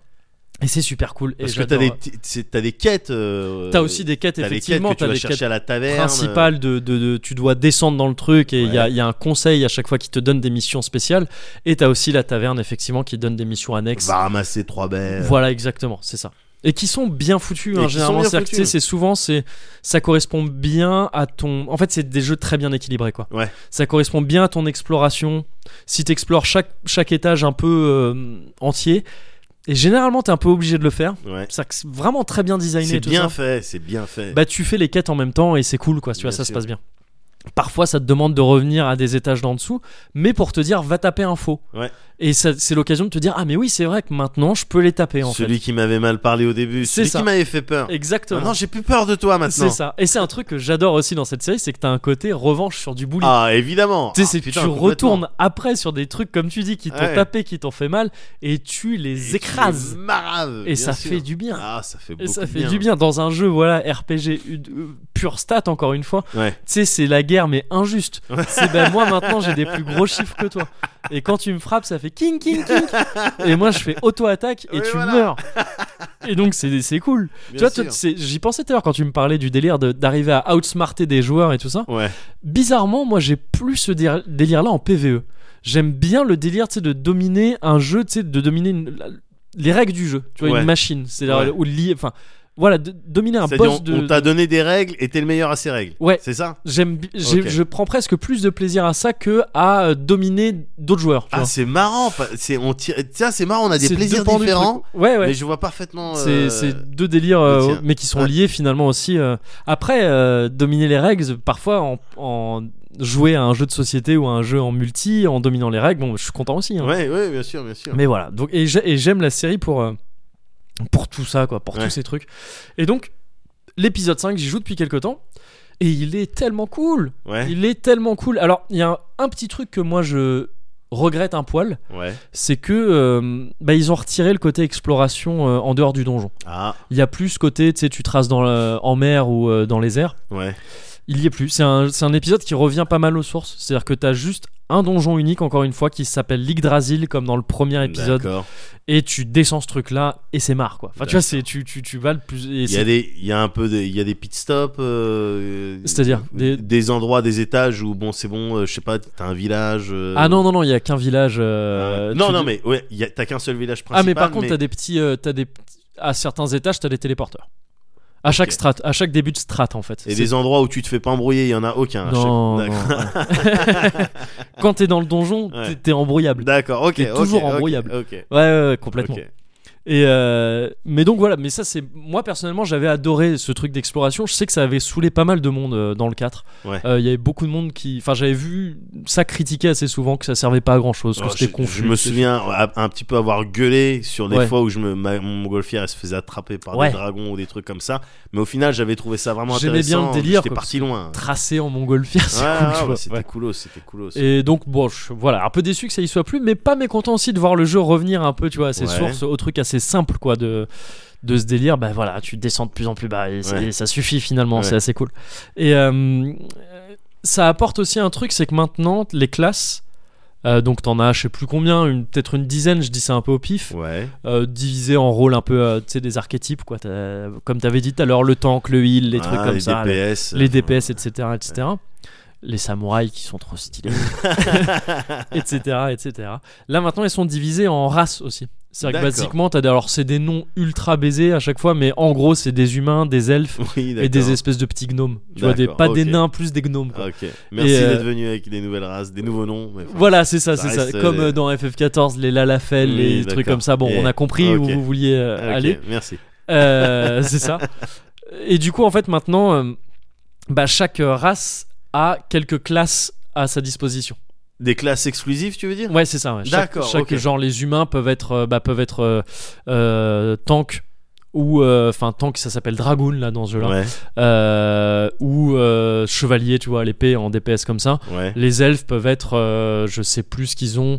Et c'est super cool. Et Parce que t'as j'adore. des, petits- c'est- t'as des quêtes. euh, T'as aussi des quêtes, t'as des quêtes effectivement, que tu t'as vas des chercher quêtes à la taverne. principales de, de- de- tu dois descendre dans le truc et il y, a, Ouais. il y a un conseil à chaque fois qui te donne des missions spéciales. Et t'as aussi la taverne, effectivement, qui donne des missions annexes. Va ramasser trois baies. Voilà, exactement, c'est ça. Et qui sont bien foutus, Euh. Et hein, qui sont généralement. bien C'est-à-dire que, tu sais, foutus. c'est souvent, c'est, ça correspond bien à ton. En fait, c'est des jeux très bien équilibrés, quoi. Ouais. Ça correspond bien à ton exploration. Si t'explores chaque, chaque étage un peu euh, entier, et généralement, t'es un peu obligé de le faire. Ouais. C'est-à-dire que C'est vraiment très bien designé. C'est tout bien ça. fait, c'est bien fait. Bah, tu fais les quêtes en même temps et c'est cool, quoi. Tu vois, Bien ça se sûr. passe bien. Parfois, ça te demande de revenir à des étages d'en dessous, mais pour te dire, va taper un faux. Ouais. Et ça- c'est l'occasion de te dire, ah, mais oui, c'est vrai que maintenant, je peux les taper, en fait. Celui qui m'avait mal parlé au début, C'est celui ça. qui m'avait fait peur. Exactement. Maintenant, j'ai plus peur de toi maintenant. c'est ça. Et c'est un truc que j'adore aussi dans cette série, c'est que t'as un côté revanche sur du bullying. Ah, évidemment. tu sais, Ah, c'est que putain, tu complètement. retournes après sur des trucs comme tu dis qui t'ont Ouais. tapé, qui t'ont fait mal, et tu Et les tu écrases. les maraves, Et bien ça sûr. fait du bien. Ah, ça fait et beaucoup ça de fait du bien dans un jeu, voilà, RPG euh, pur stat encore une fois. Ouais. Tu sais, c'est la guerre mais injuste. C'est ben moi maintenant j'ai des plus gros chiffres que toi. Et quand tu me frappes, ça fait king king king. Et moi je fais auto-attaque et Oui, tu voilà. meurs. Et donc c'est c'est cool. Bien tu vois, sûr. toi, c'est- j'y pensais tout à l'heure quand tu me parlais du délire de- d'arriver à outsmarter des joueurs et tout ça. Ouais. Bizarrement, moi j'ai plus ce dé- délire-là en PVE. J'aime bien le délire tu sais, de dominer un jeu, tu sais, de dominer une- la- les règles du jeu. Tu vois, Ouais. une machine, c'est Ouais. ou lier, enfin, voilà, de- dominer un C'est-à-dire, boss on- de. on t'a donné des règles et t'es le meilleur à ces règles. Ouais. C'est ça J'aime, bi- j'ai- Ok. je prends presque plus de plaisir à ça que à euh, dominer d'autres joueurs. tu Ah, vois. c'est marrant. pa- C'est on tire- tiens, c'est marrant. On a des C'est deux plaisirs pans du différents, truc. Ouais, ouais. mais je vois parfaitement. C'est euh, c'est deux délires, le euh, tien. mais qui sont Ouais. liés finalement aussi. euh. Après, euh, dominer les règles, parfois en, en jouer à un jeu de société ou à un jeu en multi, en dominant les règles, bon, je suis content aussi. hein. Ouais, ouais, bien sûr, bien sûr. Mais voilà. Donc, et j'ai- et j'aime la série pour, euh, pour tout ça, quoi, pour Ouais. tous ces trucs. Et donc, l'épisode 5, j'y joue depuis quelques temps. Et il est tellement cool! Ouais, Il est tellement cool. Alors, il y a un, un petit truc que moi je regrette un poil, ouais. c'est que euh, bah, ils ont retiré le côté exploration euh, en dehors du donjon. Ah, Il y a plus ce côté, tu sais, tu traces dans la- en mer ou euh, dans les airs. ouais. Il y est plus. C'est un, c'est un épisode qui revient pas mal aux sources. C'est-à-dire que t'as juste un donjon unique, encore une fois, qui s'appelle l'Yggdrasil, comme dans le premier épisode. D'accord. Et tu descends ce truc-là et c'est marre, quoi. Enfin, tu vois, D'accord. c'est, tu, tu, tu vas le plus. et Il y a c'est- des, euh, il y a un peu, de- il y a des pit stops. euh, C'est-à-dire des... des- endroits, des étages où bon, c'est bon. euh, je sais pas, t'as un village. euh, Ah non, non, non, il y a qu'un village. euh, euh, non, tu- non, mais ouais, il y a- t'as qu'un seul village principal. Ah mais par contre t'as des petits, euh, t'as des petits- à certains étages t'as des téléporteurs. À chaque Ok. strat, à chaque début de strat en fait. Et C'est- des endroits où tu te fais pas embrouiller, il y en a aucun. à Non. chaque- non, ouais. Quand t'es dans le donjon Ouais. t'es- t'es embrouillable. D'accord, ok. T'es ok, toujours ok, embrouillable. Ok. Ouais, ouais, ouais, complètement. ok. Et euh, mais donc voilà, mais ça c'est moi personnellement j'avais adoré ce truc d'exploration. Je sais que ça avait saoulé pas mal de monde euh, dans le 4. Euh, Il Ouais. y avait beaucoup de monde qui, enfin j'avais vu ça critiquer assez souvent que ça servait pas à grand chose, que Alors, c'était Oh, je- confus. Je me souviens un, un petit peu avoir gueulé sur des Ouais. fois où je me, ma- mon montgolfière elle se faisait attraper par Ouais. des dragons ou des trucs comme ça. Mais au final, j'avais trouvé ça vraiment J'aimais bien intéressant. le délire, J'étais quoi, parti loin. tracé en montgolfière, c'est Ouais, cool, ouais, tu ouais, vois. c'était Ouais. coolos, c'était coolos. Et donc bon, je- voilà, un peu déçu que ça y soit plus, mais pas mécontent aussi de voir le jeu revenir un peu, tu vois, à ses Ouais. sources, au truc assez simple, quoi, de de ce délire. Bah voilà, tu descends de plus en plus bas et, c'est- Ouais. ça suffit finalement, Ouais. c'est assez cool. Et euh, ça apporte aussi un truc, c'est que maintenant les classes. euh, donc t'en as je sais plus combien, une- peut-être une dizaine, je dis ça un peu au pif, Ouais. euh, divisées en rôles un peu, euh, tu sais, des archétypes quoi. T'as- Comme t'avais dit tout à l'heure, le tank, le heal, les trucs Ah, comme les ça, DPS. les DPS, etc., etc. Les samouraïs qui sont trop stylés, etc., etc. Là maintenant, ils sont divisés en races aussi. C'est-à-dire que D'accord. basiquement, t'as des- alors c'est des noms ultra baisés à chaque fois, mais en gros, c'est des humains, des elfes Oui, et d'accord. des espèces de petits gnomes. Tu vois, des, D'accord, pas des ok. Ah nains plus des gnomes. quoi. Ok. Merci euh, d'être venu avec des nouvelles races, des nouveaux noms. mais enfin, Voilà, c'est ça, Ça c'est ça. reste, Comme euh, euh, dans FF14, les Lalafel, Oui, les d'accord. trucs comme ça. Bon, Yeah. on a compris où Ok. vous vouliez euh, ok, aller. Merci. Euh, c'est ça. Et du coup, en fait, maintenant, euh, bah, chaque euh, race a quelques classes à sa disposition. Des classes exclusives, tu veux dire Ouais, c'est ça. ouais. Chaque- D'accord, Chaque, ok. genre, les humains peuvent être, euh, bah, peuvent être euh, euh, tank ou euh, enfin tank ça s'appelle dragoon là dans ce jeu là Ouais, ou euh, chevalier tu vois à l'épée en DPS comme ça ouais. les elfes peuvent être euh, je sais plus ce qu'ils ont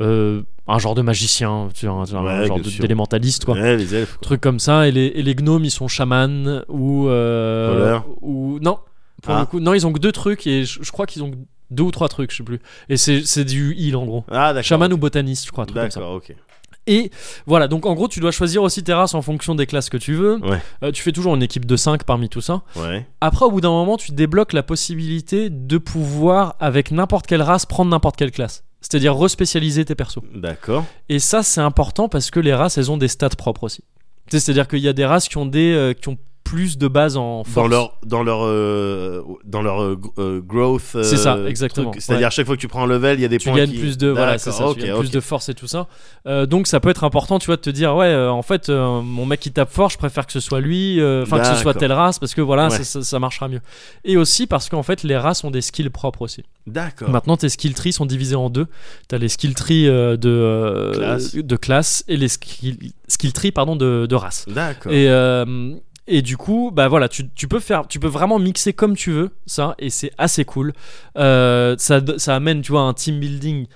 euh, un genre de magicien tu vois, un, un Ouais, genre bien de- sûr. d'élémentaliste quoi Ouais, les elfes. quoi. trucs comme ça et les, et les gnomes ils sont chamans ou euh, Voleurs. ou non pour Ah. le coup non ils ont que deux trucs et je, je crois qu'ils ont que deux ou trois trucs je sais plus et c'est c'est du heal en gros Ah, d'accord. chaman ou botaniste je crois un truc comme ça D'accord, ok. et voilà donc en gros tu dois choisir aussi tes races en fonction des classes que tu veux Ouais. Euh, tu fais toujours une équipe de 5 parmi tout ça Ouais. après au bout d'un moment tu débloques la possibilité de pouvoir avec n'importe quelle race prendre n'importe quelle classe c'est-à-dire respécialiser tes persos D'accord. et ça, c'est important parce que les races, elles ont des stats propres aussi. Tu sais, C'est-à-dire qu'il y a des races qui ont des euh, qui ont plus de base en force. dans leur dans leur euh, dans leur euh, gr- euh, growth euh, C'est ça, exactement, truc. c'est-à-dire ouais. à chaque fois que tu prends un level il y a des tu points gagnes qui- plus de voilà, c'est D'accord, ça, ok, tu gagnes plus ok. de force et tout ça. Euh, donc ça peut être important, tu vois, de te dire ouais, euh, en fait, euh, mon mec qui tape fort, je préfère que ce soit lui, euh, enfin que ce soit D'accord. telle race parce que voilà, Ouais. ça, ça- ça marchera mieux. Et aussi parce qu'en fait, les races ont des skills propres aussi. d'accord Maintenant, tes skill trees sont divisés en deux. T'as les skill trees euh, de euh, Classe. de classe et les skill skill trees pardon de de race. d'accord Et, euh, et du coup, bah voilà, tu, tu peux faire, tu peux vraiment mixer comme tu veux, ça, et c'est assez cool. Euh, ça, do- ça amène, tu vois, un team building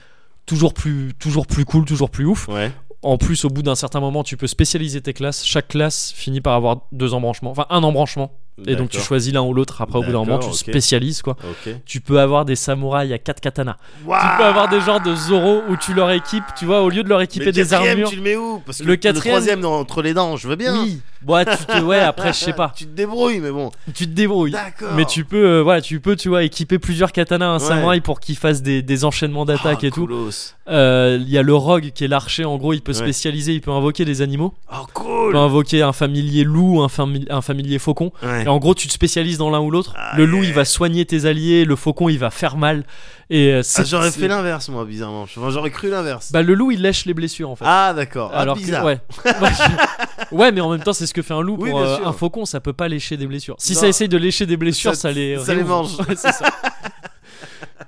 toujours plus, toujours plus cool, toujours plus ouf. ouais En plus, au bout d'un certain moment, tu peux spécialiser tes classes. Chaque classe finit par avoir deux embranchements, enfin un embranchement. Et donc tu D'accord. choisis l'un ou l'autre. Après, au bout d'un moment, tu D'accord, ok. spécialises quoi. ok Tu peux avoir des samouraïs à quatre katanas. Tu peux Waouh avoir des genres de Zoro où tu leur équipes, tu vois, au lieu de leur Mais équiper le des quatrième, armures. tu le mets où parce que Le le quatrième- troisième dans- entre les dents je veux bien Ah, Oui, ouais, tu te- ouais, après, je sais pas, tu te débrouilles mais bon tu te débrouilles. d'accord Mais tu peux, euh, voilà, tu peux, tu vois, équiper plusieurs katanas à un Ouais. samouraï pour qu'il fasse des, des enchaînements d'attaques Ah, et tout. coolos. Euh, Il y a le rogue qui est l'archer, en gros, il peut Ouais. spécialiser, il peut invoquer des animaux. oh Il cool peut invoquer un familier loup, un, fami- un familier faucon. Ouais. Et en gros, tu te spécialises dans l'un ou l'autre. Ah, le loup, yeah. il va soigner tes alliés, le faucon, il va faire mal. Et euh, Ah, c'est- j'aurais c'est- fait l'inverse moi bizarrement Enfin, j'aurais cru l'inverse Bah, le loup, il lèche les blessures en fait. ah d'accord ah, que- bizarre ouais. Ouais, je- ouais, mais en même temps, c'est ce que fait un loup Oui, pour bien euh, sûr. un faucon, ça peut pas lécher des blessures. Si Non. ça essaye de lécher des blessures, ça, Ça- les ça les réouvre. mange. Ouais, c'est ça.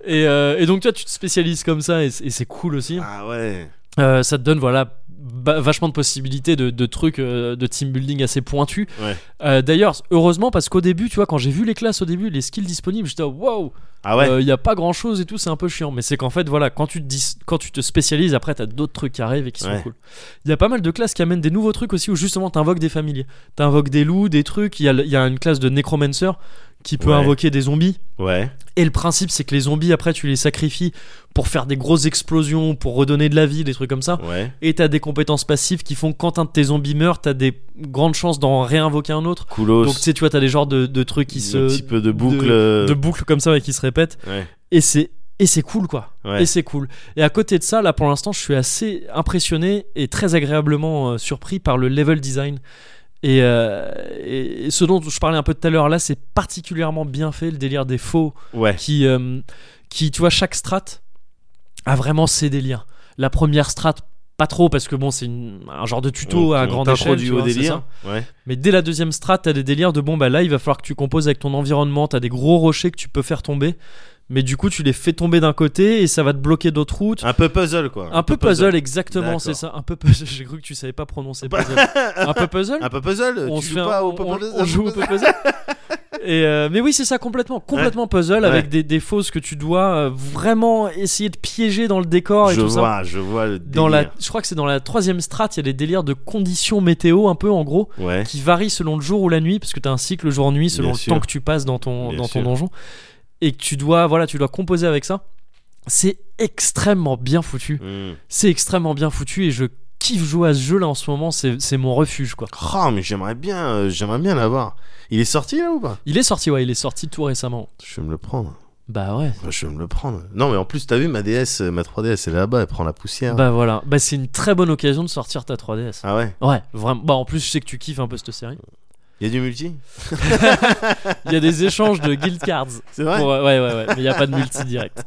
et, euh, et donc toi, tu te spécialises comme ça et, c- et c'est cool aussi. ah ouais Euh, ça te donne voilà ba- vachement de possibilités de, de trucs euh, de team building assez pointus. Ouais. Euh, D'ailleurs, heureusement parce qu'au début, tu vois, quand j'ai vu les classes au début, les skills disponibles, j'étais waouh, ah il ouais Euh, y a pas grand chose et tout, c'est un peu chiant. Mais c'est qu'en fait, voilà, quand tu te, dis- quand tu te spécialises, après, t'as d'autres trucs qui arrivent et qui Ouais. sont cool. Il y a pas mal de classes qui amènent des nouveaux trucs aussi où justement t'invoques des familiers, t'invoques des loups, des trucs. Il y, a le- il y a une classe de nécromancer qui peut Ouais. invoquer des zombies. ouais Et le principe, c'est que les zombies, après, tu les sacrifies pour faire des grosses explosions, pour redonner de la vie, des trucs comme ça. ouais Et t'as des compétences passives qui font que quand un de tes zombies meurt, t'as des grandes chances d'en réinvoquer un autre. coolos Donc, tu sais, tu vois, t'as des genres de, de trucs qui un se. petit peu de boucle euh, de boucles comme ça et qui se répètent. ouais Et c'est. Et c'est cool quoi. Ouais. Et c'est cool. Et à côté de ça, là pour l'instant, je suis assez impressionné et très agréablement euh, surpris par le level design. Et, euh, et- et ce dont je parlais un peu tout à l'heure, là, c'est particulièrement bien fait le délire des faux ouais qui, euh, qui tu vois, chaque strat a vraiment ses délires. La première strat Pas trop, parce que bon, c'est une- un genre de tuto On- à on grande échelle. t'introduit tu euh, au vois, c'est délire. ça. Ouais. Mais dès la deuxième strat, t'as des délires de bon, bah là, il va falloir que tu composes avec ton environnement. T'as des gros rochers que tu peux faire tomber. Mais du coup, tu les fais tomber d'un côté et ça va te bloquer d'autres routes. Un peu puzzle, quoi. Un, peu puzzle, exactement, D'accord. c'est ça. Un peu puzzle. J'ai cru que tu savais pas prononcer puzzle. un peu puzzle Un peu puzzle on, Tu se joues fait un- pas au on- peu on- puzzle on joue au peu puzzle. Et euh, mais oui, c'est ça complètement, complètement puzzle avec Ouais. des, des fausses que tu dois euh, vraiment essayer de piéger dans le décor et Je tout ça. vois, je vois le Dans la, délire. je crois que c'est dans la troisième strate, il y a des délires de conditions météo un peu en gros Ouais. qui varient selon le jour ou la nuit parce que tu as un cycle jour-nuit selon Bien le sûr. temps que tu passes dans ton Bien dans ton sûr. donjon et que tu dois voilà tu dois composer avec ça. C'est extrêmement bien foutu. Mm. C'est extrêmement bien foutu et je kiffe jouer à ce jeu là en ce moment. C'est c'est mon refuge quoi. Oh, mais j'aimerais bien, euh, j'aimerais bien l'avoir. Il est sorti là ou pas Il est sorti ouais, il est sorti tout récemment. Je vais me le prendre. Bah ouais. Je vais me le prendre. Non, mais en plus, t'as vu ma DS, euh, ma 3DS, elle est là-bas, elle prend la poussière. Bah voilà, bah c'est une très bonne occasion de sortir ta 3DS. Ah ouais Ouais, vraiment. Bah en plus, je sais que tu kiffes un peu cette série. Il y a du multi Il y a des échanges de guild cards. C'est vrai Pour, euh, ouais, ouais, ouais, mais il y a pas de multi direct.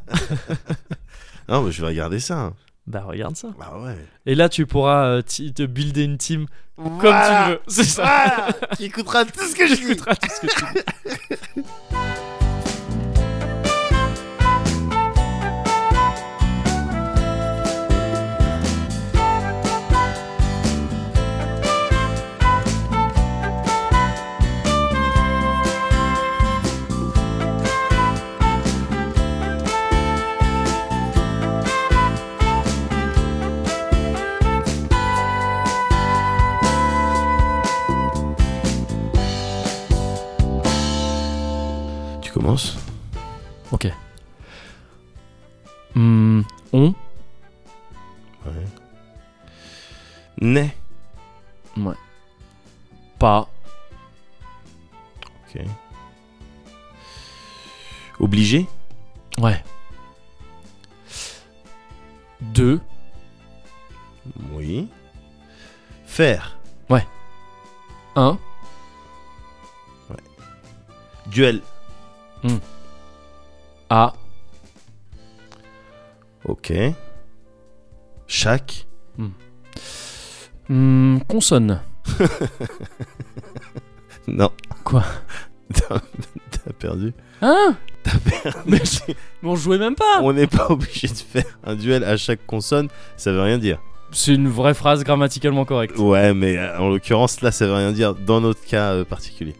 Non, mais je vais regarder ça. Bah regarde ça. Bah ouais. Et là, tu pourras euh, ti- te builder une team comme tu veux. C'est ça. Voilà Qui coûtera tout ce que je dis. Tout ce que tu veux. Tu commences Ok. Hmm, on. Ouais. Nez. Pas. Ok. Obligé Ouais. Deux. Oui. Faire. Un. Duel. À. Ok. Chaque. Hmm, consonne. Non. Quoi T'as t'as perdu. Hein Mais je- mais on jouait même pas On n'est pas obligé de faire un duel à chaque consonne, ça veut rien dire. C'est une vraie phrase grammaticalement correcte. Ouais, mais euh, en l'occurrence, là, ça veut rien dire dans notre cas euh, particulier.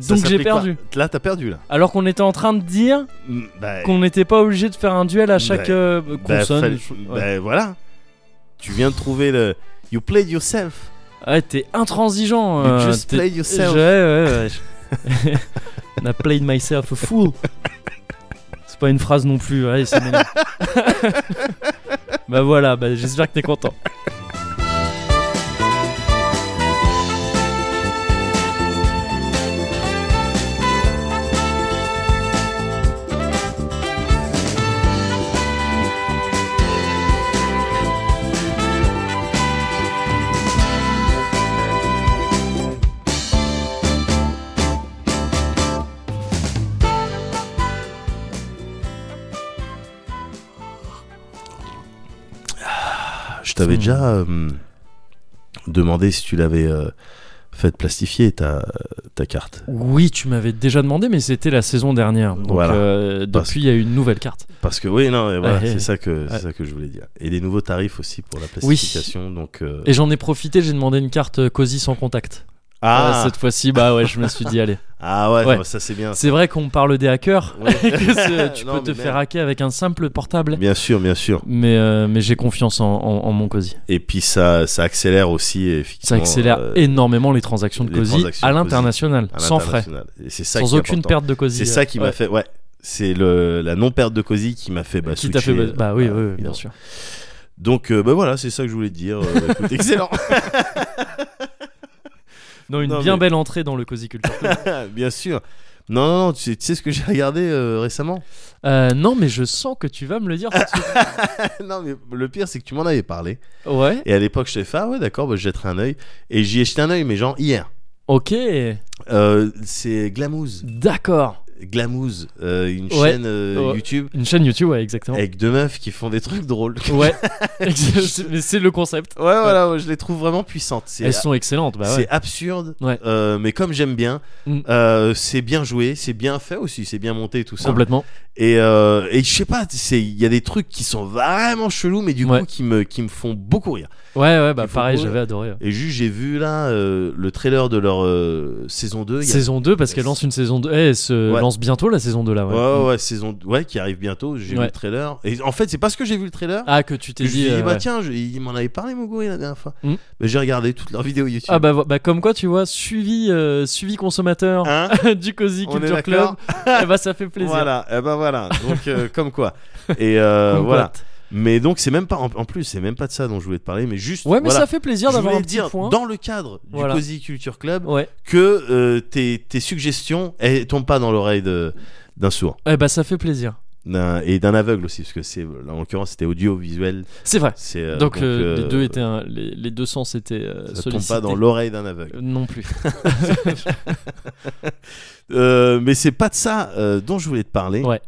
Ça Donc j'ai s'applique perdu. pas. Là, t'as perdu, là. Alors qu'on était en train de dire Mm, Bah, qu'on n'était pas obligé de faire un duel à chaque Bah, euh, bah, consonne. fallait- Ouais, bah, voilà. Tu viens de trouver le. You played yourself. Ouais, Ah, t'es intransigeant. You euh, just t'es- played yourself. Ouais, ouais, ouais. And I played myself a fool. C'est pas une phrase non plus. Ouais, c'est m'énerve. bah voilà, bah, j'espère que t'es content. Je t'avais Hmm. déjà euh, demandé si tu l'avais euh, fait plastifier ta, euh, ta carte. Oui, tu m'avais déjà demandé, mais c'était la saison dernière. Donc Voilà. euh, Parce- Euh. depuis, il y a eu une nouvelle carte. Parce que oui, non, mais voilà, Ouais. c'est ça que Ouais. c'est ça que je voulais dire. Et des nouveaux tarifs aussi pour la plastification. Donc euh, Et j'en ai profité, j'ai demandé une carte euh, Cozy sans contact. ah Euh, cette fois-ci, bah ouais, je me suis dit, allez. ah ouais, Ouais. non, ça c'est bien. C'est vrai qu'on parle des hackers, Ouais. que c'est- tu Non, peux te mais faire merde. hacker avec un simple portable. Bien sûr, bien sûr. Mais, euh, mais j'ai confiance en, en- en mon Cozy. Et puis ça ça accélère aussi effectivement. Ça accélère euh, énormément les transactions de les Cozy transactions à de Cozy l'international, à sans frais, l'international. Et c'est ça sans qui est aucune important. perte de Cozy. euh, C'est ça qui m'a fait ouais. C'est le la non perte de Cozy qui m'a fait bah, Qui t'a fait. switcher, Bah oui, oui, oui, euh, bien évidemment. sûr. Donc euh, bah voilà, c'est ça que je voulais te dire. Euh, écoute, excellent. Non, une Non, bien mais- belle entrée dans le Cozy Culture. Club. bien sûr. Non, non, non, tu sais, tu sais ce que j'ai regardé euh, récemment Euh, non, mais je sens que tu vas me le dire. tout de suite. Non, mais le pire, c'est que tu m'en avais parlé. Ouais, Et à l'époque, je t'ai fait, ah ouais, d'accord, bah, je jetterai un œil. Et j'y ai jeté un œil, mais genre hier. ok, Euh, c'est Glamouze. d'accord. Glamouze, euh, une Ouais. chaîne euh, Ouais. YouTube Une chaîne YouTube, ouais, exactement. avec deux meufs qui font des trucs drôles. Ouais, Ouais, Exact- c'est- mais c'est le concept. voilà, ouais, je les trouve vraiment puissantes. C'est Elles sont excellentes, bah ouais. c'est absurde, Ouais. euh, mais comme j'aime bien, Mm. euh, c'est bien joué, c'est bien fait aussi, c'est bien monté et tout ça. Complètement. Et, euh, et je sais pas, c'est- il y a des trucs qui sont vraiment chelous, mais du Ouais. coup qui me, qui me font beaucoup rire. Ouais, ouais, bah Il faut pareil, courir. j'avais adoré. ouais. Et juste, j'ai vu là euh, le trailer de leur euh, saison 2. il y a- Saison 2, parce qu'elle lance une saison 2. Eh, elle se Ouais. lance bientôt la saison 2 là, ouais. Mm. Ouais, ouais, saison ouais, qui arrive bientôt. J'ai Ouais. vu le trailer. Et en fait, c'est parce que j'ai vu le trailer. Ah, que tu que t'es je me suis dit. euh, dit, bah ouais. tiens, je- il m'en avait parlé, Moguri, la dernière fois. Mm. Bah, j'ai regardé toutes leurs vidéos YouTube. Ah bah, vo- bah comme quoi tu vois suivi euh, suivi consommateur Hein du Cozy On est Culture Club d'accord eh bah ça fait plaisir Voilà, eh ben voilà. Donc, euh, comme quoi. Et euh, Comme voilà. quoi. Mais donc, c'est même pas. En, en plus, c'est même pas de ça dont je voulais te parler, mais juste. ouais mais voilà. ça fait plaisir je d'avoir voulais un petit dire, point dans le cadre du Voilà. Cozy Culture Club, ouais que euh, tes, tes suggestions elles tombent pas dans l'oreille de- d'un sourd eh bah ça fait plaisir d'un- et d'un aveugle aussi, parce que c'est là, en l'occurrence c'était audiovisuel. c'est vrai C'est euh, donc, euh, les euh, deux étaient un- les, les deux sens étaient euh, ça tombe sollicités pas dans l'oreille d'un aveugle. Euh, non plus Euh, mais c'est pas de ça euh, dont je voulais te parler. Ouais.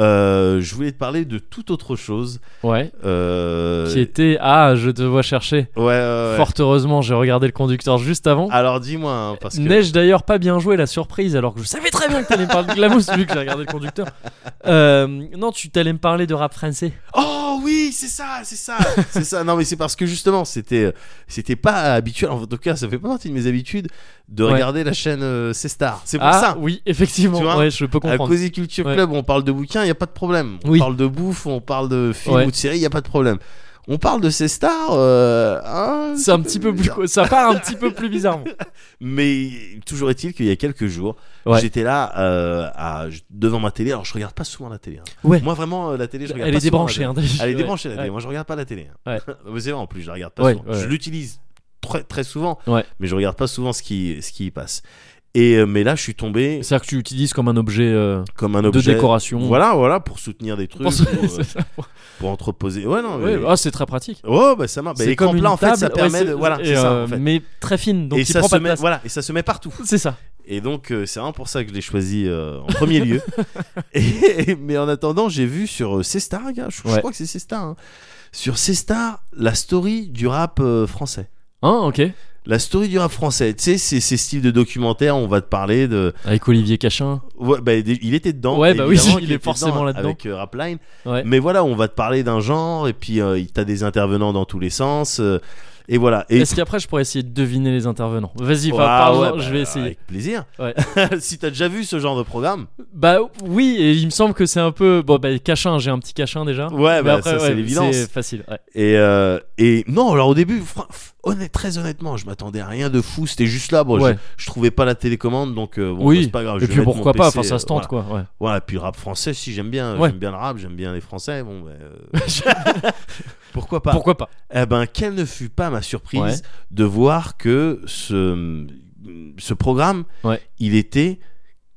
Euh, je voulais te parler de toute autre chose. ouais Euh, qui était ah je te vois chercher Ouais, ouais, ouais. fort heureusement j'ai regardé le conducteur juste avant Alors dis-moi, hein, parce que. Neige d'ailleurs pas bien joué la surprise alors que je savais très bien que t'allais me parler de Glamousse vu que j'ai regardé le conducteur. Euh, non tu t'allais me parler de rap français. Oh oui, c'est ça, c'est ça, c'est ça. Non, mais c'est parce que justement, c'était, euh, c'était pas habituel. En tout cas, ça fait pas partie de mes habitudes de Ouais. regarder la chaîne euh, C'est Star. C'est pour ah ça. oui effectivement Tu vois, ouais je peux À comprendre. Cozy Culture Ouais. Club, on parle de bouquins, il y a pas de problème. On Oui. parle de bouffe, on parle de films Ouais. ou de séries, il y a pas de problème. On parle de ces stars, euh, hein, C'est un petit peu plus, ça part un petit peu plus bizarre. mais toujours est-il qu'il y a quelques jours, Ouais. j'étais là euh, à- devant ma télé. Alors je regarde pas souvent la télé. hein. Ouais. Moi vraiment euh, la télé, je regarde Elle pas est souvent la débranchée, télé. hein. Elle est Ouais. débranchée la télé. Ouais. Moi je regarde pas la télé. hein. Ouais. Mais c'est vrai en plus je la regarde pas Ouais, souvent. ouais. Je l'utilise très très souvent, Ouais. mais je regarde pas souvent ce qui ce qui y passe. Et euh, mais là je suis tombé C'est-à-dire que tu l'utilises comme un objet, euh, comme un objet de décoration. Voilà voilà pour soutenir des trucs, Pour- pour, c'est euh, ça. pour entreposer. Ouais non. Ouais, mais- ah, c'est très pratique. Oh bah ça marche. Bah, c'est écran comme une plat en fait ça table, ouais, permet de- c'est- voilà et, c'est ça euh, en fait. mais très fine, donc et tu ça prends se pas de met place. voilà et ça se met partout. C'est ça. Et donc, euh, c'est vraiment pour ça que je l'ai choisi euh, en premier lieu. Et- mais en attendant, j'ai vu sur euh, C-Star, gars, je, je Ouais. crois que c'est C-Star, hein. sur C-Star, la story du rap euh, français. Hein, ok. La story du rap français, tu sais, c'est ces styles de documentaire, on va te parler de. Avec Olivier Cachin. Ouais, bah, des- il était dedans. Ouais, bah oui, évidemment il qu'il est était forcément dedans, là-dedans. Avec euh, Rapline. Ouais. Mais voilà, on va te parler d'un genre, et puis euh, t'as des intervenants dans tous les sens. euh, et voilà. Et Est-ce qu'après je pourrais essayer de deviner les intervenants Vas-y, Ouais, par- parle-en, ouais, je bah, vais essayer. Avec plaisir. Ouais. si t'as déjà vu ce genre de programme, Bah oui, et il me semble que c'est un peu bon. Bah Cachin, j'ai un petit Cachin déjà. ouais, Mais bah, après, ça, ouais, c'est l'évidence. C'est facile. ouais. Et, euh, et non, alors au début, fr- f- honnête, très honnêtement, je m'attendais à rien de fou. C'était juste là, bon, Ouais. je, je trouvais pas la télécommande, donc euh, bon, Oui. bah, c'est pas grave. je Et vais puis mettre mon pourquoi pas PC, Enfin, ça se tente euh, voilà. quoi. ouais. Voilà, puis le rap français, si j'aime bien, euh, Ouais. j'aime bien le rap, j'aime bien les Français. Bon, bah, euh, pourquoi pas Pourquoi pas Eh ben, quelle ne fut pas ma surprise Ouais. de voir que ce ce programme, Ouais. il était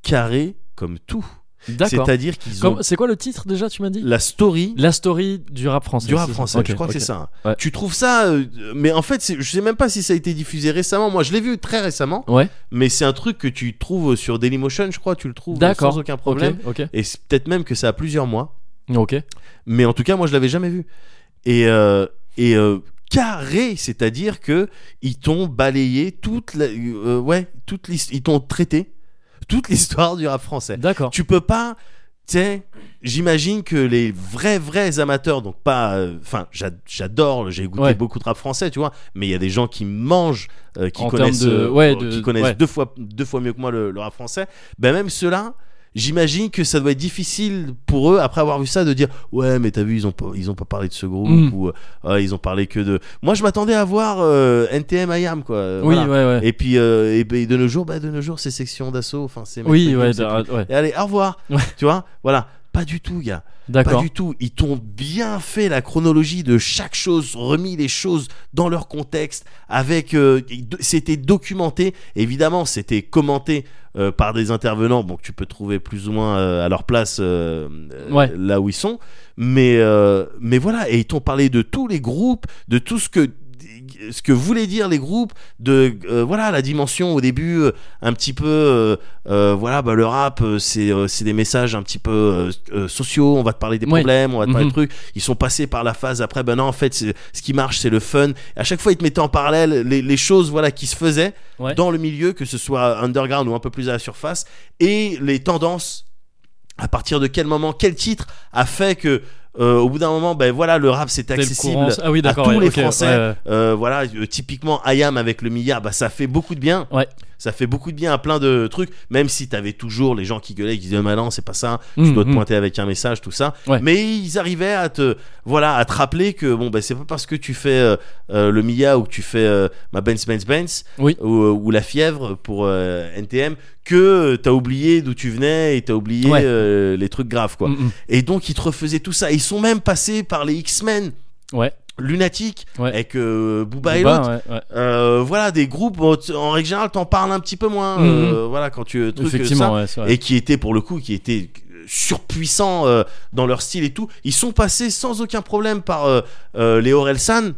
carré comme tout. D'accord. C'est-à-dire qu'ils ont Comme- C'est quoi le titre déjà Tu m'as dit la story La story du rap français. du rap c'est ça français. Ok, je crois ok. que c'est ça. hein. Ouais. Tu trouves ça, euh, mais en fait, c'est- je sais même pas si ça a été diffusé récemment. Moi, je l'ai vu très récemment, Ouais. mais c'est un truc que tu trouves sur Dailymotion, je crois. Tu le trouves D'accord. sans aucun problème. Ok. Et c'est peut-être même que ça a plusieurs mois. Ok. ok. Mais en tout cas, moi, je l'avais jamais vu. Et euh, et euh, carré, c'est-à-dire que ils t'ont balayé toute la, euh, ouais, toute l'histoire, ils t'ont traité toute l'histoire du rap français. D'accord. Tu peux pas. Tu sais, j'imagine que les vrais, vrais amateurs, donc pas. euh, Enfin, j'adore, j'ai écouté Ouais. beaucoup de rap français, tu vois, mais il y a des gens qui mangent, euh, qui En termes connaissent, de- euh, ouais, qui de- connaissent ouais. deux, fois, deux fois mieux que moi le, le rap français. Ben, même ceux-là, j'imagine que ça doit être difficile pour eux, après avoir vu ça, de dire Ouais, mais t'as vu, ils ont, pas, ils ont pas parlé de ce groupe, Mm. ou euh, Ah, ils ont parlé que de. Moi, je m'attendais à voir euh, NTM, IAM, quoi. euh, Oui, voilà. ouais, ouais. Et puis, euh, et, ben, de nos jours, bah, de nos jours, c'est section d'assaut, enfin, c'est. Oui, c'est- ouais, c'est- bah, ouais. et allez, au revoir. Ouais. Tu vois Voilà. Pas du tout, gars. Pas D'accord. du tout. Ils t'ont bien fait la chronologie de chaque chose, remis les choses dans leur contexte. Avec, euh, do- c'était documenté. Évidemment, c'était commenté euh, par des intervenants, bon que tu peux trouver plus ou moins euh, à leur place, euh, euh, Ouais. là où ils sont. Mais, euh, mais voilà. Et ils t'ont parlé de tous les groupes, de tout ce que ce que voulaient dire les groupes de euh, voilà la dimension au début euh, un petit peu euh, euh, voilà bah, le rap euh, c'est euh, c'est des messages un petit peu euh, euh, sociaux on va te parler des Ouais. problèmes on va te parler Mhm. de trucs ils sont passés par la phase après ben non en fait c'est- ce qui marche c'est le fun à chaque fois ils te mettaient en parallèle les, les choses voilà qui se faisaient Ouais. dans le milieu que ce soit underground ou un peu plus à la surface et les tendances à partir de quel moment quel titre a fait que euh, au bout d'un moment ben voilà le rap c'était C'était le courant. accessible Ah oui, à d'accord. tous ouais, les ok, ouais, Français, ouais. euh, voilà, euh, typiquement Ayam avec le milliard, bah, ça fait beaucoup de bien. Ouais. Ça fait beaucoup de bien à plein de trucs, même si t'avais toujours les gens qui gueulaient, qui disaient Ah, mais non, c'est pas ça, tu Mm, dois te mm. pointer avec un message, tout ça. Ouais. Mais ils arrivaient à te, voilà, à te rappeler que bon, bah, c'est pas parce que tu fais euh, euh, le milliard ou que tu fais euh, ma Benz Benz Benz Oui. ou, euh, ou la fièvre pour euh, NTM que euh, t'as oublié d'où tu venais et t'as oublié Ouais. euh, les trucs graves quoi. Mm, mm. Et donc ils te refaisaient tout ça. Ils sont même passés par les X-Men. Ouais. Lunatic Ouais. avec euh, Booba, et Booba, l'autre. Bah, ouais, ouais. Euh, voilà des groupes en, en règle générale t'en parles un petit peu moins Mhm. euh, voilà quand tu truc, Effectivement, ça. ouais, c'est vrai. et qui étaient pour le coup qui étaient euh, surpuissants euh, dans leur style et tout ils sont passés sans aucun problème par euh, euh, les Orelsan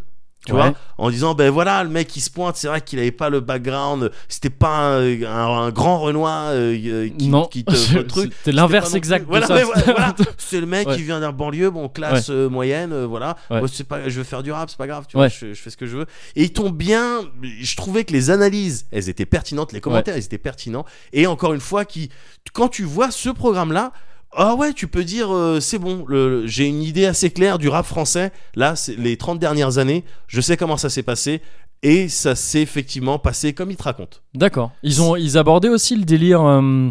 tu Ouais. vois en disant ben voilà le mec qui se pointe c'est vrai qu'il avait pas le background c'était pas un, un- un grand Renoir euh, euh, qui, non, qui te c'est- le truc c'est l'inverse pas non exact. plus- voilà, de ça. mais voilà, voilà. c'est le mec Ouais. qui vient d'un banlieue bon classe euh, moyenne euh, voilà Ouais. Moi, c'est pas je veux faire du rap c'est pas grave tu Ouais. vois je, je fais ce que je veux et ils tombent bien je trouvais que les analyses elles étaient pertinentes les commentaires ils étaient pertinents et encore une fois qui quand tu vois ce programme là ah ouais, tu peux dire euh, c'est bon, le- le- j'ai une idée assez claire du rap français. Là, c'est les 30 dernières années, je sais comment ça s'est passé et ça s'est effectivement passé comme il te raconte. D'accord. Ils ont ils abordaient aussi le délire euh,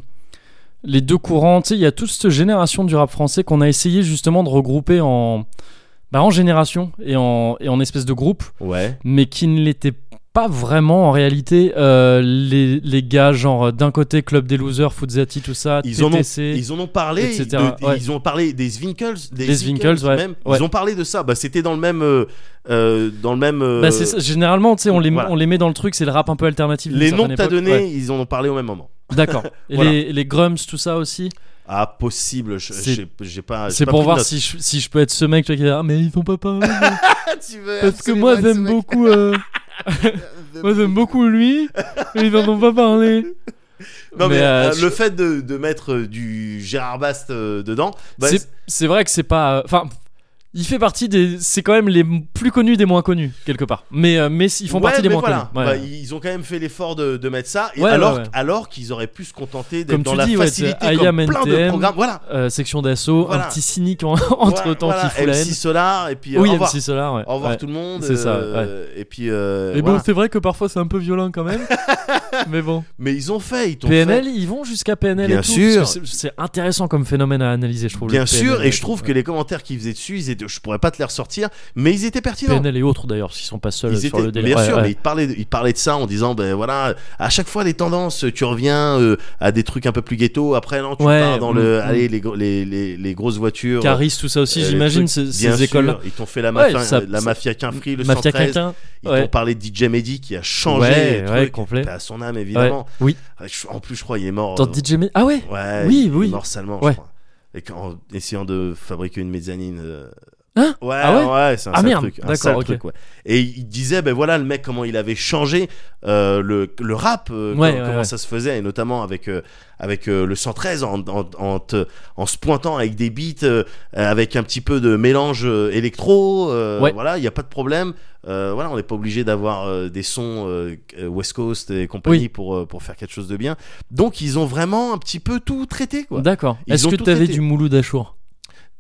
les deux courants. Tu sais, il y a toute cette génération du rap français qu'on a essayé justement de regrouper en bah, en génération et en et en espèce de groupe, Ouais. mais qui ne l'était pas vraiment en réalité euh, les, les gars genre euh, d'un côté club des losers, Fuzzati, tout ça, Ils en ont- TTC. Ils en ont parlé, etc., de- ouais. ils ont parlé des Zwinkels, des Des Zwinkels, ouais, même. ouais. Ils ont parlé de ça. Bah, c'était dans le même, euh, euh, dans le même. euh, Bah, c'est ça. généralement tu sais on les voilà. on les met dans le truc, c'est le rap un peu alternatif. d'une les noms certaine que t'as époque. donnés, Ouais. ils en ont parlé au même moment. D'accord. Et Voilà. les, les grums, tout ça aussi. Ah, possible. je- C'est- j'ai- J'ai pas. Ah, j'ai C'est pas pour pris de voir notes. si je, si je peux être ce mec tu vois, qui va dire, ah, mais ils sont pas pareils. Tu veux Parce que absolument moi être ce j'aime mec. beaucoup, euh, moi j'aime beaucoup lui, mais ils en ont pas parlé. Non, mais, Mais, euh, euh, je- le fait de, de mettre euh, du Gérard Bast euh, dedans, bah, C'est- c'est vrai que c'est pas, euh, enfin, il fait partie des, c'est quand même les m- plus connus des moins connus quelque part. Mais euh, mais ils font ouais, partie des mais moins voilà. connus. Bah, Ouais. ils ont quand même fait l'effort de, de mettre ça, et Ouais, ouais, alors, ouais. alors qu'ils auraient pu se contenter d'être Comme dans tu la dis, ouais, c'est facilité IAM, comme plein de NTM. programmes. Voilà. Euh, section d'assaut, Voilà. un petit cynique en- entre temps Voilà, qui fout la haine. MC Solar et puis euh, Oui, au revoir. MC Solar, ouais. Au revoir Ouais. tout le monde. C'est ça, euh, Et puis. euh, Mais bon, voilà. c'est vrai que parfois c'est un peu violent quand même. mais bon. Mais ils ont fait, ils t'ont PNL, fait. ils vont jusqu'à PNL Bien et tout. parce que sûr. c'est- C'est intéressant comme phénomène à analyser, je trouve. le Bien sûr, PNL, et je trouve ouais. que les commentaires qu'ils faisaient dessus, ils étaient, je pourrais pas te les ressortir, mais ils étaient pertinents. PNL et autres d'ailleurs, s'ils sont pas seuls Ils sur étaient, le délire. bien Ouais, sûr, ouais. mais ils parlaient, de, ils parlaient de ça en disant, ben voilà, à chaque fois les tendances, tu reviens euh, à des trucs un peu plus ghetto, après non, tu Ouais, pars dans mm, le, mm. allez les, gros- les, les, les grosses voitures. Caris, tout ça aussi, euh, les j'imagine, trucs, ces, bien ces sûr, écoles-là. Ils t'ont fait la Ouais, mafia, ça- la ça- mafia Quinfri, le Mafia 113. quelqu'un Ils ouais. t'ont parlé de DJ Mehdi qui a changé Ouais, les ouais, trucs. complet. T'as son âme Ouais. Bah, évidemment. Oui, Je- En plus, je crois il est mort. dans euh, DJ Me- Ah ouais Ouais, Oui, il- il oui. est mort salement, Ouais. je crois. Et qu'en essayant de fabriquer une mezzanine. euh, Hein ouais, Ah ouais ouais, c'est un Ah sale merde, truc. un d'accord, sale ok. truc, ouais. Et il disait, ben voilà, le mec, comment il avait changé euh, le, le rap, euh, Ouais, com- ouais, comment ouais. ça se faisait, et notamment avec, euh, avec euh, le 113, en, en, en, te- en se pointant avec des beats, euh, avec un petit peu de mélange euh, électro. euh, Ouais. Voilà, il n'y a pas de problème. Euh, voilà, on n'est pas obligé d'avoir euh, des sons euh, euh, West Coast et compagnie Oui. pour, euh, pour faire quelque chose de bien. Donc ils ont vraiment un petit peu tout traité quoi. D'accord. Ils Est-ce ont que tout t'avais traité. du Mouloud Achour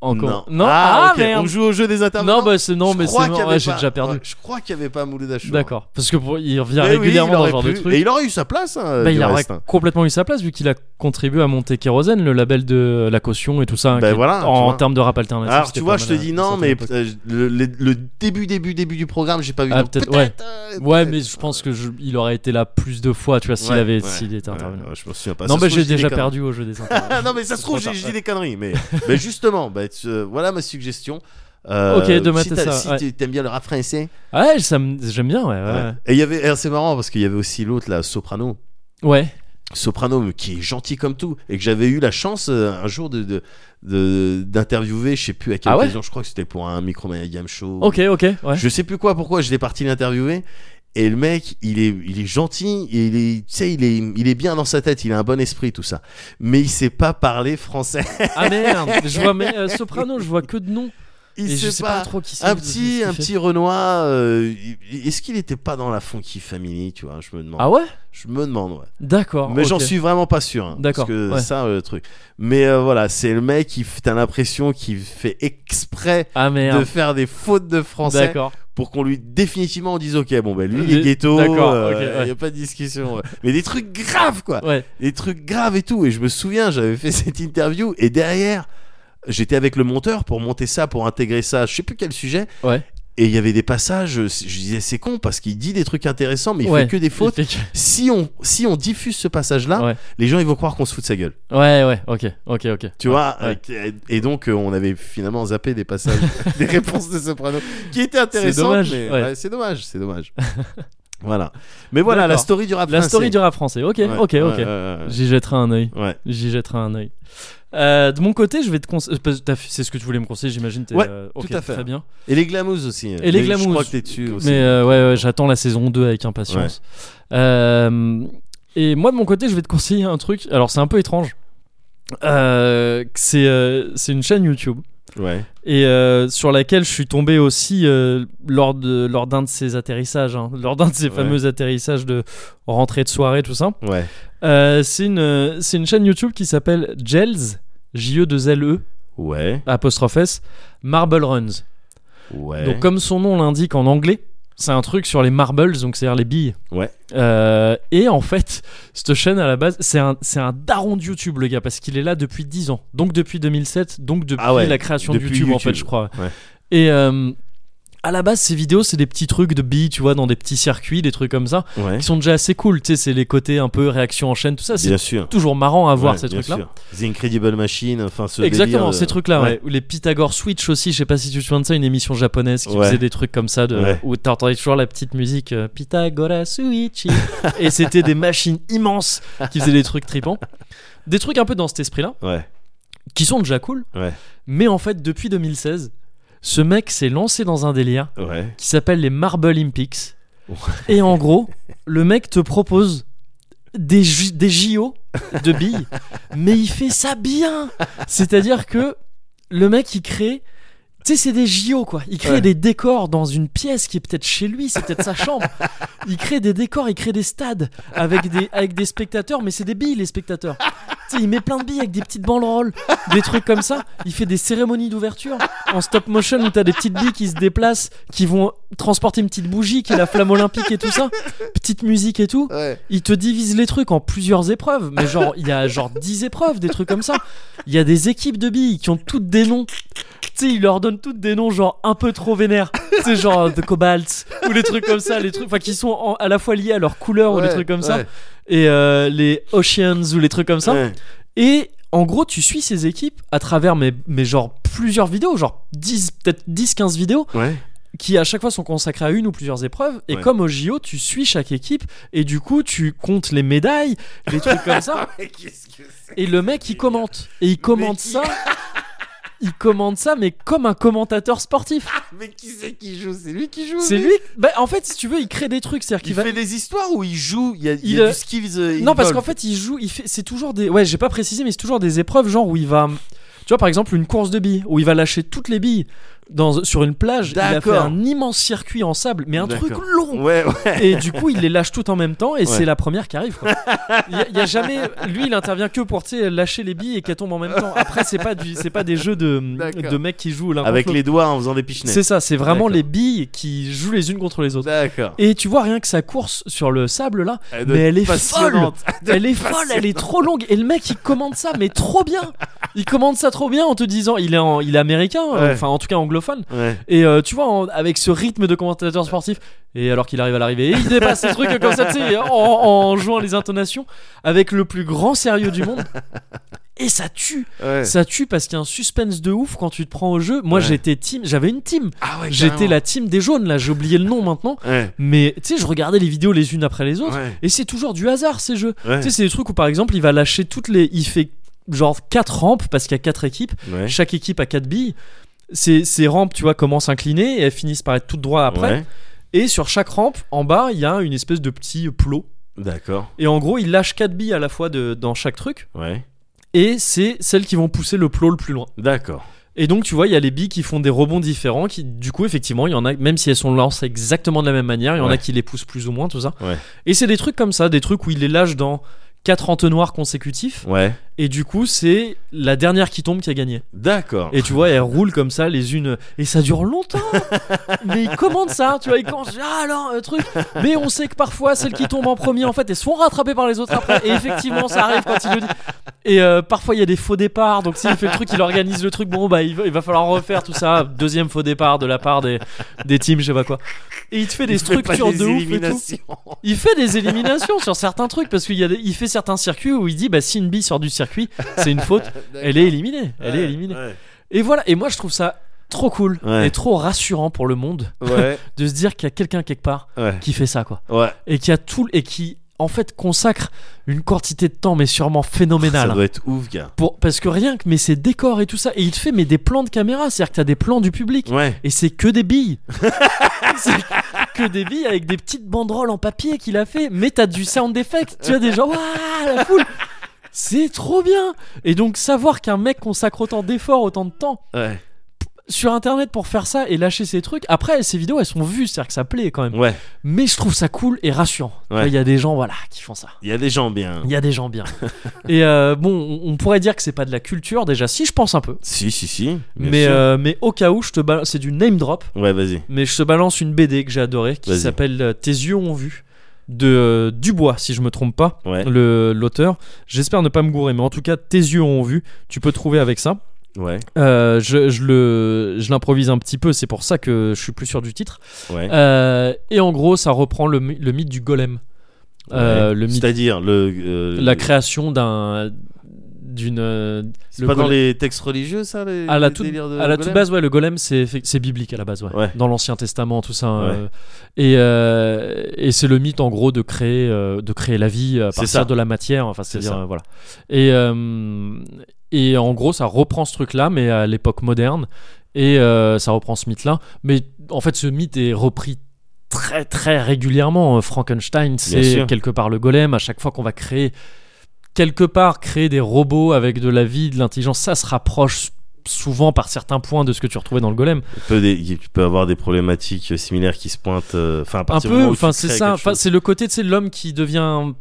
Encore Non. Ah, ok, merde On joue au jeu des intervenants. Non, bah, c'est non, Je mais crois c'est qu'il mort, y avait ouais, j'ai pas- déjà perdu. ouais, je crois qu'il n'y avait pas Mouloud Achour. D'accord. Parce que pour- il revient Mais oui, régulièrement il dans aurait ce genre de pu. truc. Et il aurait eu sa place. hein, Bah, du il aurait reste, hein. complètement eu sa place vu qu'il a contribué à monter Kérosène, le label de la caution et tout ça. hein, Bah, qui- voilà, tu en vois. termes de rap alternatif. Alors c'était tu vois, pas je te mal à- dis à non, certaines mais époques. euh, le, le- le début, début, début du programme, j'ai pas vu. Ah, donc peut-être, ouais. euh, Ouais, peut-être. mais je pense que je- il aurait été là plus de fois, tu vois, s'il Ouais, avait, ouais, s'il était ouais, intervenu. ouais, je me souviens pas. non, Ça mais se trouve, j'ai je dis déjà des conneries. perdu au jeu des intervenants. non, mais ça se trouve, C'est trop j'ai je tard. dis des conneries. Mais, mais justement, bah, tu- euh, voilà ma suggestion. Euh, Ok, de si mater t'as- ça, Si ouais. tu- t'aimes bien le rap français. Ouais, ça Ah me- j'aime bien, ouais, ouais. Et il y avait, et c'est marrant parce qu'il y avait aussi l'autre là, Soprano. Ouais. Soprano, mais qui est gentil comme tout, et que j'avais eu la chance euh, un jour de, de- de- d'interviewer, je sais plus à quelle Ah ouais occasion, je crois que c'était pour un Micromania Game Show. Ok, ok, ouais. Je sais plus quoi, pourquoi je l'ai parti l'interviewer. Et le mec, il est, il est gentil, et il est, tu sais, il est, il est bien dans sa tête, il a un bon esprit, tout ça. Mais il sait pas parler français. Ah merde, je vois mais, euh, Soprano, je vois que de noms. Il et sait je sais pas, trop qui c'est. un de- de- de- petit, ce un qu'il fait. petit Renoir. euh, il- Est-ce qu'il était pas dans la Funky Family, tu vois Je me demande. Ah ouais je me demande, ouais. D'accord. Mais j'en ok. suis vraiment pas sûr. hein, D'accord, Parce que ouais. ça, euh, le truc. Mais euh, voilà, c'est le mec qui, f- t'as l'impression qu'il fait exprès Ah de merde. faire des fautes de français D'accord. pour qu'on lui définitivement on dise ok bon ben lui il Il est est- ghetto il d'accord, ok, ouais. y a pas de discussion ouais. mais des trucs graves quoi Ouais. des trucs graves et tout et je me souviens j'avais fait cette interview et derrière j'étais avec le monteur pour monter ça pour intégrer ça je sais plus quel sujet Ouais. et il y avait des passages je disais c'est con parce qu'il dit des trucs intéressants mais il ouais. fait que des fautes Il fait que- si on si on diffuse ce passage là Ouais. les gens ils vont croire qu'on se fout de sa gueule Ouais, ouais, ok, ok, ok. tu vois ouais. euh, et donc euh, on avait finalement zappé des passages des réponses de Soprano qui étaient intéressantes dommage, mais ouais. ouais, c'est dommage c'est dommage voilà mais voilà la D'accord. story du rap La français. story du rap français, ok, Ouais, ok, ok. ouais, ouais, ouais, J'y jetterai un œil. ouais. J'y jetterai un œil. Euh, de mon côté, je vais te euh, conseiller. C'est ce que tu voulais me conseiller, j'imagine. t'es, Ouais, euh, tout ok, à fait. Très bien. et les glamous aussi hein. Et les je Glamouz. crois que t'es dessus aussi Mais euh, ouais, ouais, j'attends la saison 2 avec impatience. Euh, et moi, de mon côté, je vais te conseiller un truc. Alors, c'est un peu étrange. Euh, que c'est euh, c'est une chaîne YouTube ouais et euh, sur laquelle je suis tombé aussi euh, lors de lors d'un de ces atterrissages, hein, lors d'un de ces Ouais. fameux atterrissages de rentrée de soirée, tout ça. ouais Euh, c'est une euh, c'est une chaîne YouTube qui s'appelle Gels J E 2 L E ouais apostrophe S Marble Runs. ouais Donc comme son nom l'indique en anglais, c'est un truc sur les marbles, donc c'est-à-dire les billes. Ouais. Euh, et en fait, cette chaîne à la base, c'est un, c'est un daron de YouTube, le gars, parce qu'il est là depuis 10 ans. Donc depuis 2007, donc depuis Ah ouais, la création de depuis YouTube, en fait, YouTube. je crois. Ouais. Et euh, à la base, ces vidéos, c'est des petits trucs de billes, tu vois, dans des petits circuits, des trucs comme ça, ouais qui sont déjà assez cool. Tu sais, c'est les côtés un peu réaction en chaîne, tout ça. C'est bien sûr toujours marrant à voir, Ouais, ces bien trucs-là. sûr. The Incredible Machine enfin ce Exactement, délire de- ces trucs-là, Ouais. ouais. Ou les Pythagore Switch aussi, je sais pas si tu te souviens de ça, une émission japonaise qui Ouais. faisait des trucs comme ça, de, Ouais. où t'entendais toujours la petite musique euh, Pythagore Switch. et c'était des machines immenses qui faisaient des trucs tripants. Des trucs un peu dans cet esprit-là, ouais qui sont déjà cool. Ouais. Mais en fait, depuis 2016, ce mec s'est lancé dans un délire ouais qui s'appelle les Marble Olympics. Ouais. Et en gros, le mec te propose des, ju- des JO de billes, mais il fait ça bien. C'est-à-dire que le mec, il crée. Tu sais, c'est des JO quoi. Il crée Ouais. des décors dans une pièce qui est peut-être chez lui, c'est peut-être sa chambre. Il crée des décors, il crée des stades avec des, avec des spectateurs, mais c'est des billes les spectateurs. Tu sais, il met plein de billes avec des petites banderoles, des trucs comme ça. Il fait des cérémonies d'ouverture en stop motion où t'as des petites billes qui se déplacent, qui vont transporter une petite bougie qui est la flamme olympique et tout ça. Petite musique et tout. ouais Il te divise les trucs en plusieurs épreuves, mais genre il y a genre 10 épreuves, des trucs comme ça. Il y a des équipes de billes qui ont toutes des noms. Tu sais, il leur donne toutes des noms genre un peu trop vénères, tu sais genre de cobalt ou les trucs comme ça, les trucs enfin qui sont en- à la fois liés à leur couleur ou des Ouais, trucs comme ça ouais, et euh, les oceans ou les trucs comme ça. ouais. Et en gros, tu suis ces équipes à travers mes, mes genre plusieurs vidéos, genre 10 peut-être 10 15 vidéos ouais qui à chaque fois sont consacrées à une ou plusieurs épreuves et Ouais. comme au JO, tu suis chaque équipe et du coup, tu comptes les médailles, les trucs comme ça Mais qu'est-ce que c'est et le mec il commente et il commente qui- ça Il commente ça, mais comme un commentateur sportif. mais qui c'est qui joue c'est lui qui joue C'est lui. Bah, en fait, si tu veux, il crée des trucs. C'est-à-dire qui qu'il va. fait des histoires ou il joue il y a, il y Il, a euh, du skills euh, Non, parce involved. qu'en fait, il joue. Il fait. C'est toujours des. Ouais, j'ai pas précisé, mais c'est toujours des épreuves genre où il va. Tu vois, par exemple, une course de billes où il va lâcher toutes les billes dans, sur une plage. Il a fait D'accord. un immense circuit en sable, mais un truc D'accord. long. ouais ouais Et du coup, il les lâche toutes en même temps et Ouais. c'est la première qui arrive. quoi. Il y a- il y, a jamais. Lui, il intervient que pour tu sais, lâcher les billes et qu'elles tombent en même temps. Après, c'est pas du, c'est pas des jeux de D'accord. de mecs qui jouent l'un avec contre les doigts en faisant des l'autre. pichenettes C'est ça. C'est vraiment D'accord. les billes qui jouent les unes contre les autres. D'accord. Et tu vois rien que sa course sur le sable là, Elle doit mais être elle est folle. passionnante. Elle est folle, elle est trop longue. Et le mec, il commande ça, mais trop bien. Il commande ça trop bien en te disant, il est, en- il est américain, euh, Ouais. enfin en tout cas anglophone. Ouais. Et euh, tu vois, en- avec ce rythme de commentateur sportif, et alors qu'il arrive à l'arrivée, et il dépasse ces trucs comme ça, tu sais, en, en jouant les intonations, avec le plus grand sérieux du monde. et ça tue. Ouais. Ça tue parce qu'il y a un suspense de ouf quand tu te prends au jeu. Moi, Ouais. j'étais team, j'avais une team. Ah ouais, J'étais carrément. la team des jaunes là, j'ai oublié le nom maintenant. Ouais. Mais tu sais, je regardais les vidéos les unes après les autres. Ouais. Et c'est toujours du hasard ces jeux. Ouais. Tu sais, c'est des trucs où par exemple, il va lâcher toutes les. Il fait genre 4 rampes parce qu'il y a 4 équipes. Ouais. Chaque équipe a 4 billes. Ces, ces rampes, tu vois, commencent inclinées et elles finissent par être toutes droites après. Ouais. Et sur chaque rampe, en bas, il y a une espèce de petit plot. D'accord. Et en gros, il lâche 4 billes à la fois de, dans chaque truc. Ouais. Et c'est celles qui vont pousser le plot le plus loin. D'accord. Et donc, tu vois, il y a les billes qui font des rebonds différents. Qui, du coup, effectivement, il y en a, même si elles sont lancées exactement de la même manière, il y en a Ouais. qui les poussent plus ou moins, tout ça. Ouais. Et c'est des trucs comme ça, des trucs où il les lâche dans quatre entonnoirs consécutifs. Ouais. Et du coup, c'est la dernière qui tombe qui a gagné. D'accord. Et tu vois, elles roulent comme ça les unes. Et ça dure longtemps. Mais ils commandent ça, tu vois. Ils commencent. Ah alors, un truc. Mais on sait que parfois, celles qui tombent en premier, en fait, elles se font rattraper par les autres après. Et effectivement, ça arrive quand il le dit. Et euh, parfois, il y a des faux départs. Donc, s'il fait le truc, il organise le truc. Bon, bah, il va, il va falloir refaire tout ça. Deuxième faux départ de la part des, des teams, je sais pas quoi. Et il te fait des structures de ouf et tout. Il fait des éliminations sur certains trucs parce qu'il y a des- il fait certains circuits où il dit bah si une bille sort du circuit, c'est une faute, elle est éliminée, elle est éliminée. Ouais. Et voilà, et moi je trouve ça trop cool Ouais. et trop rassurant pour le monde Ouais. de se dire qu'il y a quelqu'un quelque part Ouais. qui fait ça quoi Ouais. et qui a tout et qui en fait consacre une quantité de temps mais sûrement Ça phénoménale. doit être ouf, gars. pour, parce que rien que mais ces décors et tout ça et il te fait mais des plans de caméra, c'est-à-dire que t'as des plans du public Ouais. et c'est que des billes. c'est que des billes avec des petites banderoles en papier qu'il a fait. Mais t'as du sound effect. Tu as des gens, waouh, la foule. C'est trop bien. Et donc savoir qu'un mec consacre autant d'efforts, autant de temps Ouais. sur internet pour faire ça et lâcher ses trucs. Après, ces vidéos, elles sont vues, c'est-à-dire que ça plaît quand même. Ouais. Mais je trouve ça cool et rassurant. Tu vois, Ouais. Il y a des gens, voilà, qui font ça. Il y a des gens bien. Il y a des gens bien. et euh, bon, on on pourrait dire que c'est pas de la culture déjà. Si je pense un peu. Si, si, si. bien Mais, sûr. euh, mais au cas où, je te balance- c'est du name drop Ouais, vas-y. mais je te balance une BD que j'ai adorée qui Vas-y. s'appelle euh, Tes yeux ont vu de euh, Dubois si je me trompe pas Ouais. le l'auteur j'espère ne pas me gourer mais en tout cas Tes yeux ont vu tu peux trouver avec ça Ouais. Euh, je, je le je l'improvise un petit peu c'est pour ça que je suis plus sûr du titre Ouais. Euh, et en gros ça reprend le, my- le mythe du golem Euh, Ouais. le mythe C'est-à-dire le. euh, la création d'un d'une euh, C'est le pas dans golem- les textes religieux, ça, les, à la, les toute, délires de à la golem toute base, ouais, le golem, c'est effe- c'est biblique à la base, ouais. Ouais. Dans l'Ancien Testament, tout ça. euh, et euh, et c'est le mythe, en gros, de créer, euh, de créer la vie à C'est partir ça. de la matière. Enfin, C'est c'est-à-dire, ça. euh, voilà. Et, euh, et en gros, ça reprend ce truc-là, mais à l'époque moderne. Et euh, ça reprend ce mythe-là. Mais en fait, ce mythe est repris très, très régulièrement. Euh, Frankenstein, c'est sûr. quelque part le golem. À chaque fois qu'on va créer, quelque part, créer des robots avec de la vie, de l'intelligence, ça se rapproche souvent par certains points de ce que tu retrouvais dans le golem. Tu peux, des- tu peux avoir des problématiques euh, similaires qui se pointent. euh, Enfin, à Un partir du peu, moment où enfin, tu c'est crées ça. quelque Enfin, chose, c'est le côté de l'homme qui devient bien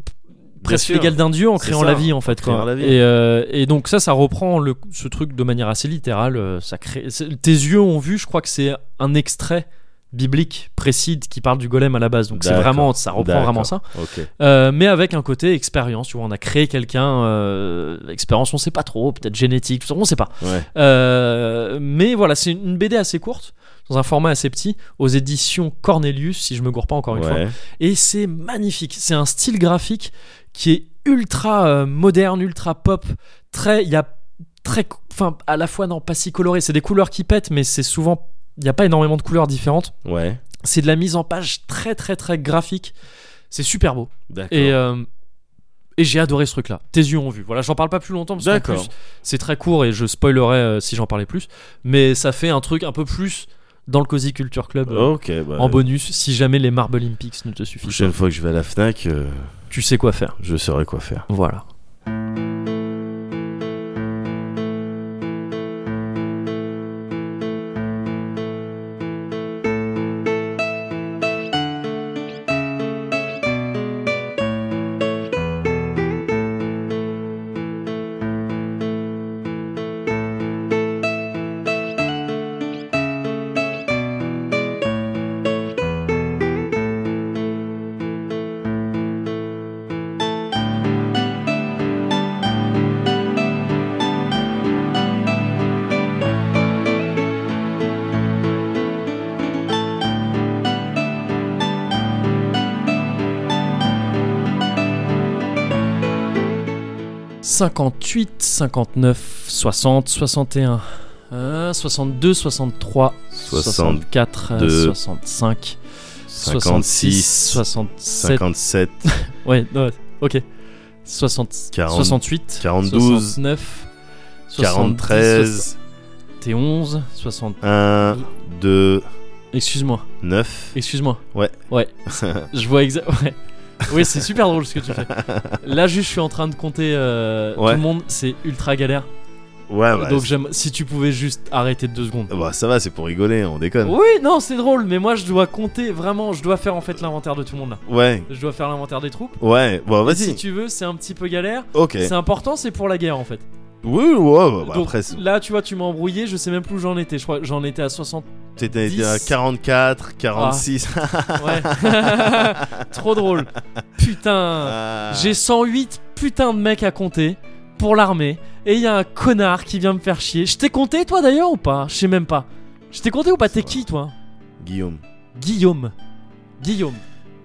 presque sûr. l'égal d'un dieu en C'est créant ça, la vie en fait créant quoi. la vie. Et, euh, et donc ça ça reprend le, ce truc de manière assez littérale euh, ça crée c'est- tes yeux ont vu je crois que c'est un extrait biblique précis qui parle du golem à la base donc c'est D'accord. vraiment ça reprend D'accord. vraiment ça Ok. Euh, mais avec un côté expérience tu vois on a créé quelqu'un euh, expérience on sait pas trop peut-être génétique on sait pas Ouais. Euh, mais voilà c'est une BD assez courte dans un format assez petit aux éditions Cornelius si je me gourre pas encore une fois ouais. et c'est magnifique. C'est un style graphique qui est ultra euh, moderne, ultra pop. Très, il y a très, cou- enfin à la fois non pas si coloré. C'est des couleurs qui pètent, mais c'est souvent il n'y a pas énormément de couleurs différentes. Ouais. C'est de la mise en page très très très graphique. C'est super beau. D'accord. Et euh, et j'ai adoré ce truc-là. Tes yeux ont vu. Voilà, j'en parle pas plus longtemps parce qu'en D'accord. plus c'est très court et je spoilerais euh, si j'en parlais plus. Mais ça fait un truc un peu plus dans le Cozy Culture Club euh, Ok. Bah, en bonus si jamais les Marble Olympics ne te suffisent. prochaine fois que je vais à la Fnac, euh, Tu sais quoi faire. je saurai quoi faire. Voilà. 58, 59, 60, 61, euh, 62, 63, 64, euh, 62, 65, 56, 67. 57, Ouais, non, ouais, ok. 60, 40, 68, 42, 69, 43, 71, 60. 1, 2, Excuse-moi, 9. excuse-moi. Ouais. Ouais. Je vois exactement. Ouais. Oui, c'est super drôle ce que tu fais. Là, juste, je suis en train de compter euh, Ouais. tout le monde. C'est ultra galère. Ouais, bah, Donc, j'aime. Si tu pouvais juste arrêter deux secondes. bah, ça va, c'est pour rigoler, on déconne. Oui, non, c'est drôle, mais moi, je dois compter vraiment. Je dois faire en fait l'inventaire de tout le monde là. Ouais, Je dois faire l'inventaire des troupes. ouais, bon, vas-y. Si tu veux, c'est un petit peu galère. Ok. C'est important, c'est pour la guerre en fait. Oui, ouais, ouais, bah, Donc, après, c'est- là, tu vois, tu m'as embrouillé. Je sais même plus où j'en étais. Je crois que j'en étais à 60. t'étais dix. Ah, à 44, 46. Ouais. Trop drôle. Putain. Ah. J'ai 108 putains de mecs à compter pour l'armée et il y a un connard qui vient me faire chier. Je t'ai compté toi d'ailleurs ou pas Je sais même pas. Je t'ai compté ou pas T'es Ça qui toi Guillaume. Guillaume. Guillaume.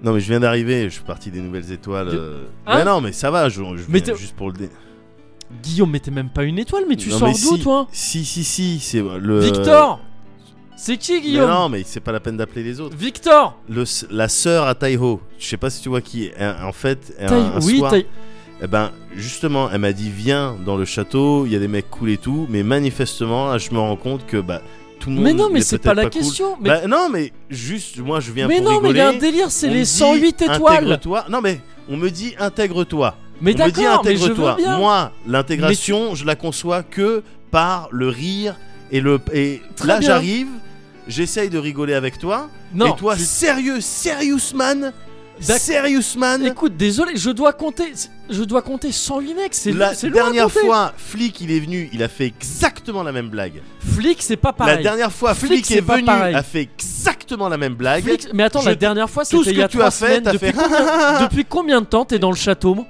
Non, mais je viens d'arriver, je suis parti des Nouvelles Étoiles. Gu- euh. Hein mais non, mais ça va, je, je Mais viens t'es- juste pour le. dé- Guillaume, mais t'es même pas une étoile, mais tu Non, sors mais d'où si, toi Si, si, si, c'est le. Victor C'est qui Mais Guillaume non, mais c'est pas la peine d'appeler les autres. Victor Le, s- la sœur à Taiho, je sais pas si tu vois qui, est. en fait, un, Taï- un Oui, soir, Taï- eh ben, justement, elle m'a dit viens dans le château, il y a des mecs cool et tout, mais manifestement, là, je me rends compte que bah, tout le monde. Mais non, mais n'est c'est peut-être pas la cool. question. Mais, Bah, non, mais juste, moi, je viens mais pour non, mais il rigoler. y a un délire, c'est On les me dit, 108 étoiles. Intègre-toi. Non, mais on me dit intègre-toi. Mais On me dit d'accord, mais je veux intègre-toi. bien. Moi, l'intégration, je la conçois que par le rire et le. Et Très là, bien. j'arrive, j'essaye de rigoler avec toi. non, et toi, tu- sérieux, serious man, D'ac- serious man. Écoute, désolé, je dois compter, je dois compter 108 mecs, c'est La c'est lourd à dernière compter. fois, flic, il est venu, il a fait exactement la même blague. Flic, c'est pas pareil. La dernière fois, Flic, flic, c'est est pas venu, pareil. a fait exactement la même blague. Flic- mais attends, je la te- dernière fois, c'était Tout ce il y que a tu as trois fait, semaines. t'as Depuis, fait. depuis combien de temps t'es dans le château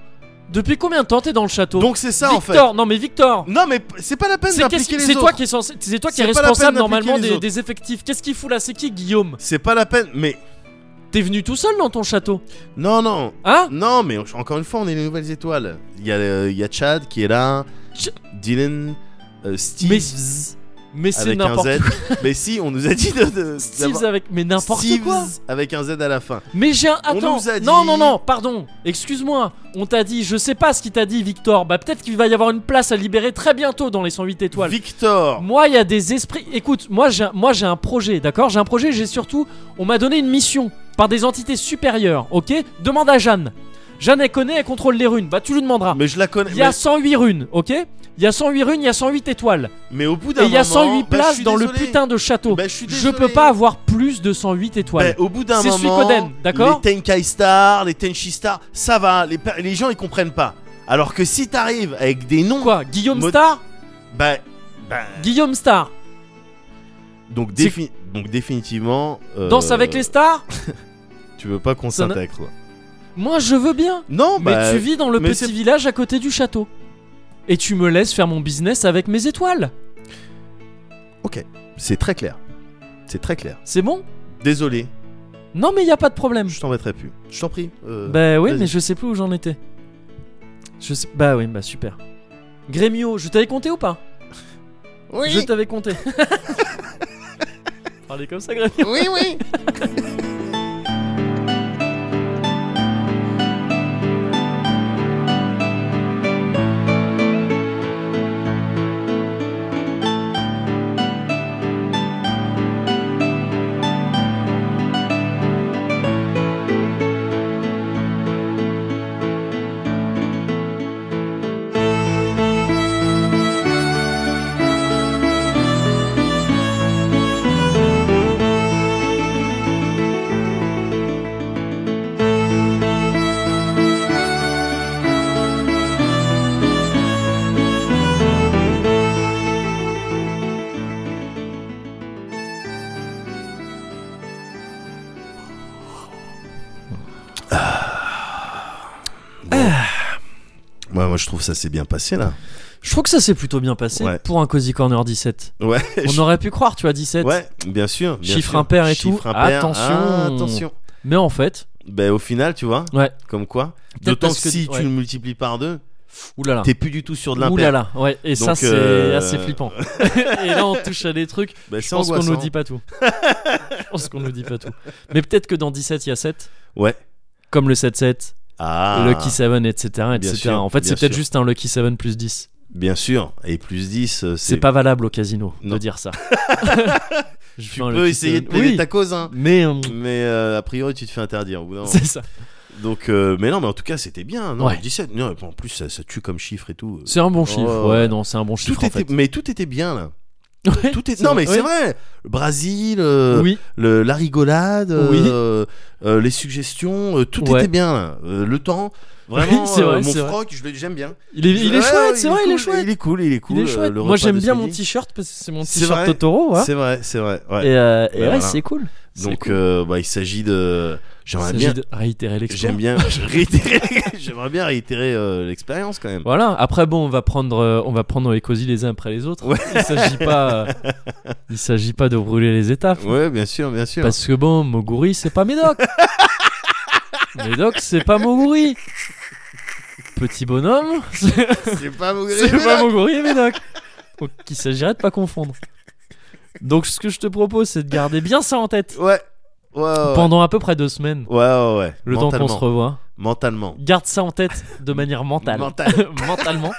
Depuis combien de temps t'es dans le château Donc c'est ça en fait. Victor, non mais Victor, Non, mais p- c'est pas la peine c'est qu'est-ce d'appliquer qui- les c'est autres. toi qui est censé, c'est toi qui C'est est pas la peine responsable d'appliquer normalement les des, autres. des effectifs. Qu'est-ce qu'il fout là C'est qui Guillaume C'est pas la peine, mais T'es venu tout seul dans ton château, non, non, hein non, mais on- encore une fois, on est les nouvelles étoiles. Il y, a, euh, il y a Chad qui est là, Ch- Dylan, euh, Steve Mais mais c'est avec un n'importe. Z. mais si, on nous a dit de. de- Steve's d'avoir- avec, mais n'importe Steve's quoi. avec un Z à la fin. Mais j'ai un. On Attends. nous a dit- Non, non, non, pardon. Excuse-moi. On t'a dit, je sais pas ce qu'il t'a dit, Victor. Bah, peut-être qu'il va y avoir une place à libérer très bientôt dans les 108 étoiles. Victor. Moi, il y a des esprits. Écoute, moi, j'ai, moi, j'ai un projet, d'accord J'ai un projet, j'ai surtout. On m'a donné une mission par des entités supérieures, ok Demande à Jeanne. Jeanne, elle connaît, elle contrôle les runes. Bah, tu lui demanderas. Mais je la connais. Il y a Mais, 108 runes, ok Il y a 108 runes, il y a 108 étoiles. mais au bout d'un Et il moment. y a 108 bah, je places suis dans le désolé. putain de château. Bah, je suis je désolé. peux pas avoir plus de 108 étoiles. Bah, au bout d'un C'est moment, Suikoden, d'accord les Tenkai Star, les Tenchi Star, ça va, les, pa- les gens ils comprennent pas. Alors que si t'arrives avec des noms, Quoi Guillaume Mo- Star bah, bah Guillaume Star. Donc, C'est- défi- donc définitivement. euh, Danse avec les stars Tu veux pas qu'on Ça n'a- s'intègre quoi. Moi je veux bien. Non, Mais bah. tu vis dans le mais petit c'est- village à côté du château. Et tu me laisses faire mon business avec mes étoiles. C'est très clair. C'est très clair. C'est bon Désolé, Non mais y a pas de problème. je t'embêterai plus. Je t'en prie. euh, Bah oui vas-y. mais je sais plus où j'en étais. Je sais... Bah oui bah super. Grémio, je t'avais compté ou pas Oui. Je t'avais compté. Parlez comme ça Grémio. Oui, oui. Ouais, moi je trouve ça s'est bien passé là. Je trouve que ça s'est plutôt bien passé Ouais. pour un Cozy Corner 17. Ouais. On je- aurait pu croire, tu vois, 17. Ouais, bien sûr. bien Chiffre sûr. impair et Chiffre tout. impair. Attention. Ah, attention. Mais en fait, Bah, au final, tu vois, ouais. comme quoi. Peut-être D'autant que parce que- si ouais. Ah. tu le multiplies par deux, Oulala. T'es plus du tout sur de Ouh l'impair. là là, ouais, et ça Donc, c'est euh, assez flippant. et là on touche à des trucs, Bah, je c'est pense qu'on angoissant. nous dit pas tout. je pense qu'on nous dit pas tout. Mais peut-être que dans 17 il y a 7, Ouais. comme le 7-7, Ah. Lucky 7, etc. etc. sûr, en fait bien c'est peut-être sûr. juste un Lucky 7 plus 10. Bien sûr. Et plus 10, euh, c'est. C'est pas valable au casino Non. de dire ça. Je Tu fais un peux Lucky essayer de Seven. plaider Oui, ta cause, hein. Mais euh, Mais euh, a priori, tu te fais interdire. au bout d'un moment. c'est ça. Donc, euh, mais non, mais en tout cas, c'était bien. Non, Ouais. 17. Non, et puis en plus, ça, ça tue comme chiffre et tout. C'est un bon chiffre. ouais. Ouais, non, c'est un bon Oh. Tout chiffre en était, fait. mais tout était bien là. Ouais, Tout est... c'est Non, vrai. mais c'est Ouais. vrai. Le Brésil, euh, Oui, le, la rigolade, Oui. euh, euh, les suggestions, euh, tout Ouais. était bien. là. Euh, le temps, vraiment, Oui, c'est vrai, euh, mon c'est vrai. froc, je le- j'aime bien. il est, il est Ouais, chouette, c'est vrai, il est cool, chouette. Il est cool, il est cool. Il est euh, chouette. le Moi repas j'aime de bien ce mon midi. t-shirt parce que c'est mon C'est t-shirt vrai. Totoro. ouais. C'est vrai, c'est vrai. ouais. Et, euh, et Ben ouais, voilà. c'est cool. C'est Donc, cool. euh, bah, il s'agit de. J'aimerais Il bien. s'agit de réitérer l'exploit. J'aime bien. je réitérer- J'aimerais bien réitérer euh, l'expérience quand même. Voilà. Après bon, on va prendre, euh, on va prendre les cosy les uns après les autres. Ouais. Il s'agit pas, euh, il s'agit pas de brûler les étapes. Ouais, bien sûr, bien sûr. Parce que bon, Moguri c'est pas Médoc. Médoc c'est pas Moguri. Petit bonhomme, c'est C'est pas mon c'est pas Moguri et Médoc. Donc il s'agirait de pas confondre. Donc ce que je te propose c'est de garder bien ça en tête Ouais. Ouais, Ah ouais. pendant à peu près deux semaines, Ouais, ouais, ouais. le temps qu'on se revoit. Mentalement. Garde ça en tête de manière mentale. Mental. mentalement.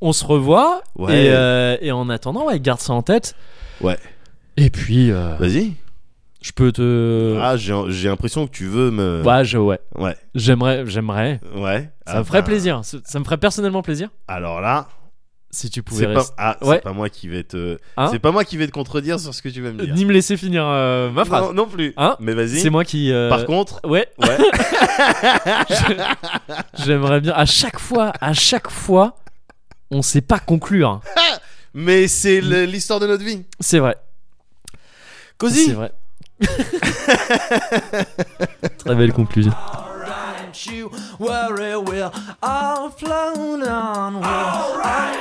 On se revoit. Ouais. Et, euh, et en attendant, ouais, garde ça en tête. Ouais. Et puis, euh, Vas-y. je peux te. Ah, j'ai j'ai l'impression que tu veux me. Ouais, je- ouais. Ouais. J'aimerais, j'aimerais. Ouais. Ça Ah, me ferait ben, plaisir. Ça ça me ferait personnellement plaisir Alors là, si tu pouvais c'est pas, rester. ah, c'est Ouais. pas moi qui vais te. Hein c'est pas moi qui vais te contredire sur ce que tu vas me dire. Ni me laisser finir euh, ma phrase. Non, non plus. Hein Mais vas-y. C'est moi qui. euh, Par contre, Ouais. Ouais. Je- J'aimerais bien. À chaque fois, à chaque fois, on sait pas conclure. mais c'est le- l'histoire de notre vie. C'est vrai. C'est Cosy. vrai. Très belle conclusion. Aren't you worry we're all flown on? We're all